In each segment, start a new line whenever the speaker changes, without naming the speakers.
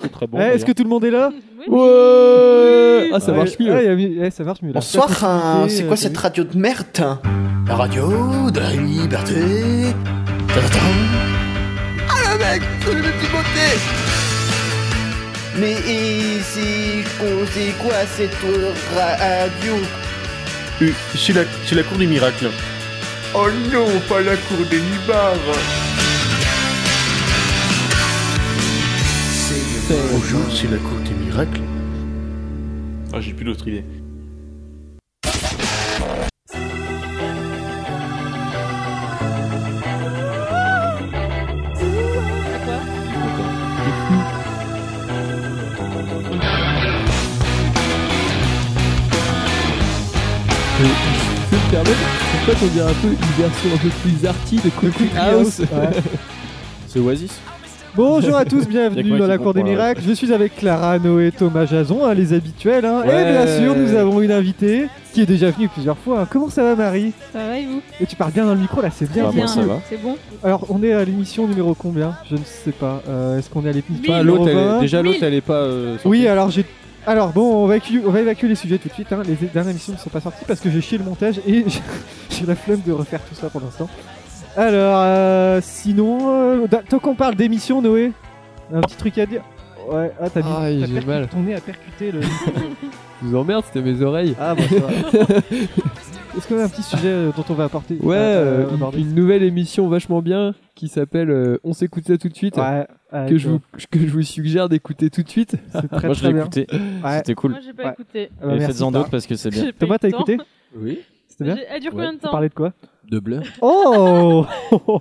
C'est très bon.
bah,
Eh, Est-ce que tout le monde est là
Oui.
Ouais
Ah, ça
Ouais,
marche mieux.
ouais, il y a mieux- ouais, ça marche mieux. là. euh,
Bonsoir, hein, c'est quoi
Facilité,
cette radio de merde hein La radio de la liberté. Ta-ta-ta. Ah le mec, c'est le petit beauté Mais et c'est quoi- c'est quoi cette radio
Euh, C'est la, c'est la cour des miracles.
Oh non, pas la cour des libards
Oh,
Bonjour, c'est la cour des miracles. Ah, j'ai plus d'autre idée.
Je peux me permettre Pourquoi on dirait un peu une version un peu plus arty de Country
Ah,
House
Ouais.
C'est Oasis
Bonjour à tous,
Y a que
bienvenue
moi
dans
qui euh,
la Cour des
comprends, ouais.
Miracles. Je suis avec Clara, Noé, Thomas, Jason, hein, les habituels. hein. Et
Ouais.
bien sûr, nous avons une invitée qui est déjà venue plusieurs fois. hein. Comment ça va, Marie
Ça va et vous
Et tu parles bien dans le micro là, c'est bien.
Ah, moi,
bien.
ça va.
C'est bon
Alors, on est à l'émission numéro combien Je ne sais pas. Euh, Est-ce qu'on est à l'émission
Ah,
Mille.
numéro
Enfin, l'autre, elle est-
20?
déjà l'autre, elle est pas. euh, sortie.
Oui, alors j'ai. Alors bon, on va, écu- on va évacuer les sujets tout de suite. hein. Les dernières émissions ne sont pas sorties parce que j'ai chié le montage et j'ai- j'ai la flemme de refaire tout ça pour l'instant. Alors, euh, sinon, euh, da- tant qu'on parle d'émissions, Noé, un petit truc à dire. Ouais, ah t'as mis-
Aïe,
t'as
j'ai
percu-
mal.
Ton nez a percuté le.
Je vous emmerde, c'était mes oreilles.
ah bon, ça va. Est-ce qu'on a un petit sujet euh, dont on va apporter
Ouais,
Ah,
euh,
euh, une-
aborder
une, nouvelle émission vachement bien qui s'appelle euh, On s'écoute ça tout de suite.
Ouais, ouais,
que, je vous, que je vous suggère d'écouter tout de suite.
C'est très
Moi je
très
l'ai
bien.
écouté,
Ouais.
c'était cool.
Moi j'ai pas
Ouais.
écouté.
Ah bah,
Et
merci,
faites-en
Tara.
d'autres parce que c'est bien.
J'ai pas
Thomas,
eu
t'as
le temps.
écouté
Oui.
C'était bien
J'ai- Elle dure
Ouais.
combien de
T'as
temps
parlé de quoi
De bleu.
Oh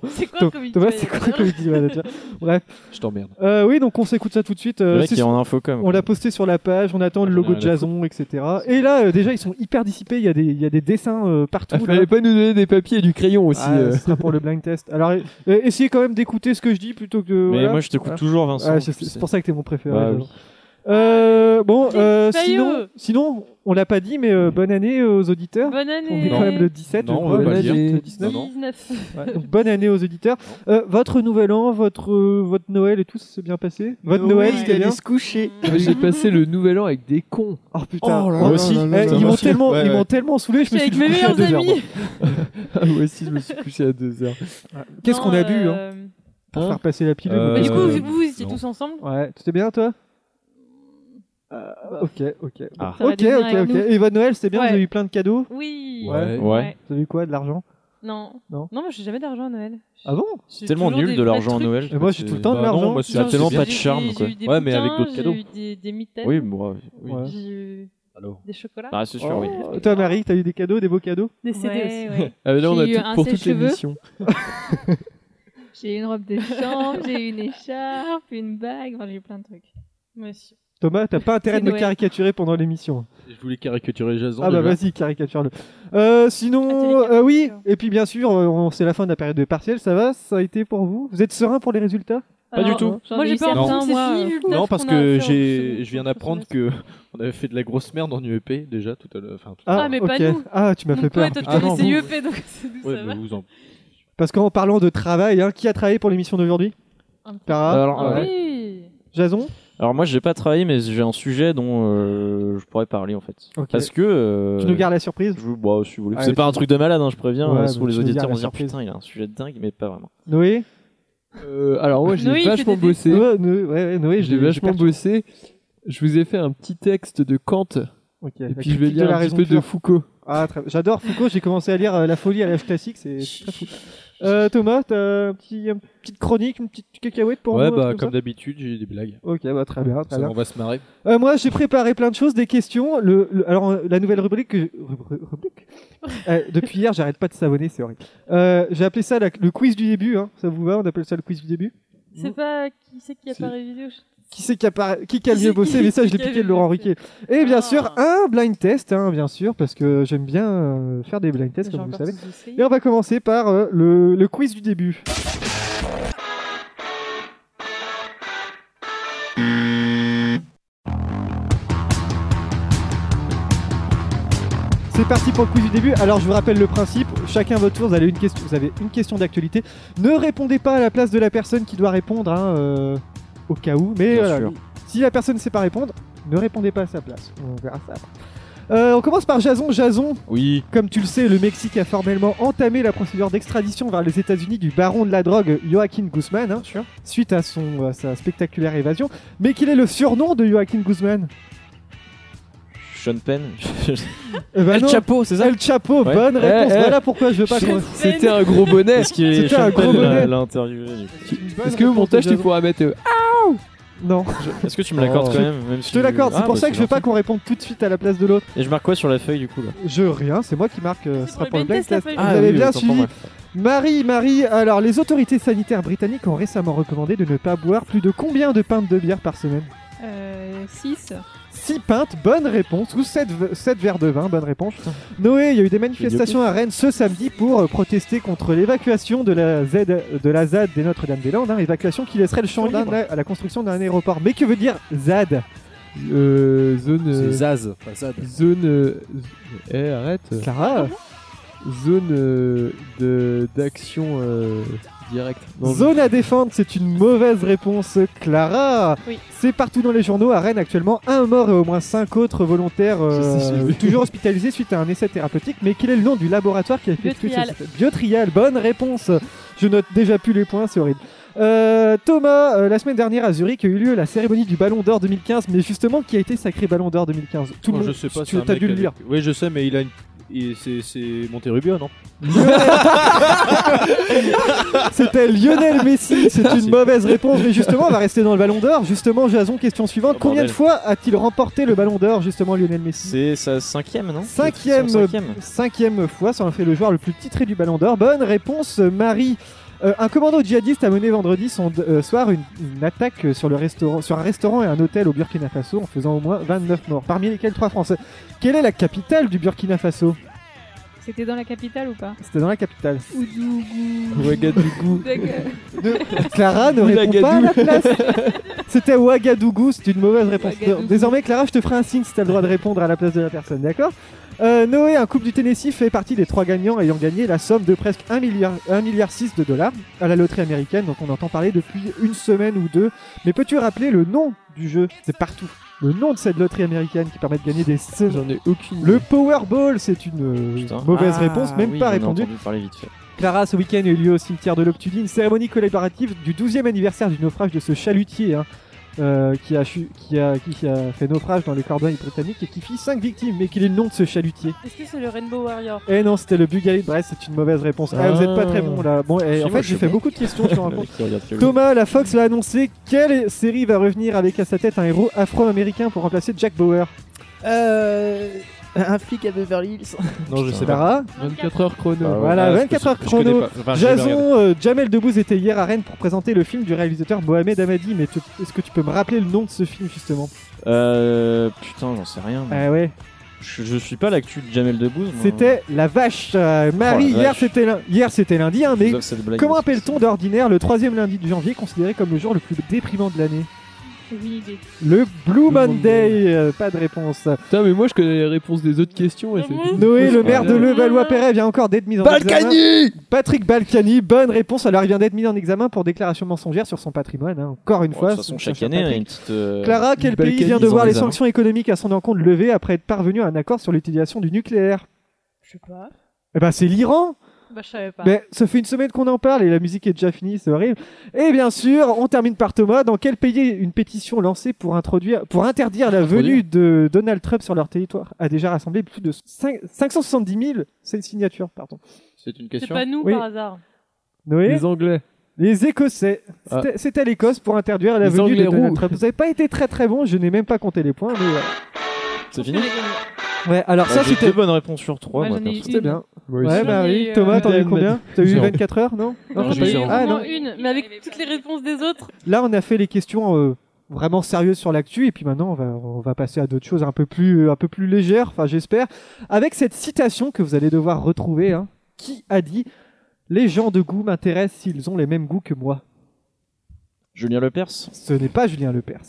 C'est quoi
Tho-
le comité
Thomas, c'est quoi le community manager Bref.
Je t'emmerde.
Euh, oui, donc on s'écoute ça tout de suite. euh,
le mec
c'est
est
sur-
en infocom.
on l'a posté sur la page, on attend le logo
Ouais,
de
la
Jason, etc. Et là, euh, déjà, ils sont hyper dissipés, il y a des, il y a des dessins euh, partout.
Il
là.
Ah, fallait pas nous donner des papiers et du crayon aussi.
Ah,
euh.
ce sera pour le blind test. Alors, euh, essayez quand même d'écouter ce que je dis plutôt que de.
Mais
voilà.
moi je t'écoute
Voilà.
toujours Vincent.
Ah,
tu
c'est
sais.
c'est pour ça que t'es mon préféré.
Bah
Jason. Euh, bon,
Dis,
euh,
Fayot.
sinon, sinon, on l'a pas dit, mais euh, bonne année aux auditeurs.
Bonne
On est
année
quand même le 17.
Non,
je
on
crois,
veut pas
le
le dire.
18, le 19.
19.
Ouais, donc bonne année aux auditeurs. Euh, votre nouvel an, votre, euh, votre Noël et tout, ça s'est bien passé Votre Noël,
il
c'était bien
se coucher
Mais J'ai passé le nouvel an avec des cons.
Oh putain,
Oh là
Oh,
là
si.
là
Eh,
là là.
ils m'ont
Merci.
tellement,
Ouais,
ils
ouais.
m'ont tellement saoulé, je me suis
avec
dit, je
mes
vais coucher
meilleurs
à deux heures,
amis.
Ah, moi aussi, je me suis couché à 2h.
moi. Qu'est-ce qu'on a
Non,
bu hein,
euh,
pour
hein
faire passer la pilule
bah,
Euh,
Du coup, vous,
non.
vous étiez tous ensemble
Ouais, c'était bien toi Euh, Ok, ok.
Ah.
Ça va
Ok,
devenir
ok,
avec
ok.
nous.
Et votre Noël, c'était bien,
Ouais.
vous avez eu plein de cadeaux
Oui.
Ouais.
Ouais.
Vous avez eu quoi De l'argent
Non.
Non.
Non, moi j'ai jamais d'argent à Noël.
Ah bon
C'est tellement nul de l'argent à Noël.
Et moi, j'ai tout le temps de
Bah non,
l'argent.
moi,
Ça a
c'est-
tellement
c'est
pas de
bien.
charme, quoi.
Ouais,
Ouais, mais avec d'autres cadeaux.
J'ai eu des, des mitaines.
Oui, moi. oui.
Ouais.
J'ai eu
Alors.
des chocolats.
Ah, c'est sûr, oui.
Oh, Toi, Marie, t'as eu des cadeaux, des beaux cadeaux
Des CD aussi.
Ah, mais là, on a
J'ai eu
tout
un
pour toute
sèche-cheveux.
l'émission.
J'ai eu une robe de chambre, j'ai eu une écharpe, une bague, enfin, j'ai eu plein de trucs. Moi aussi.
Thomas, t'as pas intérêt
C'est
de me
Noël.
caricaturer pendant l'émission.
Je voulais caricaturer Jason.
Ah bah
déjà.
vas-y, caricature-le. Euh,
Ah,
sinon,
t'as les
euh, oui,
caricatures.
et puis bien sûr, euh, on- c'est la fin de la période de partiel, ça va Ça a été pour vous Vous êtes serein pour les résultats
Pas
du tout.
Moi j'ai peur
Non.
d'un moi.
Non, parce que j'ai, je viens d'apprendre que on avait fait de la grosse merde en
E
UEP déjà tout à l'heure. Enfin, tout à
Ah, mais pas
ok.
nous.
Ah, tu m'as fait peur.
Ouais, toi tu
Ah, non,
connaissais
vous-
UEP donc c'est d'où
l'heure.
ça
Ouais,
va.
mais vous en-
Parce qu'en parlant de travail, hein, qui a travaillé pour l'émission d'aujourd'hui
Un petit-
Tara,
Euh,
Alors,
Ah
ouais.
oui.
Jason
Alors moi j'ai pas travaillé mais j'ai un sujet dont euh, je pourrais parler en fait.
Ok.
Parce que... euh,
Tu nous gardes la surprise
je vous- bah, si vous voulez.
Allez,
c'est pas un truc de malade, hein, je préviens.
Ouais,
euh,
mais
Souvent, les
tu nous
auditeurs
gardes
vont
la
se dire
surprise.
putain, il a un sujet de dingue, mais pas vraiment.
Noé
Euh, alors, moi, j'ai
Noé, il fait
vachement
des-
bossé.
Noé, Noé- ouais, ouais, Noé,
J'ai vachement
perdu-
bossé. Je vous ai fait un petit texte de Kant
Ok, la
et puis je vais
critique de
lire
la
un petit
raison
peu de
pure.
Foucault.
Ah, très- J'adore Foucault, j'ai commencé à lire euh, La folie à l'âge classique, c'est c'est très fou. Euh, Thomas, t'as un petit, une petite chronique, une petite cacahuète pour
ouais,
nous un
bah
truc
comme
comme ça
d'habitude, j'ai des blagues.
Ok, bah très bien, très
Ça,
bien.
on va se marrer.
Euh, moi, j'ai préparé plein de choses, des questions. Le, le- alors, euh, la nouvelle rubrique que. je- rubri- rubrique Euh, depuis hier, j'arrête pas de savonner, c'est horrible. Euh, j'ai appelé ça la- le quiz du début, hein. ça vous va On appelle ça le quiz du début
C'est pas qui c'est qui a
C'est-
pas révisé ou je-
Qui c'est qui a, par- qui qui a le mieux
Qui-
bossé Mais ça, je l'ai
qui a
piqué de
le
Laurent
mieux
Riquet. Et bien
Ah.
sûr, un blind test, hein, bien sûr, parce que j'aime bien euh, faire des blind tests,
J'ai
comme vous
encore
savez.
tous essayé.
Et on va commencer par euh, le, le quiz du début. C'est parti pour le quiz du début. Alors je vous rappelle le principe, chacun votre tour, vous avez une question, vous avez une question d'actualité. Ne répondez pas à la place de la personne qui doit répondre hein, euh, au au cas où. Mais
Bien
voilà,
sûr.
si la personne ne sait pas répondre, ne répondez pas à sa place. On verra ça après. Euh, on commence par Jason. Jason,
Oui.
comme tu le sais, le Mexique a formellement entamé la procédure d'extradition vers les États-Unis du baron de la drogue Joaquin Guzman, hein, suite à son, à sa spectaculaire évasion. Mais quel est le surnom de Joaquin Guzman
Sean Penn.
Eh ben
El
non,
Chapeau, c'est ça
El Chapo,
Ouais.
bonne
Eh,
réponse.
eh.
Voilà pourquoi je veux pas qu'on.
C'était un gros bonnet.
Est-ce qu'il
C'était un
Sean
gros
Penn l'a-
bonnet.
l'a interviewé du coup.
Est-ce que au montage, tu pourras mettre. euh,
Non,
Est-ce que tu me l'accordes
Oh.
quand même, même Ah, bah,
je te l'accorde. bah, C'est pour ça que je veux pas qu'on réponde tout de suite à la place de l'autre.
Et je marque quoi sur la feuille du coup là
Je rien, c'est moi qui marque. euh,
C'est
Ce
pour
sera
le
pour le
blind
blind
test, la
test.
feuille.
Vous
Ah
avez
oui,
bien
autant
suivi.
pour moi.
Marie, Marie, alors les autorités sanitaires britanniques ont récemment recommandé de ne pas boire plus de combien de pintes de bière par semaine
Euh, 6.
6 pintes, bonne réponse, ou 7, verres de vin, bonne réponse. Noé, il y a eu des manifestations à Rennes ce samedi pour euh, protester contre l'évacuation de la Z, de la ZAD des Notre-Dame-des-Landes, hein, évacuation qui laisserait le champ
Champ libre.
libre à la construction d'un aéroport. Mais que veut dire ZAD
Euh, zone. euh,
C'est Zaz. Pas Zad.
Zone. euh, z- Eh, arrête.
Clara
Zone euh, de d'action euh, directe. Non, je-
Zone à défendre, c'est une mauvaise réponse, Clara.
Oui.
C'est partout dans les journaux. À Rennes, actuellement, un mort et au moins cinq autres volontaires euh,
Je sais, je sais.
toujours hospitalisés suite à un essai thérapeutique. Mais quel est le nom du laboratoire qui a fait
Biotrial.
Biotrial, bonne réponse. Je note déjà plus les points, c'est horrible. Euh, Thomas, euh, la semaine dernière à Zurich a eu lieu la cérémonie du Ballon d'Or 2015, mais justement qui a été sacré Ballon d'Or 2015 Tout le
Oh,
monde,
je sais pas,
tu
c'est un
as
mec
dû le
avec-
lire.
Oui, je sais, mais il a une. il- C'est c'est Monterubio, non
C'était Lionel Messi. C'est une
Merci.
mauvaise réponse, mais justement, on va rester dans le Ballon d'Or. Justement, Jason, question suivante.
Oh,
Combien
bordel.
de fois a-t-il remporté le Ballon d'Or, justement, Lionel Messi
C'est sa cinquième, non
Cinquième.
Son cinquième.
Cinquième fois, ça en fait le joueur le plus titré du Ballon d'Or. Bonne réponse, Marie. Euh, un commando djihadiste a mené vendredi son, euh, soir une, une attaque sur, le restaurant, sur un restaurant et un hôtel au Burkina Faso en faisant au moins 29 morts, parmi lesquels 3 Français. Quelle est la capitale du Burkina Faso
C'était dans la capitale ou pas
C'était dans la capitale.
Oudougou.
Ouagadougou.
Ouagadougou.
Clara ne répond pas à la place. C'était Ouagadougou, c'est une mauvaise réponse.
Ouagadougou.
Désormais, Clara, je te ferai un signe si t'as le droit de répondre à la place de la personne, d'accord Euh, Noé, un couple du Tennessee, fait partie des trois gagnants ayant gagné la somme de presque 1 milliard, 1 milliard 6 de dollars à la loterie américaine, dont on entend parler depuis une semaine ou deux. Mais peux-tu rappeler le nom du jeu C'est partout. Le nom de cette loterie américaine qui permet de gagner des sommes.
J'en ai aucune.
Le Powerball, c'est une euh,
Putain.
mauvaise
Ah,
réponse, même
oui,
pas
j'en ai
répondue.
entendu parler vite fait.
Clara, ce week-end a eu lieu au cimetière de l'Optudie une cérémonie collaborative du 12e anniversaire du naufrage de ce chalutier hein, euh, qui, a chu- qui, a, qui a fait naufrage dans les Cordones britanniques et qui fit 5 victimes. Mais quel est le nom de ce chalutier
Est-ce que c'est le Rainbow Warrior
Eh non, c'était le Bugalé de Brest, c'est une mauvaise réponse. Ah, vous êtes pas très bon là. Bon, eh,
Si,
en
moi,
fait,
je
j'ai
suis
fait
bon.
beaucoup de questions, je te rends
Le
compte.
mec qui regarde que lui.
Thomas, la Fox l'a annoncé. Quelle série va revenir avec à sa tête un héros afro-américain pour remplacer Jack Bauer
Euh. Un flic à Beverly Hills.
Non, je sais pas.
Clara
24 heures chrono.
Bah,
Voilà,
je
24
sais-
heures
je connais
chrono.
pas. Enfin, j'ai pas regardé.
Jason, euh, Jamel Debbouze était hier à Rennes pour présenter le film du réalisateur Mohamed Amadi. Mais tu- est-ce que tu peux me rappeler le nom de ce film justement
Euh. Putain, j'en sais rien.
Ah ouais.
Je, je suis pas l'actu de Jamel Debbouze. moi.
C'était La Vache. Euh, Marie,
Oh, la
hier
vache.
c'était lin- hier c'était lundi, hein,
Je
mais
vous offre cette blague.
comment appelle-t-on d'ordinaire le troisième lundi de janvier considéré comme le jour le plus déprimant de l'année
Oui, il est-
Le Blue Monday.
Monday.
Euh, pas de réponse.
Putain, mais moi je connais les réponses des autres questions. Et c'est-
Noé, le maire
Ouais.
de Levallois-Perret vient encore d'être mis en examen.
Balkany
Patrick Balkany, bonne réponse. Alors il vient d'être mis en examen pour déclaration mensongère sur son patrimoine. hein. Encore une
Bon, De
fois.
toute façon,
son
chaque
cher
année, il y a
Patrick.
une petite. euh,
Clara, quel
Balkany,
pays vient de
ils ont
voir les
des amants.
sanctions économiques à son encontre levées après être parvenu à un accord sur l'utilisation du nucléaire
Je sais pas.
Eh ben c'est l'Iran
Bah, je savais pas.
Mais ça fait une semaine qu'on en parle et la musique est déjà finie, c'est horrible. Et bien sûr, on termine par Thomas. Dans quel pays une pétition lancée pour, introduire, pour interdire la venue de Donald Trump sur leur territoire a déjà rassemblé plus de cinq- 570 000 c'est une signature, pardon.
C'est une
C'est
question.
pas nous
Oui.
par hasard.
Noé
Les Anglais.
Les Écossais.
Ah.
C'était- C'était l'Écosse pour interdire
Les
la venue de
Anglais
Donald
roux.
Trump. Vous n'avez pas été très très bon, je n'ai même pas compté les points. Mais voilà.
C'est fini
Ouais, alors
Ouais,
ça
J'ai
c'était
deux bonnes réponses sur trois.
Moi,
moi,
j'en ai
perso.
c'était bien.
Moi
Ouais,
aussi.
bah
J'en ai
oui.
eu,
Thomas,
euh,
t'en as eu combien T'as eu
Zéro.
24 heures, non,
Non,
t'as
j'ai
pas
eu
eu-
zéro.
Ah
Vraiment
non.
une, mais avec toutes les réponses des autres.
Là, on a fait les questions euh, vraiment sérieuses sur l'actu, et puis maintenant, on va, on va passer à d'autres choses un peu plus, un peu plus légères, enfin, j'espère, avec cette citation que vous allez devoir retrouver, hein, qui a dit Les gens de goût m'intéressent s'ils ont les mêmes goûts que moi.
Julien Lepers.
Ce n'est pas Julien Lepers.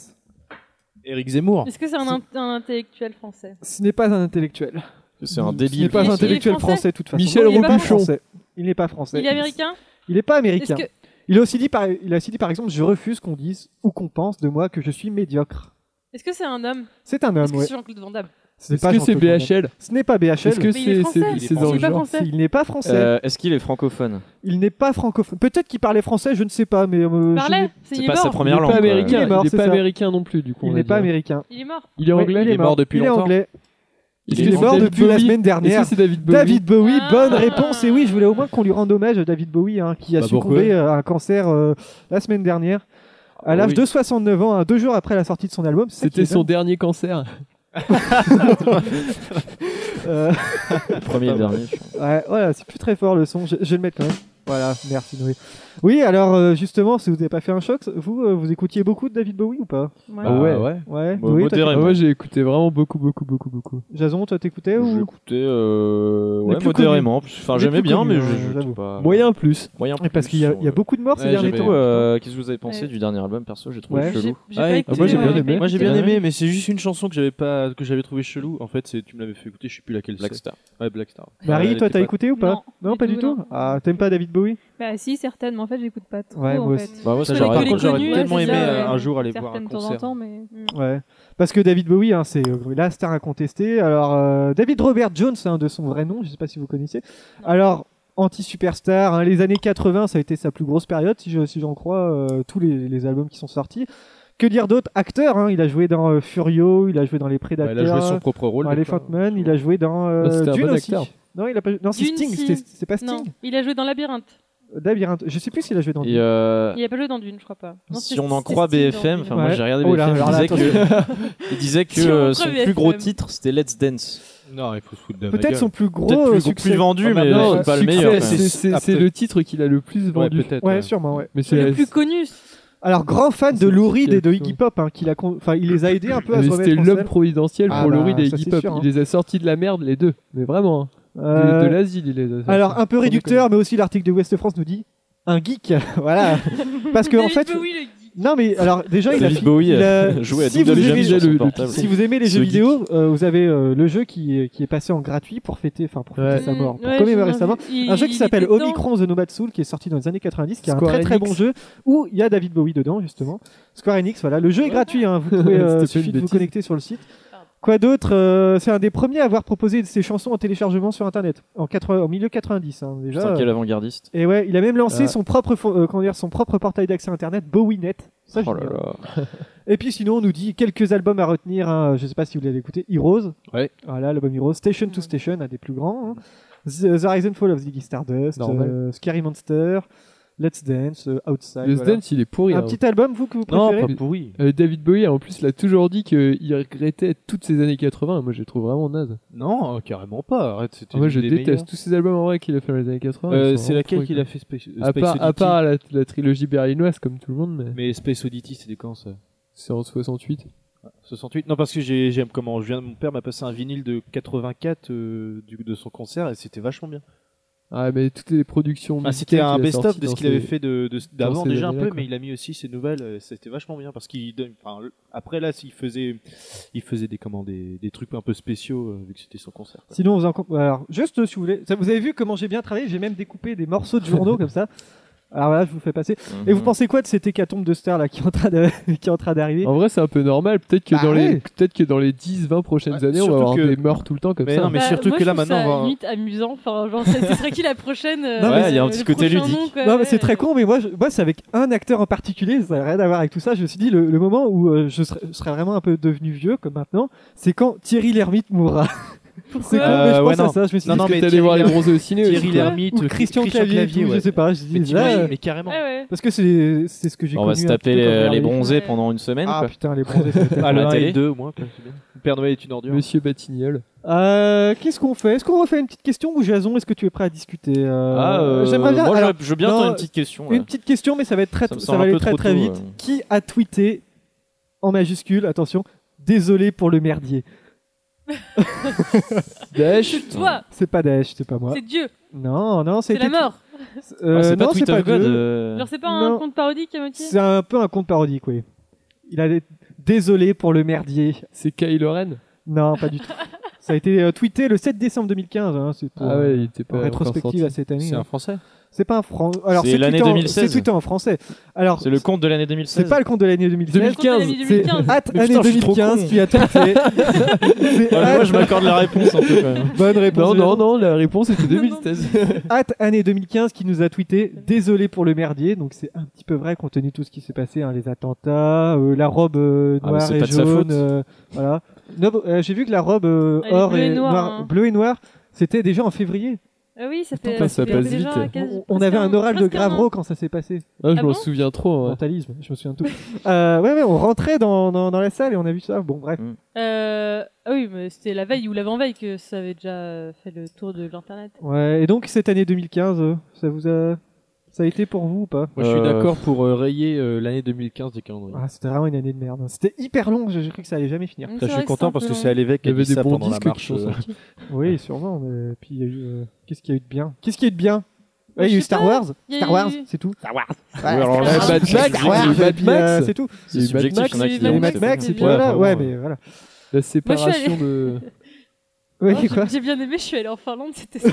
Eric Zemmour.
Est-ce que c'est un, in- un intellectuel français
Ce n'est pas un intellectuel.
C'est un
Ce n'est
débile.
pas
Il
un
est
intellectuel
français
français, de toute façon.
Michel
Il est pas
Robuchon.
Robuchon.
Il n'est pas français.
Il est américain
Il n'est pas américain.
Est-ce que
Il a aussi dit par, il a aussi dit par exemple, je refuse qu'on dise ou qu'on pense de moi que je suis médiocre.
Est-ce que c'est un homme
C'est un homme,
Est-ce
euh,
que
ouais.
c'est Jean-Claude Van Damme
Ce n'est
Est-ce que c'est
Jean-Claude Van Damme.
BHL
Ce n'est pas BHL.
Est-ce que
Mais il est
c'est c'est-
français.
c'est
Il est
dans le
pas
genre
français.
Il n'est pas français.
Euh, Est-ce qu'il est francophone
Il n'est pas francophone. Peut-être qu'il parlait français, je ne sais pas, mais euh, je n'ai-
Parlait C'est il
C'est
est
pas sa
mort.
Il
première
est
langue.
pas
quoi.
Il est
américain.
mort,
Il est
c'est
pas
ça.
américain non plus du coup. on
il
va
n'est pas
dire.
américain.
Il est mort.
Il est
Ouais,
anglais.
Il est mort depuis
Il est
longtemps.
anglais.
Est-ce
Il
que
est
c'est
mort
David
depuis la
Bowie
semaine
Est-ce
dernière.
que c'est David Bowie
David Bowie,
Ah.
bonne réponse. Et oui, je voulais au moins qu'on lui rende hommage à David Bowie, hein, qui a
Bah,
succombé
pourquoi
euh, à un cancer euh, la semaine dernière, à
Ah,
l'âge
oui.
de 69 ans, hein, deux jours après la sortie de son album. C'est ça qui
C'était
est
son dernier cancer.
dingue. Euh,
Premier et dernier. je crois.
ouais, voilà, c'est plus très fort le son. Je, je vais le mettre quand même. Voilà, merci Noé. Oui, alors euh, justement, si vous n'avez pas fait un choc, vous euh, vous écoutiez beaucoup de David Bowie ou pas
Ah Ouais.
ouais.
Bah ouais.
Ouais.
Bon,
Noé, toi,
Ah,
modérément.
Moi j'ai écouté vraiment beaucoup beaucoup beaucoup beaucoup.
t'éc- Jason, toi t'écoutais
Je
ou
l'écoutais euh,
Les
ouais,
plus
modérément. Enfin,
Les
j'aimais
plus
bien,
connus,
mais
hein,
je- je.
j'avoue.
pas-
Moyen plus.
Moyen.
Et Parce qu'il y, a- il y a beaucoup de morts ces
Ouais,
derniers
j'avais-
temps.
Euh, Qu'est-ce que vous avez pensé
Ouais.
du dernier album perso J'ai trouvé
Ouais.
chelou.
J'ai
Ah,
pas
et-
écouté.
moi, j'ai bien
ouais,
aimé.
j'ai
Moi
pas
j'ai bien
Ouais.
aimé, mais c'est juste une chanson que j'avais pas, que j'avais trouvé chelou. En fait, c'est tu me l'avais fait écouter, je sais plus laquelle.
Black
c'est.
Star. Ouais, Black Star.
Marie, toi t'as écouté ou pas
Non,
pas du tout.
non.
Ah, t'aimes pas David Bowie
Bah si, certaines, mais en fait, j'écoute pas trop,
Ouais, moi
en
aussi.
fait.
Bah, moi,
Ça,
ça,
les
j'aurais- par
connus,
contre, j'aurais
ouais,
tellement
c'est
aimé
ça,
euh,
ouais.
un jour aller voir un
Certaines de temps en
concert.
temps, mais... mm.
Ouais. Parce que David Bowie, hein, c'est euh, la star incontestée. Alors, euh, David Robert Jones, hein, de son vrai nom, je sais pas si vous connaissez. Alors, anti-superstar, hein, les années 80, ça a été sa plus grosse période, si je- si j'en crois, euh, tous les, les albums qui sont sortis. Que dire d'autre Acteur, hein, il a joué dans euh, Furio, il a joué dans Les
Ouais,
Prédateurs,
il a joué son propre rôle.
dans Elephant
d'accord.
Man, il a joué dans euh,
Ah, c'était un
Dune
bon
aussi.
acteur.
Non, il a pas... non c'est
Dune,
Sting,
si.
c'était- c'est pas Sting.
Non, il a joué dans Labyrinthe.
Labyrinthe, je sais plus s'il a joué dans
Et euh,
Il a pas joué dans Dune, je crois pas. Non,
si
c'est-
on en
c'est
croit
Steve
BFM,
dans
enfin
Dune.
moi
Ouais.
j'ai regardé
Oh là,
BFM,
alors là,
il disait que, il disait que
Si on
euh,
en
son
croit
plus gros
BFM.
titre c'était Let's Dance.
Non, il faut se foutre
euh,
de ma
Peut-être
gueule.
son plus gros
Peut-être
euh,
plus,
succès.
plus vendu,
Ah bah
mais
non,
c'est pas le
succès,
meilleur. quand
c'est-
même.
c'est-
Après-
C'est le titre qu'il a le plus
Ouais,
vendu.
peut-être.
Ouais,
ouais.
sûrement, ouais.
Mais
Le
c'est
plus connu.
Alors, grand fan de
C'est
Lou Reed
compliqué,
et de Iggy
ouais.
Pop, hein, qui l'a con- enfin, il les a aidés un peu à se
Mais
remettre
c'était
en
l'homme
selle.
providentiel
Ah
pour
bah,
le Reed et
ça,
Iggy
c'est
Pop.
sûr, hein.
Il les a sortis de la merde, les deux. Mais vraiment. hein.
Euh,
De, de l'asile, il les a sortis.
Alors, un peu
On est
réducteur, mais aussi l'article de West France nous dit un geek, voilà. Parce que en fait,
oui, le geek.
non mais alors déjà il a,
David
fi-
Bowie
il a-
euh, jouait à
si, vous
Doodle Jam
aimez,
sur
le-
son
le-
portable.
si vous aimez les
Ce
jeux
geek.
vidéo, euh, vous avez euh, le jeu qui est, qui est passé en gratuit pour fêter, enfin pour fêter
Ouais.
sa mort, pour
Ouais,
commémorer
j'ai
sa mort.
il-
Un jeu qui
il
s'appelle
était dedans.
Omicron The Nomad Soul qui est sorti dans les années 90, qui est un
Square
très très
Enix.
bon jeu où il y a David Bowie dedans justement. Square Enix, voilà, le jeu est gratuit, hein, vous pouvez euh,
C'était pas
suffit
une
de vous
bêtise.
connecter sur le site.
Pardon.
Quoi d'autre Euh, C'est un des premiers à avoir proposé ses chansons en téléchargement sur internet en, 80 au milieu 90 hein, déjà.
Putain, quel avant-gardiste.
Et ouais, il a même lancé
Ah.
son propre fo- euh, comment dire, son propre portail d'accès internet BowieNet. Ça,
Oh là
génial.
là.
Et puis sinon, on nous dit quelques albums à retenir. hein. Je sais pas si vous l'avez écouté. Heroes.
Ouais.
Voilà, l'album Heroes. Station to Station, un des plus grands. hein. The, The Rise and Fall of Ziggy Stardust.
Normal.
euh, Scary Monster. Let's Dance. euh, Outside.
Let's
voilà.
Dance, il est pourri.
Un
hein.
petit album, vous, que vous
Non,
préférez
pas
pourri.
Euh, David Bowie, en plus, l'a toujours dit qu'il regrettait toutes ces années 80. Moi, je les trouve vraiment naze.
Non, carrément pas. Arrête, c'était.
Ah, Moi,
une
je
des
déteste
meilleures.
tous ces albums en vrai qu'il a fait dans les années 80.
Euh,
ils sont
c'est
vraiment
laquelle
pourris,
qu'il
quoi.
a fait Space,
À
Space
part, à
Oddity
part la, la trilogie berlinoise, comme tout le monde, mais
Mais Space Oddity, c'était quand ça
c'est en 68.
68 Non, parce que j'ai- j'aime comment je viens. Mon père m'a passé un vinyle de 84 euh, du, de son concert et c'était vachement bien.
Ah, mais toutes les productions.
Ah, c'était
musicales
un
qu'il a
best-of
sorties
de ce
dans
qu'il avait
ses-
fait de- de- d'avant
ces
déjà un peu,
années-là, quoi.
mais il a mis aussi ses nouvelles. euh, C'était vachement bien parce qu'il donne. enfin, le- Après là, il faisait, il faisait des comment des, des trucs un peu spéciaux euh, vu que c'était son concert. quoi.
Sinon, vous en... comp- alors juste euh, si vous voulez, ça, vous avez vu comment j'ai bien travaillé. J'ai même découpé des morceaux de journaux comme ça. Alors voilà, je vous fais passer. Et vous
Mmh.
Mhm.
pensez quoi de cette hécatombe de stars là qui est en train de- qui est en train d'arriver
En vrai, c'est un peu normal. Peut-être que,
Bah
dans les...
ouais.
peut que dans les 10-20 prochaines
Ouais,
années, on va
surtout
avoir
que-
des morts tout le temps comme
Mais
ça.
non, mais
Bah,
surtout
moi,
que
je
là
trouve
maintenant, on
ça
va-
limite amusant. Enfin, genre, ça ce serait qui la prochaine euh,
Non, mais
le
il y a un petit côté
prochain
ludique.
nom, quoi,
Non, mais
ouais.
c'est très con, mais moi, je- moi c'est avec un acteur en particulier, ça n'a rien à voir avec tout ça. Je me suis dit, le, le moment où euh, je, serais, je serais vraiment un peu devenu vieux, comme maintenant, c'est quand Thierry Lhermitte mourra. C'est con, mais je
Euh,
pense
ouais, non.
à ça, je me suis
Non,
dit,
non,
Parce que
mais
t'es allé
Thierry
voir les
Lhermitte-
bronzés au ciné
Thierry
aussi, quoi.
Lhermitte,
ou Christian Clavier, ou je
ouais.
sais pas, je dis,
Mais t'imagines,
là,
mais carrément.
Ouais, ouais.
parce que c'est c'est ce que j'ai
On va
connu
se
un
taper
petit peu quand
les, euh,
j'arrivais.
les bronzés
Ouais.
pendant une semaine.
Ah bah,
quoi.
putain, les bronzés. ça va être-
Ah, le
À la
1 et
télé.
le 2 au moins. quoi, c'est bien. Le Père Noël est une ordure.
Monsieur Batignol.
Euh, Qu'est-ce qu'on fait Est-ce qu'on refait une petite question ou Jason, est-ce que tu es prêt à discuter Euh,
Ah, euh,
J'aimerais bien.
Moi,
alors,
je, je veux bien
non,
entendre une petite question. là.
Une petite question, mais ça va être très,
Ça me
ça
semble
va
un
aller
peu
très
trop
très
tôt,
vite.
euh.
Qui a tweeté en majuscule Attention, désolé pour le merdier.
Daesh.
C'est toi,
C'est pas Daesh, c'est pas moi.
c'est Dieu,
Non, non,
c'est la
été-
mort.
Euh,
Ah, c'est pas
non, c'est
Twitter
pas
God.
Dieu.
euh,
Genre, c'est pas un
Non.
conte parodique à moitié
C'est un peu un conte parodique, oui. Il a des- désolé pour le merdier.
C'est Kylo Ren.
Non, pas du tout. Ça a été euh, tweeté le 7 décembre 2015. hein, c'est pour
Ah
euh,
ouais, il était
en
pas.
rétrospective à cette année.
C'est
hein.
un français.
C'est pas un franc. Alors
C'est
c'est
l'année
tweeté en-
2016.
C'est tweeté en français. Alors
C'est le compte de l'année 2016.
c'est pas le compte de l'année 2016.
2015. Le compte de l'année 2015.
C'est at
Mais
année
putain, je suis trop
2015
con.
qui a tweeté. C'est
Ouais,
at-
moi, je m'accorde la réponse un peu quand même.
Bonne réponse.
Non, non, non, la réponse était 2016.
Ah
At année 2015 qui nous a tweeté désolé pour le merdier donc c'est un petit peu vrai compte tenu de tout ce qui s'est passé hein, les attentats euh, la robe euh,
Ah, mais
noire
c'est
et
pas de sa
jaune
faute.
euh, voilà No- euh, j'ai vu que la robe euh,
Elle est
or
bleue
et
et noire,
noire-
hein.
bleue et noire c'était déjà en février
Ah oui, ça
Putain,
fait.
ça
fait
passe
déjà
vite.
quasi-
on, on
presque
avait un oral de
presque un an.
Gravero quand ça s'est passé
Ah, je
Ah
m'en
bon
souviens trop. hein.
mentalisme je me souviens de tout euh, ouais ouais on rentrait dans, dans, dans la salle et on a vu ça bon bref
Euh, Ah oui, mais c'était la veille ou l'avant-veille que ça avait déjà euh, fait le tour de l'internet.
ouais et donc cette année 2015 euh, ça vous a ça a été pour vous ou pas
Moi, je suis
Euh,
d'accord pour euh, rayer euh, l'année 2015 des calendriers.
ah, c'était vraiment une année de merde hein. c'était hyper long j'ai j'ai cru que ça allait jamais finir
Donc
Putain,
c'est
je
vrai
suis content parce
un
que
peu
c'est à l'évêque
Il y
qui a
avait
dit
des
ça
bons
pendant la
disques qui
marche.
sont
euh,
sortis.
Oui, sûrement. Mais puis il y a eu. euh, Qu'est-ce qu'il y a eu de bien Qu'est-ce qu'il y a eu de bien Ouais, Il y a
Je
eu
sais
Star
pas,
Wars.
il y a
Star
eu-
Wars, c'est tout.
Star Wars.
Ouais,
alors
Star
là,
Wars,
Bad
puis,
Max,
Star Wars,
Bad
et puis, euh,
Max.
c'est tout.
C'est
Et Mad
subjectif,
Max,
il y en a qui
Il y a
et
eu
diront
Mad
que
Mad
c'est
Max,
Max,
c'est
et puis
bien.
voilà.
Ouais,
Ouais,
vraiment,
mais voilà.
La
Moi, je suis allée-
séparation de.
Oui,
long. Oh, j'ai-
quoi
J'ai bien aimé, je suis allée en Finlande, c'était ça.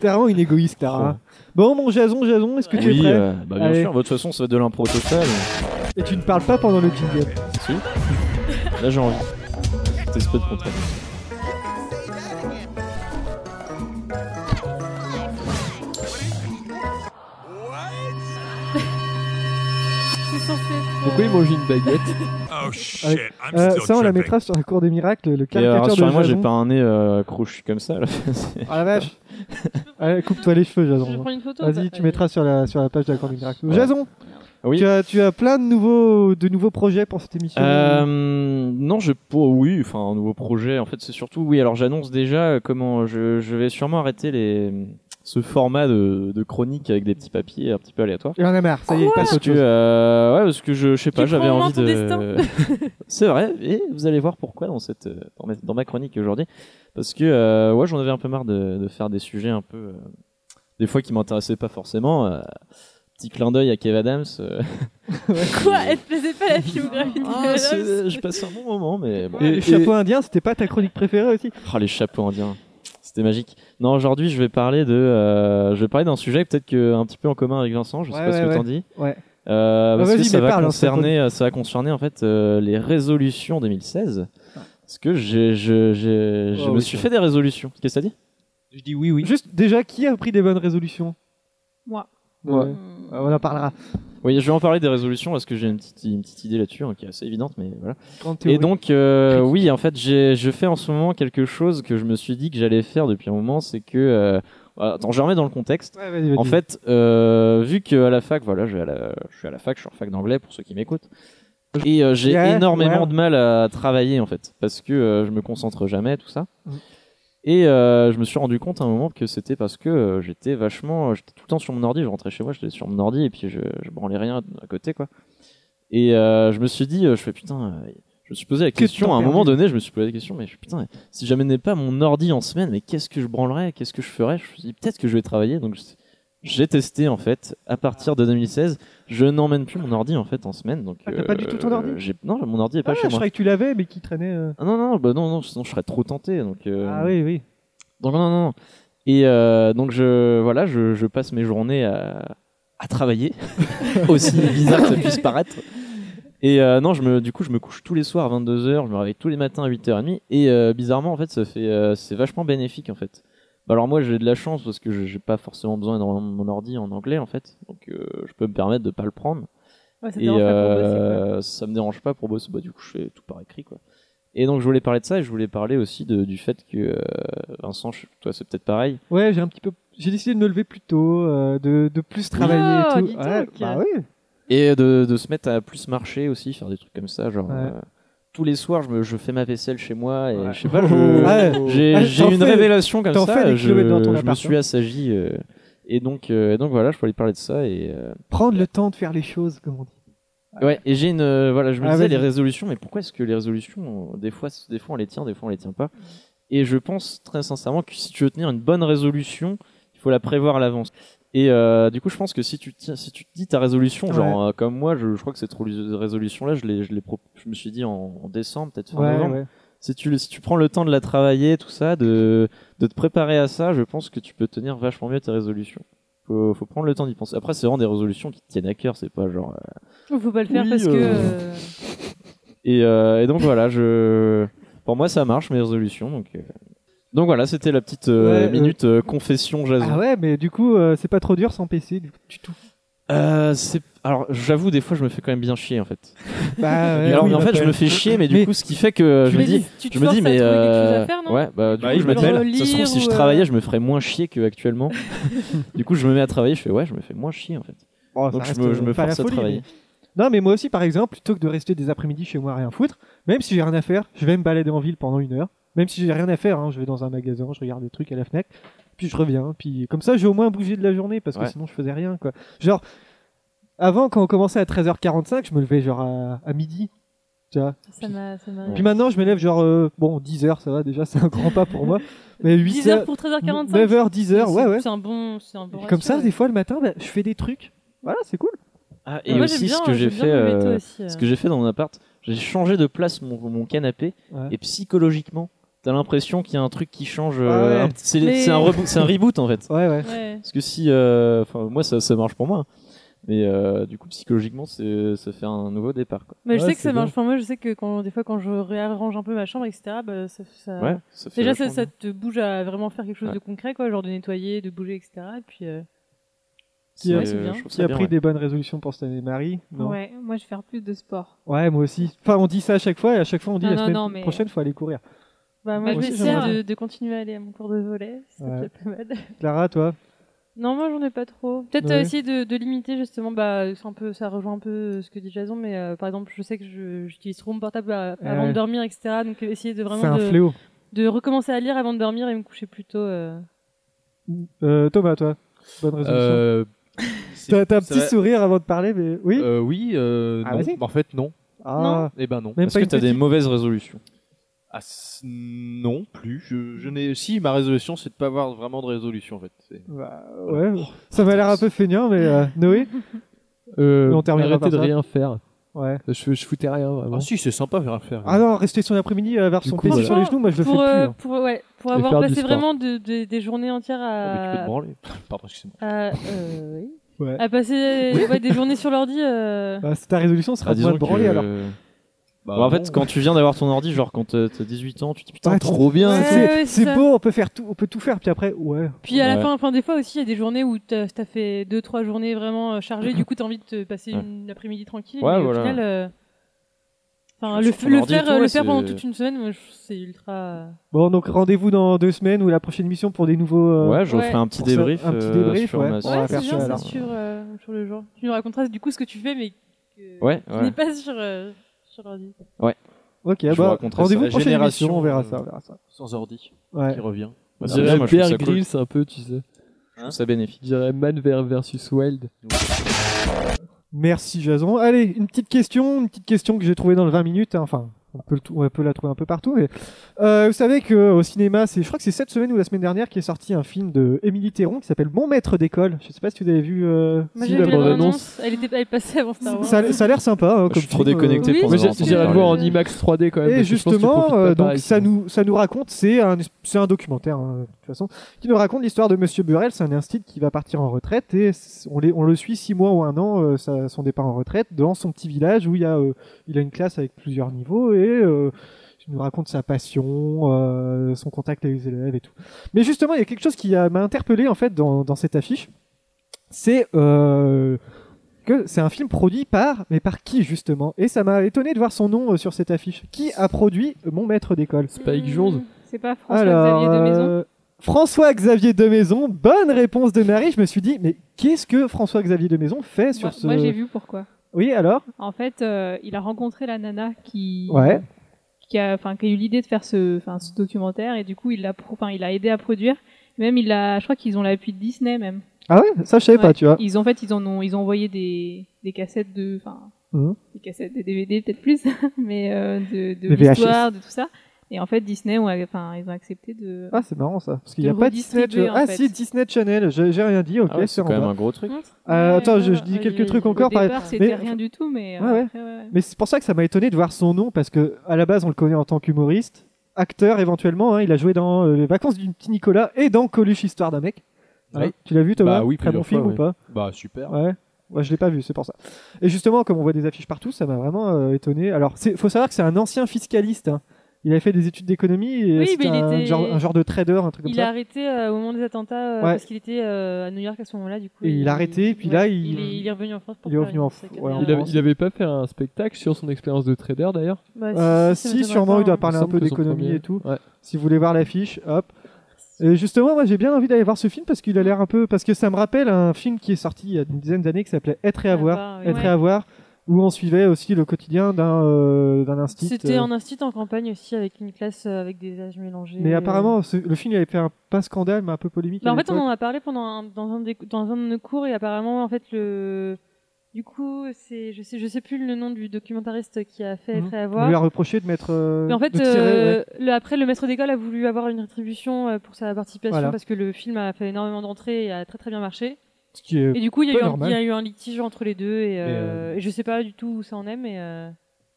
T'es vraiment une égoïste, Clara. Bon, mon Jason, Jason, est-ce que tu es
Oui,
prêt
euh, bah, bien
Allez.
sûr. Bah, De toute façon, ça va être de l'impro total.
Et tu ne parles pas pendant le jingle.
Là, j'ai envie. Cette espèce de contrainte.
C'est censé être,
Pourquoi il mangeait une baguette
Euh, ça, on la mettra sur la cour des miracles, le
Et euh,
caricature de
rassurez-moi, j'ai
Jason.
pas un nez euh, crochu comme ça. là.
Ah la vache. Allez, coupe-toi les cheveux,
euh, Je vais
Jason.
prendre une photo.
Vas-y,
bah,
tu mettras sur la, sur la page de la cour des miracles. Jason,
Oui.
tu, as, tu as plein de nouveaux, de nouveaux projets pour cette émission.
Euh, non, je pour oui, enfin un nouveau projet. En fait, c'est surtout oui. Alors j'annonce déjà euh, comment je, je vais sûrement arrêter les ce format de, de chronique avec des petits papiers un petit peu aléatoires.
Il en a marre, ça y est, passe
Parce
autre
que
chose.
euh, ouais, parce que je, je sais pas,
Ah, Tu
j'avais
prends en main
envie
ton
de. c'est vrai. Et vous allez voir pourquoi dans cette euh, dans ma, dans ma chronique aujourd'hui. Parce que euh, ouais, j'en avais un peu marre de, de faire des sujets un peu euh, des fois qui m'intéressaient pas forcément. euh, petit clin d'œil à Kev Adams. euh,
Quoi Elle te plaisait pas la filmographie de
Ah,
Kev
c'est-
Adams
je passe un bon moment, mais bon.
Et, les chapeaux indiens, c'était pas ta chronique préférée aussi
Oh, les chapeaux indiens. C'était magique. Non, aujourd'hui, je vais parler de, euh, je vais parler d'un sujet peut-être que un petit peu en commun avec Vincent. Je sais
Ouais,
pas ce
ouais,
que
ouais.
t'en dis.
Ouais.
Euh,
Ah,
parce
vas-y,
que ça
mais
va
parle, hein, c'est
concerner, euh, ça va concerner en fait euh, les résolutions 2016. Parce que j'ai, je, je, je
Oh,
me
oui,
suis
ça.
fait des résolutions. Qu'est-ce que t'as dit
Je dis oui, oui.
Juste déjà, qui a pris des bonnes résolutions
Moi.
Ouais.
Hmm.
Euh, On en parlera.
Oui, je vais en parler des résolutions parce que j'ai une petite, une petite idée là-dessus hein, qui est assez évidente, mais voilà.
Grande théorie.
Et donc, euh, oui, en fait, j'ai- je fais en ce moment quelque chose que je me suis dit que j'allais faire depuis un moment, c'est que... euh, attends, je remets dans le contexte.
Ouais, vas-y, vas-y.
En fait, euh, vu que à la fac, voilà, je vais à la- je suis à la fac, je suis en fac d'anglais pour ceux qui m'écoutent. Et euh, j'ai
Ouais,
énormément
ouais.
de mal à travailler en fait, parce que euh, je me concentre jamais, tout ça.
Mm.
Et euh, je me suis rendu compte à un moment que c'était parce que euh, j'étais vachement, j'étais tout le temps sur mon ordi. Je rentrais chez moi, j'étais sur mon ordi et puis je, je branlais rien à côté quoi. Et euh, je me suis dit, euh, je fais putain. euh, je me suis posé la question
temps
à un
perdu.
moment donné. Je me suis posé la question, mais je- putain, si j'amenais pas mon ordi en semaine, mais qu'est-ce que je branlerais Qu'est-ce que je ferais Je me suis dit peut-être que je vais travailler. Donc je- j'ai testé en fait à partir de 2016. Je n'emmène plus mon ordi en fait en semaine. Donc
Ah, t'as pas du tout ton
euh,
ordi
j'ai- Non, mon ordi est pas
ah,
chez
je
moi.
croyais que tu l'avais, mais qui traînait. euh.
Ah, non, non, bah non, non, sinon je serais trop tenté. Donc, euh,
Ah oui, oui.
donc non, non, non. Et euh, donc je, voilà, je, je passe mes journées à, à travailler, aussi bizarre que ça puisse paraître. Et euh, non, je me, du coup, je me couche tous les soirs à 22h, je me réveille tous les matins à 8h30. Et euh, bizarrement, en fait, ça fait, euh, c'est vachement bénéfique, en fait. Bah, alors moi, j'ai de la chance parce que je- j'ai pas forcément besoin énormément de mon ordi en anglais, en fait. Donc euh, je peux me permettre de pas le prendre.
Ouais, ça
Et
dérange pas pour bosser, quoi.
euh, ça me dérange pas pour bosser. Bah, du coup, je fais tout par écrit, quoi. Et donc, je voulais parler de ça et je voulais parler aussi de- du fait que, euh, Vincent, je- toi, c'est peut-être pareil.
Ouais, j'ai un petit peu. J'ai décidé de me lever plus tôt, euh, de, de plus travailler
Oh,
et tout.
dis
Ouais,
donc.
bah oui.
Et de, de se mettre à plus marcher aussi, faire des trucs comme ça. Genre,
Ouais.
euh, tous les soirs, je, me, je fais ma vaisselle chez moi et
Ouais.
je sais pas, je-
Ah Ouais.
j'ai
Ah,
j'ai
t'en
une
fais-
révélation comme
t'en fais
ça.
des
Je,
kilomètres dans ton
je me
appart, hein.
suis assagi. euh, et donc, euh, et donc voilà, je voulais parler de ça et euh,
Prendre le temps de faire les choses, comme on dit.
ouais. Et j'ai une euh, voilà, je me
Ah,
disais
vas-y.
les résolutions, mais pourquoi est-ce que les résolutions, on- des fois, des fois on les tient, des fois on les tient pas. Et je pense très sincèrement que si tu veux tenir une bonne résolution, il faut la prévoir à l'avance. Et euh, du coup, je pense que si tu, tiens- si tu te dis ta résolution, genre euh, comme moi, je, je crois que cette résolution-là, je, l'ai- je, l'ai pro- je me suis dit en, en décembre, peut-être fin
Ouais,
novembre,
ouais.
si tu, si tu prends le temps de la travailler, tout ça, de, de te préparer à ça, je pense que tu peux tenir vachement mieux tes résolutions. Faut, faut prendre le temps d'y penser. Après, c'est vraiment des résolutions qui te tiennent à cœur, c'est pas genre. euh,
Faut pas le faire
Oui,
parce que.
euh,
euh,
Et, euh, et donc voilà, je... pour moi ça marche mes résolutions. Donc, euh, donc voilà, c'était la petite euh,
Ouais,
minute euh, confession Jason.
Ah ouais, mais du coup, euh, c'est pas trop dur sans PC du, du tout.
Euh, c'est- Alors j'avoue, des fois je me fais quand même bien chier en fait.
Bah ouais,
Alors
oui,
mais en fait je
m'appelle.
me fais chier, mais du
Mais-
coup ce qui fait que euh, je me
Mais
dis,
tu te
je me
forces
dis
à
mais
trouver quelque chose à
euh,
faire, non
ouais, bah du
Bah,
coup
il
je m'appelle.
relire
Ça se trouve si je
ou, euh,
travaillais, je me ferais moins chier qu'actuellement. du coup je me mets à travailler, je fais ouais, je me fais moins chier en fait.
Bon, ça
Donc je
reste,
me,
euh,
je me
pas la
force à
folie,
travailler.
mais- Non, mais moi aussi, par exemple, plutôt que de rester des après-midi chez moi à rien foutre, même si j'ai rien à faire, je vais me balader en ville pendant une heure. Même si j'ai rien à faire, hein, je vais dans un magasin, je regarde des trucs à la Fnac, puis je reviens. Puis comme ça, j'ai au moins bougé de la journée parce que
Ouais.
sinon, je faisais rien. quoi. Genre, avant, quand on commençait à 13h45, je me levais genre à, à midi. Tu vois.
Ça m'a. ça m'a-
Puis maintenant, je me lève genre, euh, bon, 10h, ça va déjà, c'est un grand pas pour moi. Mais
10 heures
8h,
pour 13h45.
9h, 10h, ouais, ouais.
C'est un bon. c'est un bon
Comme ça,
ratio,
des fois, le matin, bah, je fais des trucs. Voilà, c'est cool.
Ah,
ouais.
et
Moi, j'aime
aussi
bien,
ce que j'ai
j'aime bien
fait,
me lever tôt
euh,
aussi, euh.
ce que j'ai fait dans mon appart, j'ai changé de place mon, mon canapé
Ouais.
et psychologiquement, t'as l'impression qu'il y a un truc qui change. euh,
Ah ouais.
un petit- c'est
Mais-
c'est un, reboot- c'est un reboot en fait.
Ouais, ouais.
Ouais.
Parce que si, euh, enfin moi ça, ça marche pour moi, hein. mais euh, du coup psychologiquement c'est ça fait un nouveau départ. Quoi.
Mais je
Ouais,
sais que
c'est
ça marche. Enfin, moi, je sais que quand, des fois, quand je réarrange un peu ma chambre, etc., bah, ça, ça-
Ouais, ça fait
déjà, ça,
vachement
ça te bouge à vraiment faire quelque chose
Ouais.
de concret, quoi, genre de nettoyer, de bouger, etc. Et puis, euh,
bien.
qui a-
C'est- je trouve
Qui
ça
a
bien,
pris
ouais.
des bonnes résolutions pour cette année Marie Non. Ouais.
Ouais, moi je vais faire plus de sport.
moi aussi. Enfin, on dit ça à chaque fois et à chaque fois on dit
Non,
la
non,
semaine
non, mais-
prochaine, faut aller courir.
bah, moi,
Bah,
je
moi
vais
aussi,
essayer
j'aimerais.
de, de continuer à aller à mon cours de volet. C'est
Ouais.
déjà pas mal.
Clara, toi
Non, moi, j'en ai pas trop. Peut-être
Ouais.
euh, essayer de, de limiter, justement, bah, c'est un peu, ça rejoint un peu ce que dit Jason, mais euh, par exemple, je sais que je- j'utilise trop mon portable à- avant
Ouais.
de dormir, etc. Donc, essayer de
C'est
vraiment
un
de,
fléau.
de recommencer à lire avant de dormir et me coucher plus tôt. euh.
Euh, Thomas, toi Bonne résolution.
Euh,
T'as t'as un
ça
petit
va-
sourire avant de parler, mais oui.
euh, oui, euh,
Ah,
non.
vas-y.
en fait, non.
ah,
Eh ben non.
même
Est-ce
pas
que
une
t'as des
petite-
mauvaises résolutions
Ah, c- non plus. Je, je n'ai. Si ma résolution, c'est de pas avoir vraiment de résolution en fait. C'est-
Bah, ouais, ça m'a l'air un peu feignant, mais euh, Noé
Euh,
Mais on terminera
arrêter
par
de
ça.
rien faire.
Ouais.
Je, je foutais rien vraiment.
Ah si, c'est sympa faire faire.
Ah non, rester son après-midi à avoir
Du
son
coup,
PC sur les
Franchement,
genoux, moi je le fais
pour,
plus.
euh,
hein.
pour, ouais, pour
Et
avoir
faire du
passé
sport.
vraiment de- de- des journées entières
Ah, mais tu peux
à,
te branler. Pardon, excusez-moi.
à, euh, oui.
Ouais.
à passer euh, ouais, des journées sur l'ordi. euh,
Bah, c'est ta résolution
Ah,
sera moins de
euh,
branler alors. Ah
Bah,
Bon, en
non.
fait, quand tu viens d'avoir ton ordi, genre quand t'as t'as 18 ans, tu te dis putain,
Ouais,
trop bien.
Ouais,
et tout.
C'est-
ouais, c'est
c'est
ça.
beau, on peut faire tout, on peut tout faire, puis après, ouais.
Puis à la
Ouais.
fin, enfin, des fois aussi, il y a des journées où t'as as fait deux trois journées vraiment euh, chargées. du coup, t'as envie de te passer
Ouais.
une après-midi tranquille.
Ouais,
mais
voilà.
au final, euh, enfin,
Tu
le,
vas sur ton
le
ordi et
faire,
tout,
euh, le
ouais,
faire pendant
c'est-
toute une semaine, moi, je- c'est ultra.
Bon, donc rendez-vous dans deux semaines ou la prochaine mission pour des nouveaux. euh,
Ouais, je
ouais.
referai un petit
Pour ça,
débrief.
un petit
euh,
débrief,
sur
ouais. Ouais,
ma-
hein.
sur
va
ouais,
ma
c'est
faire ça,
bien ça
alors.
sur, euh, sur le jour. Tu nous raconteras du coup ce que tu fais, mais que-
Ouais,
qui
ouais.
n'est pas sur euh, sur l'ordi.
Ok,
Je vous
bah,
raconterai ça.
rendez-vous
La
prochaine
génération,
émission, on verra
euh,
ça, on verra ça.
sans ordi
Ouais.
qui revient.
On
Bah, c'est
dirait
bien, moi, je trouve
Bear
ça cool.
Grylls un peu, tu sais.
Je trouve ça bénéfique.
Je dirais Man ver- versus Wild.
Merci Jason. Allez, une petite question, une petite question que j'ai trouvée dans le 20 minutes. hein. Enfin, on peut, le trou- on peut la trouver un peu partout. Mais euh, vous savez que euh, au cinéma, c'est, je crois que c'est cette semaine ou la semaine dernière qui est sorti un film de Émilie Théron qui s'appelle Mon maître d'école. Je sais pas si vous avez vu. euh,
Moi,
Si,
j'ai
la
vu la
bande-annonce.
bande-annonce. Elle était, elle est passée avant Star Wars.
ça, a- ça a l'air sympa. hein,
Je
comme
suis trop
film, euh.
déconnecté
Oui,
pour
Moi,
en
j'ai-
j'ai-
entendre
j'irai le
parler.
voir en IMAX 3D quand même.
Et
parce que je pense que tu
justement,
profites
euh,
pas
donc
pareil,
ça
sinon.
nous, ça nous raconte, c'est un, c'est un documentaire hein, de toute façon, qui nous raconte l'histoire de Monsieur Burrell, c'est un instit qui va partir en retraite et c- on, les- on le suit six mois ou un an, euh, sa- son départ en retraite, dans son petit village où il y a, euh, il a une classe avec plusieurs niveaux et euh, il nous raconte sa passion, euh, son contact avec les élèves et tout. Mais justement, il y a quelque chose qui a- m'a interpellé en fait dans, dans cette affiche, c'est euh, que c'est un film produit par, mais par qui justement Et ça m'a étonné de voir son nom euh, sur cette affiche. Qui a produit Mon maître d'école
Spike Jonze.
C'est pas François-Xavier de Maison
euh, François-Xavier de Maison, bonne réponse de Marie. Je me suis dit, mais qu'est-ce que François-Xavier de Maison fait sur
Moi,
ce
Bah, moi, j'ai vu pourquoi.
Oui, alors
En fait, euh, il a rencontré la nana qui,
Ouais.
qui, a, enfin, qui a eu l'idée de faire ce, enfin, ce documentaire et du coup, il l'a, pro- enfin, il a aidé à produire. Même, il a, je crois qu'ils ont l'appui de Disney même.
Ah ouais, ça je savais
Ouais.
pas, tu vois.
Ils en fait, ils en ont, ils ont envoyé des, des cassettes de, enfin,
Mhm.
des cassettes, des DVD peut-être plus, mais euh, de, de
Des VHS.
l'histoire, de tout ça. Et en fait, Disney, ont, enfin, ils ont accepté de.
Ah, c'est marrant ça. Parce qu'il n'y
De
a pas Disney
redistribuer,
Channel.
en
Ah
fait.
si, Disney Channel, j'ai j'ai rien dit, ok,
Ah ouais,
c'est
c'est
en
quand même
bas.
un gros truc.
Euh, attends, je- je
Ouais,
dis
ouais,
quelques
ouais,
trucs
ouais.
encore,
Au
pareil.
départ, c'était
Mais-
rien du tout, mais. euh,
Ouais, ouais.
après, ouais, ouais.
Mais c'est pour ça que ça m'a étonné de voir son nom, parce que à la base on le connaît en tant qu'humoriste, acteur éventuellement. hein. il a joué dans euh, Les Vacances du petit Nicolas et dans Coluche Histoire d'un mec.
Ouais.
Hein, tu l'as vu Thomas
Bah oui,
Très bon
plusieurs fois,
film
oui.
ou pas
Bah super.
Ouais. Ouais, je l'ai pas vu, c'est pour ça. Et justement, comme on voit des affiches partout, ça m'a vraiment euh, étonné. Alors, c'est faut savoir que c'est un ancien fiscaliste. hein. Il avait fait des études d'économie et
Oui,
c'était
mais il
un,
était-
genre, un genre de trader, un truc comme
Il
ça.
a arrêté euh, au moment des attentats euh,
Ouais.
parce qu'il était euh, à New York à ce moment-là. Du coup,
Et il a arrêté, et puis là, il-
il, est, il est revenu en France. Pour
il est
faire
revenu
une-
en-
sa
ouais,
carrière.
en
Il avait, il avait pas fait un spectacle sur son expérience de trader d'ailleurs
Bah,
Euh,
ça
si,
m'étonnerait
sûrement,
pas,
il doit
hein.
parler un
semble
peu
que son
d'économie
premier-
et tout.
Ouais.
Si vous voulez voir l'affiche, hop. Et justement, moi j'ai bien envie d'aller voir ce film parce qu'il a l'air un peu. Parce que ça me rappelle un film qui est sorti il y a une dizaine d'années qui s'appelait Être et
Ah
avoir.
bah, oui.
Être et
Ouais.
avoir, où on suivait aussi le quotidien d'un euh, d'un instit.
C'était
euh,
un institut en campagne aussi avec une classe euh, avec des âges mélangés.
Mais
euh.
apparemment, ce- le film il avait fait un pas scandale, mais un peu polémique.
Bah,
à
en fait, on
l'époque.
en a parlé pendant un- dans, un des, dans un de nos cours et apparemment, en fait, le. Du coup, c'est je sais je sais plus le nom du documentariste qui a fait
Mhm.
Être et
on lui a
avoir.
reproché de mettre. euh,
Mais en fait,
de tirer,
euh,
ouais.
le- après, le maître d'école a voulu avoir une rétribution euh, pour sa participation
Voilà.
parce que le film a fait énormément d'entrées et a très très bien marché.
Ce qui est
Et du coup, il y, a
pas
eu un,
normal.
il y a eu un litige entre les deux et, euh,
euh,
et je sais pas du tout où ça en est, mais. euh,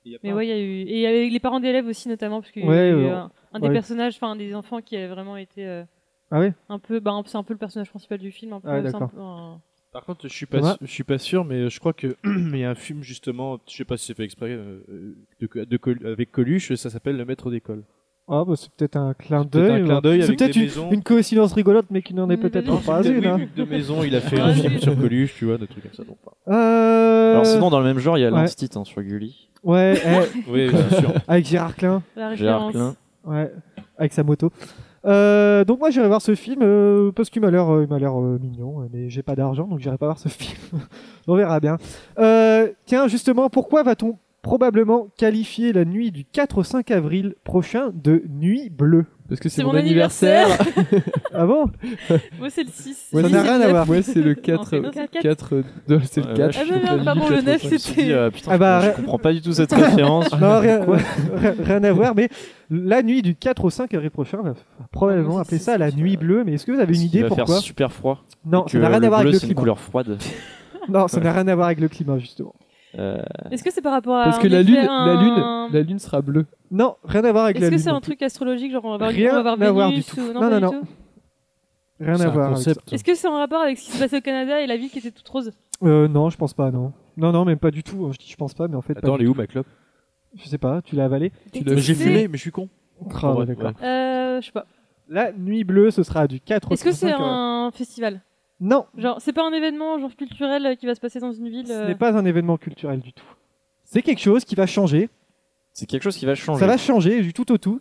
y a
Mais
pas-
ouais, il y a eu. Et il y avait les parents d'élèves aussi, notamment, parce qu'il y
Ouais,
a eu
euh,
un, un des
ouais.
personnages, enfin, un des enfants qui avait vraiment été. euh,
Ah ouais
un peu, bah, un- c'est un peu le personnage principal du film. Un peu,
Ah ouais,
c'est un
d'accord.
peu un-
Par contre, je suis pas,
Thomas
su- je suis pas sûr, mais euh, je crois que il y a un film justement, je sais pas si c'est fait exprès, euh, de, co- de Col- avec Coluche, ça s'appelle Le Maître d'école.
Ah, bah, c'est peut-être un clin
peut-être un
d'œil.
clin d'œil
C'est
avec
peut-être
des
une,
maisons.
une coïncidence rigolote, mais qui n'en est
Mais
peut-être
non,
pas une. hein.
de maison, il a fait un film sur Coluche, tu vois, des trucs comme ça. Donc, pas.
Euh,
Alors sinon, dans le même genre, il y a
ouais.
l'Instit hein, sur Gulli.
Ouais, eh,
Oui, bien sûr.
avec Gérard Klein.
la
Gérard
référence.
Klein.
Ouais, avec sa moto. Euh, donc moi j'irai voir ce film euh, parce qu'il m'a l'air euh, il m'a l'air euh, mignon euh, mais j'ai pas d'argent donc j'irai pas voir ce film. on verra bien. Euh, tiens justement pourquoi va-t-on probablement qualifier la nuit du 4 au 5 avril prochain de nuit bleue
Parce que c'est
C'est
mon,
mon anniversaire.
Ah bon
Moi, c'est le 6.
Ça n'a rien à voir.
Ouais, c'est le
c'est non, c'est le
4.
quatre.
4 de- c'est
Ouais,
le 4.
Ah, mais merde, pas bon, le 9,
Je me suis dit,
c'était.
euh, putain,
Ah bah,
je, je
ré-
comprends pas du tout cette référence.
Non rien, rien- rien à voir mais la nuit du 4 au 5 avril prochain on va probablement
Ah,
appeler
c'est-
ça la
c'est-
nuit bleue mais est-ce que vous avez une
Il
idée
va
pourquoi
faire super froid.
Non
et
ça
que
n'a rien à voir
bleu,
avec le
c'est une
climat.
couleur froide.
Non ça n'a rien à voir avec le climat justement.
Euh,
Est-ce que c'est par rapport à.
Parce
en
que la
effet,
lune,
un-
la lune, la lune sera bleue.
Non rien à voir avec la
Est-ce que
lune
c'est
non
un
plus.
truc astrologique Genre, on va voir,
Rien
on va voir
à voir
Vénus
du tout.
ou-
Non,
pas
non,
du
non.
tout
Rien à voir. avec ça.
Est-ce que c'est en rapport avec ce qui se passait au Canada et la ville qui était toute rose
Euh, non, je pense pas, non. Non, non, même pas du tout. hein. Je dis je pense pas, mais en fait, pas
Attends,
du
elle est où ma clope
tout. je sais pas, tu l'as avalé.
J'ai
C'est-
fumé, mais je suis con.
Ah,
Ouais,
ouais, d'accord.
ouais.
Euh, Je sais pas.
La nuit bleue, ce sera du 4 au
Est-ce que c'est
5, euh,
un festival
Non,
Genre, c'est pas un événement genre culturel euh, qui va se passer dans une ville.
ce
euh,
n'est pas un événement culturel du tout. C'est quelque chose qui va changer.
c'est quelque chose qui va changer.
Ça va changer du tout au tout.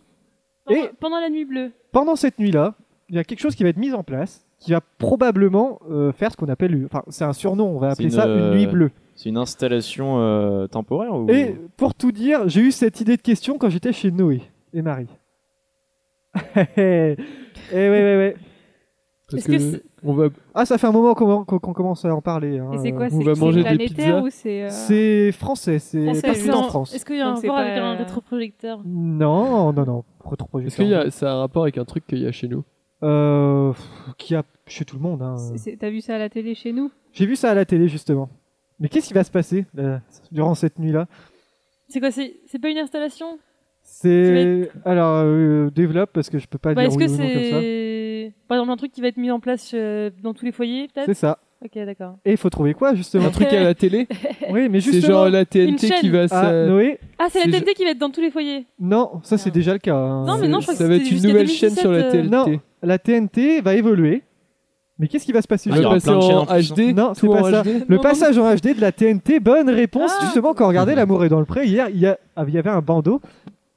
pendant-
Et-
pendant la nuit bleue.
Pendant cette nuit-là, il y a quelque chose qui va être mis en place, qui va probablement euh, faire ce qu'on appelle... Enfin, c'est un surnom, on va
C'est
appeler
une,
ça
euh,
une nuit bleue.
C'est une installation euh, temporaire ou...
Et pour tout dire, j'ai eu cette idée de question quand j'étais chez Noé et Marie. Eh ouais, ouais, ouais.
Parce
Est-ce que c'est-
que on va
Ah, ça fait un moment qu'on qu'on commence à en parler. hein.
Et c'est quoi
on va
C'est
manger
c'est
des
planétaire
pizzas.
ou c'est. euh,
C'est français, c'est
Français,
partout
oui.
en
Non,
France.
Est-ce qu'il y a un
Donc c'est
rapport
pas-
avec un rétroprojecteur
Non, non, non.
Est-ce
Retroprojecteur.
qu'il y a, ça a un rapport avec un truc qu'il y a chez nous
Euh, pff, qui a chez tout le monde. hein.
c'est- c'est- T'as vu ça à la télé chez nous
J'ai vu ça à la télé justement. Mais qu'est-ce qui va se passer là, durant cette nuit-là
C'est quoi C'est c'est pas une installation
C'est alors euh, développe parce que je peux pas
Bah,
dire
Est-ce
oui
que
ou non comme ça.
c'est par exemple un truc qui va être mis en place euh, dans tous les foyers
C'est
peut-être
ça.
Ok, d'accord.
Et il faut trouver quoi justement
Un truc à la télé
Oui, mais
C'est
justement.
genre la
Une
TNT
chaîne.
qui va
Ah,
ça-
Noé
Ah, c'est la
C'est
TNT qui va être dans tous les foyers.
Non, ça
Ah.
c'est
Merde.
déjà le cas. hein.
Non, mais non, je crois que
ça va être
c'était
une
jusqu'à
nouvelle chaîne sur la
2017,
télé.
euh,
Non, la TNT va évoluer. Mais qu'est-ce qui va se passer
On
Ah, il y
va
aura
passer
plein de chaînes
en
en plus,
HD,
Non, c'est
tout en
pas ça.
HD.
Le
Non,
passage en HD de la TNT, bonne réponse.
Ah.
Justement, quand on regardait L'amour est dans le pré, hier, il y, a- ah, il y avait un bandeau.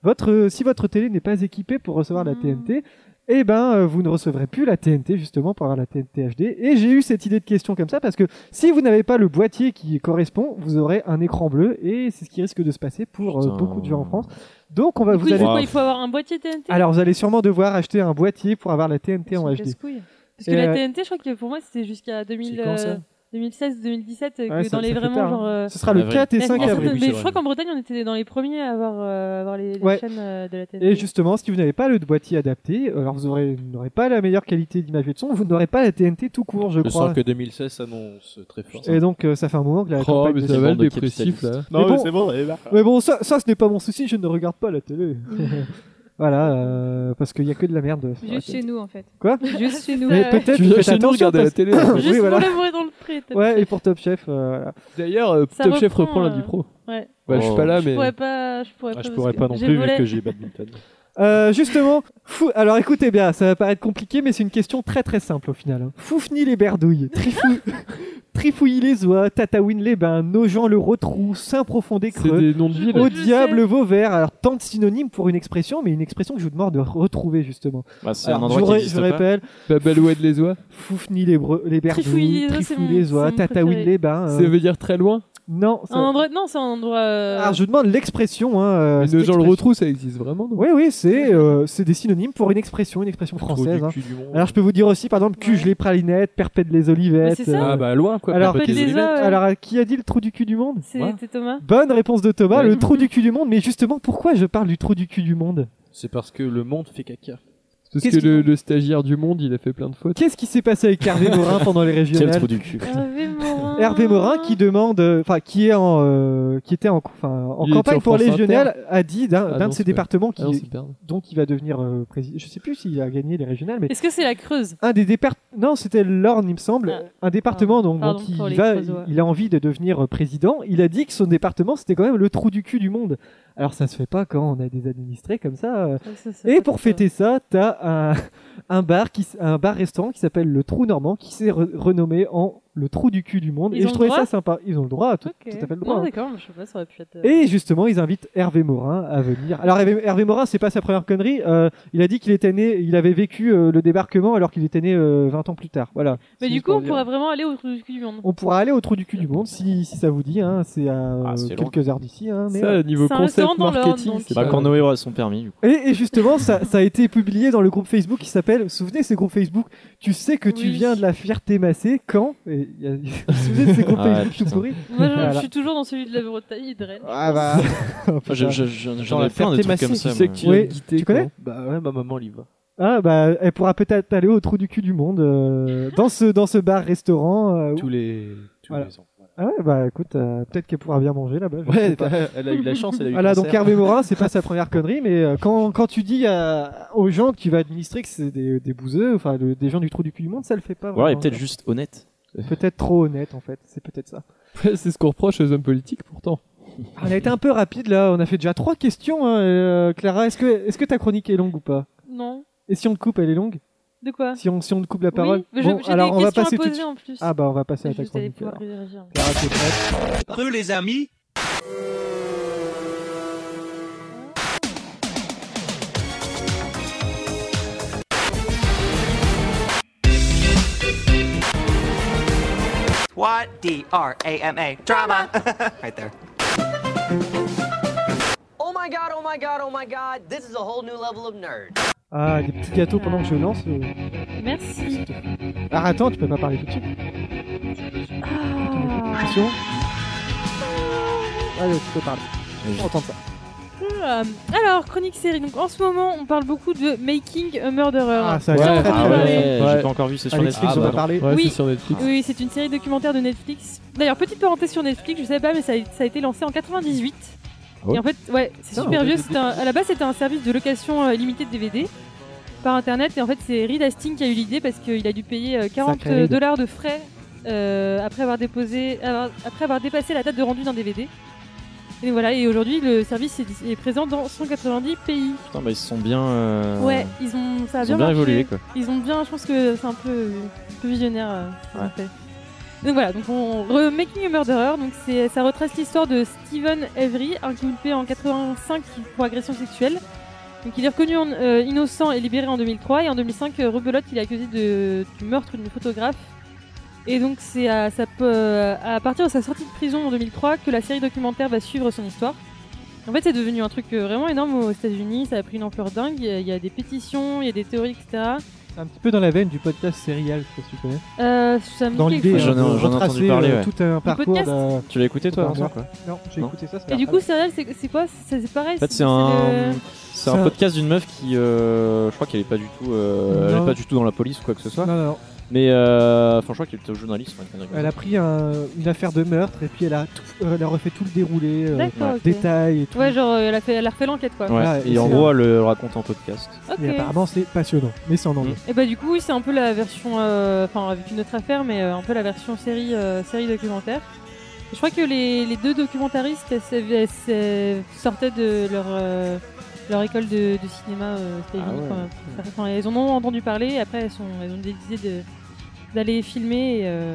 Votre, euh, si votre télé n'est pas équipée pour recevoir la
Hmm.
TNT, eh ben, euh, vous ne recevrez plus la TNT justement pour avoir la TNT HD. Et j'ai eu cette idée de question comme ça parce que si vous n'avez pas le boîtier qui correspond, vous aurez un écran bleu et c'est ce qui risque de se passer pour euh,
Putain.
beaucoup de gens en France. Donc, on va
Du coup,
vous
il,
allez.
faut,
allez-
il faut avoir un boîtier TNT.
Alors, vous allez sûrement devoir acheter un boîtier pour avoir la
Ils
TNT
sont
en HD.
casse-couilles. Parce que
Et,
la
euh,
TNT, je crois que pour moi c'était jusqu'à 2000,
C'est quand, ça
euh, 2016, 2017
Ouais,
euh, que
ça-
dans les
ça fait
vraiment
tard, hein.
genre. euh,
Ce sera le
Avril.
4 et
la
5
personne-
Ah,
avril.
oui,
mais
c'est
je crois
vrai.
qu'en Bretagne on était dans les premiers à avoir, euh, avoir les, les
Ouais.
chaînes euh, de la TNT.
Et justement, si vous n'avez pas le boîtier adapté, alors vous aurez- vous n'aurez pas la meilleure qualité d'image et de son, vous n'aurez pas la TNT tout court, je
Je
crois.
sens que 2016 s'annonce très fort.
Et donc, euh, ça fait un moment que la
Oh,
campagne
mais
de-
ça va le
bande de
dépressif là.
mais bon-
bon, eh ben,
Mais bon, ça, ça, ce n'est pas mon souci, je ne regarde pas la télé. Voilà, euh, parce qu'il y a que de la merde. sur la
Juste
télé.
chez nous, en fait.
Quoi
Juste chez nous.
Mais
Ouais, ouais.
peut-être
Tu viens
faites
chez nous
attention
regarder la
parce-
télé.
Juste
oui, voilà.
pour l'amour dans le pré. t'as
Ouais,
dit.
et pour Top Chef, euh, voilà.
D'ailleurs, euh,
Ça
Top Chef
reprend,
reprend
euh,
lundi pro.
Ouais.
Bah, je
Oh,
suis pas là,
Je
mais.
pourrais pas. Je pourrais pas.
Ah, je
parce
pourrais
que
pas non
j'ai
plus vu
volé.
que j'ai badminton.
Euh, justement, fou... alors écoutez bien, ça va paraître compliqué, mais c'est une question très très simple au final. hein. Foufni les berdouilles, trifou... trifouille les oies, tataouine les bains, nogent le retrou, saint profond des
C'est
creux,
des noms de villes.
au
Je
diable
sais.
vos verts. Alors tant de synonymes pour une expression, mais une expression que je vous demande de retrouver justement.
Bah, c'est
Alors,
un
je,
endroit qui
vous ré-
existe
je
pas.
rappelle,
Babaloued les oies.
foufni les, bre- les berdouilles,
Trifouille les oies, c'est
trifouille
mon-
les oies,
c'est mon
tataouine
préféré. Oh,
les bains.
Ça
euh,
veut dire très loin.
Non, ça-
Un endroit... Non, c'est un endroit. euh,
alors Ah, je vous demande l'expression. Hein, euh,
Mais
cette
Nogent le
expression.
retrou, ça existe vraiment, non
Oui, oui, c'est euh, c'est des synonymes pour une expression, une expression française. hein. Alors je peux vous dire aussi, par exemple, cuge
Ouais.
les pralinettes, perpète les olivettes. euh,
Mais c'est ça.
Ah, bah, loin, quoi.
Alors,
pas tes
Perpète les
olivettes.
oies. ouais.
Alors qui a dit le trou du cul du monde
C'était Thomas.
Bonne réponse de Thomas,
Ouais.
le trou du cul du monde. Mais justement, pourquoi je parle du trou du cul du monde
C'est parce que le monde fait caca.
Parce
Qu'est-ce
que
qu'il-
le, le stagiaire du monde, il a fait plein de fautes.
Qu'est-ce qui s'est passé avec Hervé Morin pendant les
Quel
régionales
trou du cul.
Hervé Morin.
Hervé Morin qui demande, euh, enfin qui est en, euh, qui était en, enfin, en
Il était
campagne
sur
pour les
France
régionales, a dit d'un d'un
Ah non,
de ses
c'est pas-
départements qui,
Ah non, c'est Berne.
dont il va devenir euh, président. Je sais plus s'il a gagné les régionales, mais
Est-ce que c'est la Creuse
un des départements, non, c'était l'Orne, il me semble, un département donc
Ah. Pardon
dont
pour
il
les
va,
creusois.
il a envie de devenir euh, président. Il a dit que son département c'était quand même le trou du cul du monde. Alors ça se fait pas quand on a des administrés comme ça. euh.
Ouais, ça, ça,
Et
ça,
pour
ça.
fêter ça, t'as un, un bar qui, s- un bar restaurant qui s'appelle le Trou Normand qui s'est re- renommé en le trou du cul du monde.
Ils
Et je
ont le
trouvais ça
droit
sympa. Ils ont le droit, tout,
Ok.
tout à fait le droit.
Non,
hein.
d'accord, mais je sais pas, ça aurait pu être. euh,
Et justement, ils invitent Hervé Morin à venir. Alors Hervé, Hervé Morin, c'est pas sa première connerie. euh, il a dit qu'il était né, il avait vécu euh, le débarquement alors qu'il était né euh, 20 ans plus tard. Voilà.
Mais
C'est
du
juste
coup,
pour
on
dire.
pourrait vraiment aller au trou du cul du monde.
on pourra aller au trou du cul du monde si, si ça vous dit. Hein. C'est à
Ah, c'est
euh, quelques heures d'ici. Hein, mais,
Ça, niveau
C'est un restaurant
concept
dans l'Orne,
marketing,
donc.
c'est
Bah,
pas
quand
mal.
Noé aura son permis, du coup.
Et, et justement, ça, ça a été publié dans le groupe Facebook qui s'appelle Souvenez ces groupes Facebook. Tu sais que tu
Oui.
viens de la fierté massée quand et il y a- Souvenez de ces groupes
Ah,
Facebook tout
putain.
pourris.
Moi, je-
Voilà.
je suis toujours dans celui de la Bretagne et de Rennes.
Ah bah.
Ah, je- je- je-
Genre
J'en ai
la
plein
Ferté
des trucs comme
Massif,
ça.
Tu sais
moi.
que tu viens de
Oui.
quitter,
Tu connais
Bah ouais, ma maman, elle y va.
Ah bah, elle pourra peut-être aller au trou du cul du monde euh, dans ce dans ce bar restaurant. euh, où-
Tous les, tous
Voilà.
les ans.
Ah ouais bah écoute, euh, peut-être qu'elle pourra bien manger là-bas. je sais
Ouais,
pas.
elle a eu de la chance, elle a eu
Voilà
le
donc
cancer.
Hervé Morin, c'est pas sa première connerie, mais euh, quand quand tu dis à- aux gens que tu vas administrer que c'est des des bouseux, enfin le- des gens du trou du cul du monde, ça le fait pas.
Ou alors, il est
vraiment,
peut-être
ça.
juste honnête.
peut-être trop honnête en fait, c'est peut-être ça. Ah,
quoi. C'est ce qu'on reproche aux hommes politiques, pourtant.
On a été un peu rapide là, on a fait déjà trois questions. hein, euh, Clara, est-ce que est-ce que ta chronique est longue ou pas
Non.
Et si on te coupe, elle est longue
De quoi
Si on si on te coupe la parole,
Oui, mais je-
bon
j'ai
alors
des
on va
questions
passer
à
tout de
poser
suite.
en plus.
Ah bah on va passer à ta
Juste aller
chronique.
pouvoir
alors.
réagir.
Clara, t'es prête
Peu les amis
What? D R A M A. Drama. right there.
Oh my god, oh my god, oh my god, this is a whole new level of nerd.
Ah, des petits gâteaux pendant que je lance. euh,
Merci.
c'est tout. Ah, attends, tu peux pas parler tout de suite.
Ah.
Attention. Allez, tu peux parler. On entend ça.
Oula. Ah. Alors, chronique série. Donc, en ce moment, on parle beaucoup de Making a Murderer.
Ah, ça a
Ouais,
l'air très
Ah
très
ouais.
bien.
J'ai pas encore vu, c'est sur
Alex
Netflix.
Fix, on va
pardon.
parler.
Ouais,
Oui.
c'est sur Netflix.
Oui, c'est une série documentaire de Netflix. D'ailleurs, petite parenthèse sur Netflix, je savais pas, mais ça a, ça a été lancé en 98.
Ah ouais
Et en fait, ouais, c'est
Putain,
super
ouais,
vieux.
des-
C'était un- à la base, c'était un service de location euh, limitée de DVD par internet. Et en fait, c'est Reed Hastings qui a eu l'idée parce qu'il a dû payer euh, 40
Sacré Reed.
dollars de frais euh, après, avoir déposé, avoir- après avoir dépassé la date de rendu d'un DVD. Et voilà, et aujourd'hui, le service est, est présent dans 190 pays.
Putain, bah, ils se sont bien. euh,
Ouais, ils ont, ça a
Ils
bien,
ont bien
marché.
évolué, quoi.
Ils ont bien, je pense que c'est un peu, euh, un peu visionnaire euh, ce qu'ils
Ouais.
ont fait. Donc voilà, donc on re- Making a Murderer, donc c'est ça retrace l'histoire de Stephen Avery, inculpé en 85 pour agression sexuelle. Donc il est reconnu en- euh, innocent et libéré en 2003 et en 2005 euh, rebelote il est accusé de, du meurtre d'une photographe. Et donc c'est à, sa pe- euh, à partir de sa sortie de prison en 2003 que la série documentaire va suivre son histoire. En fait, c'est devenu un truc euh, vraiment énorme aux États-Unis. Ça a pris une ampleur dingue. Il y a- il y a des pétitions, il y a des théories, etc.
C'est un petit peu dans la veine du podcast serial, je sais pas si tu connais.
Euh, ça me
Dans
dit
l'idée,
quelque chose.
J'en ai-
hein, de
j'en ai entendu
retracer,
parler,
euh,
ouais.
tout un parcours.
podcast
d'un-
Tu l'as écouté, toi,
d'un-
Vincent, quoi
Non, j'ai
Non.
écouté ça. ça a
Et
l'air
du
pas
coup,
mal.
Serial, c'est c'est quoi C'est c'est pareil.
En fait, c'est un,
le-
c'est
c'est
un
un-
podcast d'une meuf qui, euh, je crois qu'elle est pas du tout, euh, elle
Non.
est pas du tout dans la police ou quoi que ce soit.
Non, non, non.
Mais euh, enfin, je crois qu'elle était journaliste. ouais, un truc comme
Elle
ça.
a pris un- une affaire de meurtre et puis elle a, tout- euh, elle a refait tout le déroulé, euh,
D'accord, ok.
détail et tout.
Ouais, genre, euh, elle a fait, elle a refait l'enquête quoi.
Ouais,
Voilà,
et
et
en
c'est-
gros, elle le raconte en podcast.
Ok.
Et apparemment, c'est passionnant, mais sans nom.
Et bah du coup oui c'est un peu la version, euh, enfin avec une autre affaire, mais euh, un peu la version série, euh, série documentaire. Je crois que les, les deux documentaristes elles s'est- elles s'est- sortaient de leur, euh, leur école de, de cinéma euh, États-Unis,
Ah ouais.
quoi. Enfin, elles en ont entendu parler, et après elles, sont, elles ont décidé de- d'aller filmer. Et, euh,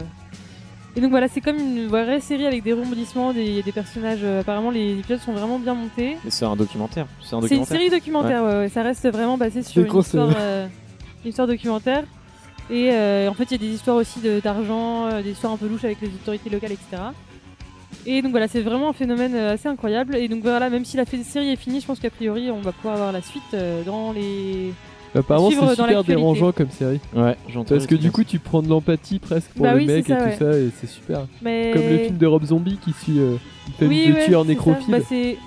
et donc voilà, c'est comme une vraie série avec des rebondissements, des, des personnages. euh, apparemment les épisodes sont vraiment bien montés.
Mais c'est un documentaire. C'est un
C'est une
documentaire.
série documentaire,
Ouais.
ouais, ouais. ça reste vraiment basé sur
Des
une
grosses,
histoire,
euh,
euh, une histoire documentaire. Et euh, en fait, il y a des histoires aussi de- d'argent, euh, des histoires un peu louches avec les autorités locales, etc. Et donc voilà, c'est vraiment un phénomène euh, assez incroyable. Et donc voilà, même si la f- série est finie, je pense qu'a priori, on va pouvoir avoir la suite euh, dans les.
Apparemment,
suivre
c'est
dans
super
l'actualité.
dérangeant comme série.
Ouais, j'entends.
Parce que du coup, tu prends de l'empathie presque pour
Bah
le
oui,
mec
c'est ça,
et
ouais.
tout ça, et c'est super.
Mais-
Comme le film de Rob Zombie qui suit euh, une famille
Oui,
de
ouais,
tueurs
c'est ça.
nécrophiles.
Bah, c'est.